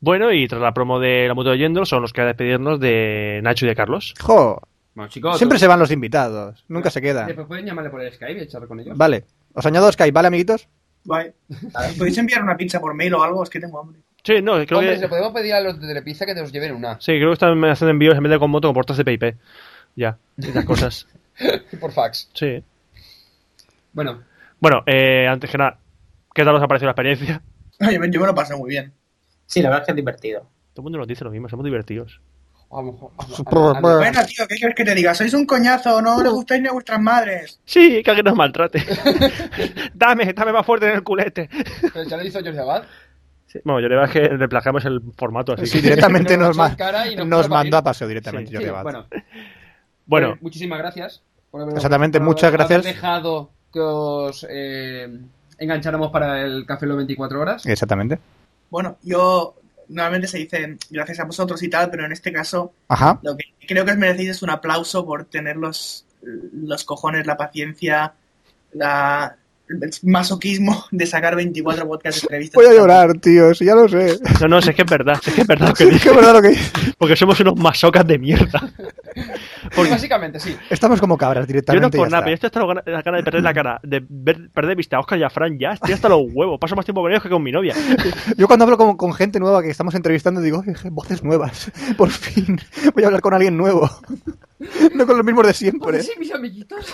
Speaker 2: Bueno, y tras la promo de la moto de Yendo, son los que a despedirnos de Nacho y de Carlos.
Speaker 3: Jo,
Speaker 4: Bueno, chicos.
Speaker 3: siempre
Speaker 4: todo-
Speaker 3: se van los invitados. Nunca se quedan.
Speaker 4: Después pueden llamarle por el Skype y echar con ellos.
Speaker 3: Vale. Os añado Skype, ¿vale, amiguitos?
Speaker 6: Vale. ¿Podéis enviar una pizza por mail o algo? Es que tengo hambre.
Speaker 2: Sí, no, creo
Speaker 4: Hombre,
Speaker 2: que.
Speaker 4: le podemos pedir a los de Telepizza que te los lleven una.
Speaker 2: Sí, creo que están haciendo envíos en vez de con moto con portas de PIP. Ya, esas cosas.
Speaker 4: Por fax.
Speaker 2: Sí.
Speaker 4: Bueno,
Speaker 2: Bueno, eh, antes que nada, ¿qué tal os ha parecido la experiencia?
Speaker 6: Yo me, yo me lo pasé muy bien.
Speaker 5: Sí, la verdad es que es divertido.
Speaker 2: Todo el mundo nos dice lo mismo, somos divertidos.
Speaker 4: a lo mejor. a-
Speaker 3: Supongo-
Speaker 4: a- a- a-
Speaker 6: Bueno, tío, ¿qué quieres que te diga? Sois un coñazo, no le gustáis ni a vuestras madres.
Speaker 2: Sí, que alguien nos maltrate. dame, dame más fuerte en el culete.
Speaker 4: pero ya lo hizo Jordi Abad.
Speaker 2: Sí, bueno, yo le verdad es que replajamos el formato así.
Speaker 3: Sí,
Speaker 2: que-
Speaker 3: directamente
Speaker 4: Nos
Speaker 3: nos,
Speaker 4: echó en
Speaker 3: ma-
Speaker 4: cara y nos
Speaker 3: nos
Speaker 4: puso a
Speaker 3: mandó
Speaker 4: parir.
Speaker 3: a paseo directamente.
Speaker 2: Sí,
Speaker 3: Jordi
Speaker 4: Sí,
Speaker 3: Abad.
Speaker 4: bueno,
Speaker 2: Bueno,
Speaker 4: eh, muchísimas gracias. por habernos-
Speaker 3: Exactamente,
Speaker 4: por
Speaker 3: muchas
Speaker 4: haber
Speaker 3: gracias.
Speaker 4: dejado que os eh, engancháramos para el Café Lo 24 Horas.
Speaker 3: Exactamente.
Speaker 6: Bueno, yo normalmente se dice gracias a vosotros y tal, pero en este caso
Speaker 3: Ajá.
Speaker 6: lo que creo que os merecéis es un aplauso por tener los, los cojones, la paciencia, la, el masoquismo de sacar 24 podcasts de entrevistas.
Speaker 3: Voy a llorar, tío, si ya lo sé.
Speaker 2: No, no, si es que es verdad, si es que es verdad lo que
Speaker 3: Es que
Speaker 2: dije,
Speaker 3: es verdad lo que
Speaker 2: porque somos unos masocas de mierda. Porque-
Speaker 6: Básicamente, sí.
Speaker 3: Estamos como cabras
Speaker 2: Yo no
Speaker 3: directamente. y
Speaker 2: por
Speaker 3: ya
Speaker 2: nada, pero
Speaker 3: está.
Speaker 2: estoy hasta la gana, la gana de perder la cara, de ver- perder vista a Oscar y a Fran ya, estoy hasta los huevos, paso más tiempo con ellos que con mi novia.
Speaker 3: Yo cuando hablo con, con gente nueva que estamos entrevistando digo, "Oye, voces nuevas, por fin, voy a hablar con alguien nuevo. No con los mismos de siempre.
Speaker 11: Sí, mis amiguitos.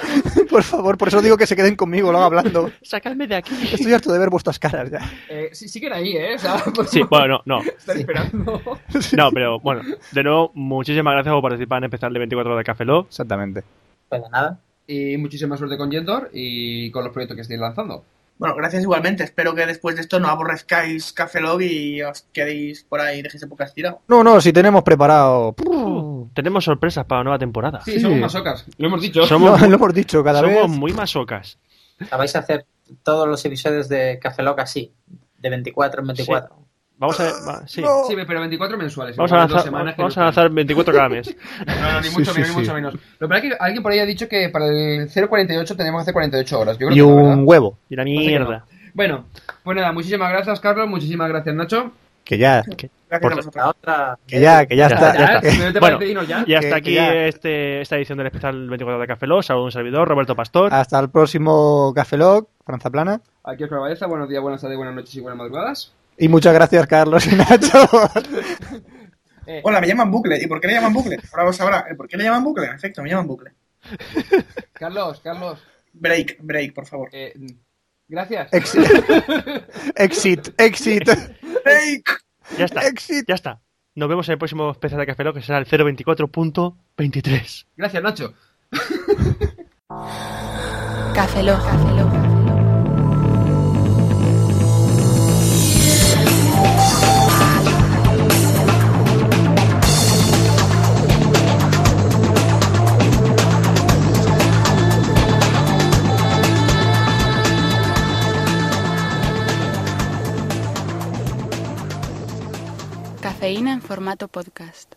Speaker 3: Por favor, por eso digo que se queden conmigo, lo hago hablando.
Speaker 2: Sacadme de aquí.
Speaker 3: Estoy harto de ver vuestras caras ya.
Speaker 11: Eh, sí, siguen ahí, ¿eh? O sea,
Speaker 2: Sí, bueno, no, no,
Speaker 11: Están esperando.
Speaker 2: no, pero bueno, de nuevo, muchísimas gracias por participar en el especial de 24 horas de Café Lock.
Speaker 3: Exactamente.
Speaker 5: Pues de nada.
Speaker 4: Y muchísima suerte con Yendor y con los proyectos que estéis lanzando.
Speaker 6: Bueno, gracias igualmente. Espero que después de esto no aborrezcáis Café Log y os quedéis por ahí, dejéis el podcast tirado.
Speaker 3: No, no, si tenemos preparado.
Speaker 2: Uh, tenemos sorpresas para la nueva temporada.
Speaker 4: Sí,
Speaker 3: Sí.
Speaker 4: somos masocas, lo hemos dicho.
Speaker 2: Somos,
Speaker 3: No, lo hemos dicho cada
Speaker 2: somos
Speaker 3: vez.
Speaker 2: muy masocas.
Speaker 5: O sea, vais a hacer todos los episodios de Café Lock así, de 24 en 24.
Speaker 2: Vamos a ver, va, sí.
Speaker 3: No.
Speaker 4: Sí, pero 24 mensuales.
Speaker 2: Vamos a
Speaker 4: igual dos
Speaker 2: lanzar,
Speaker 4: semanas que
Speaker 2: vamos a
Speaker 4: no-
Speaker 2: lanzar 24 cada mes.
Speaker 4: No, no, ni
Speaker 3: Sí,
Speaker 4: mucho
Speaker 3: sí,
Speaker 4: menos, ni
Speaker 3: sí.
Speaker 4: mucho menos. Lo que pasa es que alguien por ahí ha dicho que para el 048 tenemos que hacer 48 horas. Yo creo
Speaker 3: Y
Speaker 4: que no, ¿verdad?
Speaker 3: un huevo,
Speaker 2: Y la
Speaker 4: que no.
Speaker 2: mierda.
Speaker 4: Bueno, pues nada, muchísimas gracias, Carlos. Muchísimas gracias, Nacho.
Speaker 3: que ya,
Speaker 6: Gracias
Speaker 2: Por-
Speaker 6: a
Speaker 5: La
Speaker 6: vosotros.
Speaker 5: otra.
Speaker 3: que ya, que ya,
Speaker 2: Ya,
Speaker 3: está.
Speaker 2: ya
Speaker 3: ya
Speaker 2: está.
Speaker 3: está.
Speaker 4: simplemente
Speaker 2: Bueno,
Speaker 4: para despedirnos ya.
Speaker 2: Y
Speaker 3: Que-
Speaker 2: hasta aquí
Speaker 3: que ya.
Speaker 2: este, esta edición del especial 24 de Café Lock. Saludos a un servidor, Roberto Pastor.
Speaker 4: Ah.
Speaker 3: Hasta el próximo Café Lock, Franza Plana.
Speaker 4: Aquí os Cabeza, buenos días, buenas tardes, buenas noches y buenas madrugadas.
Speaker 3: Y muchas gracias, Carlos y Nacho.
Speaker 6: Hola, me llaman Bucle. ¿Y por qué le llaman Bucle? Ahora vos sabrá. ¿El ¿Por qué le llaman Bucle? En efecto, me llaman Bucle.
Speaker 4: Carlos, Carlos,
Speaker 6: Break, break, por favor.
Speaker 4: eh, gracias.
Speaker 3: Exit. Exit, exit,
Speaker 6: Break.
Speaker 2: Ya está,
Speaker 3: exit.
Speaker 2: ya está. Nos vemos en el próximo especial de Café Lock, que será el 024.23.
Speaker 4: Gracias, Nacho.
Speaker 8: Café Lock. Cafeína en formato podcast.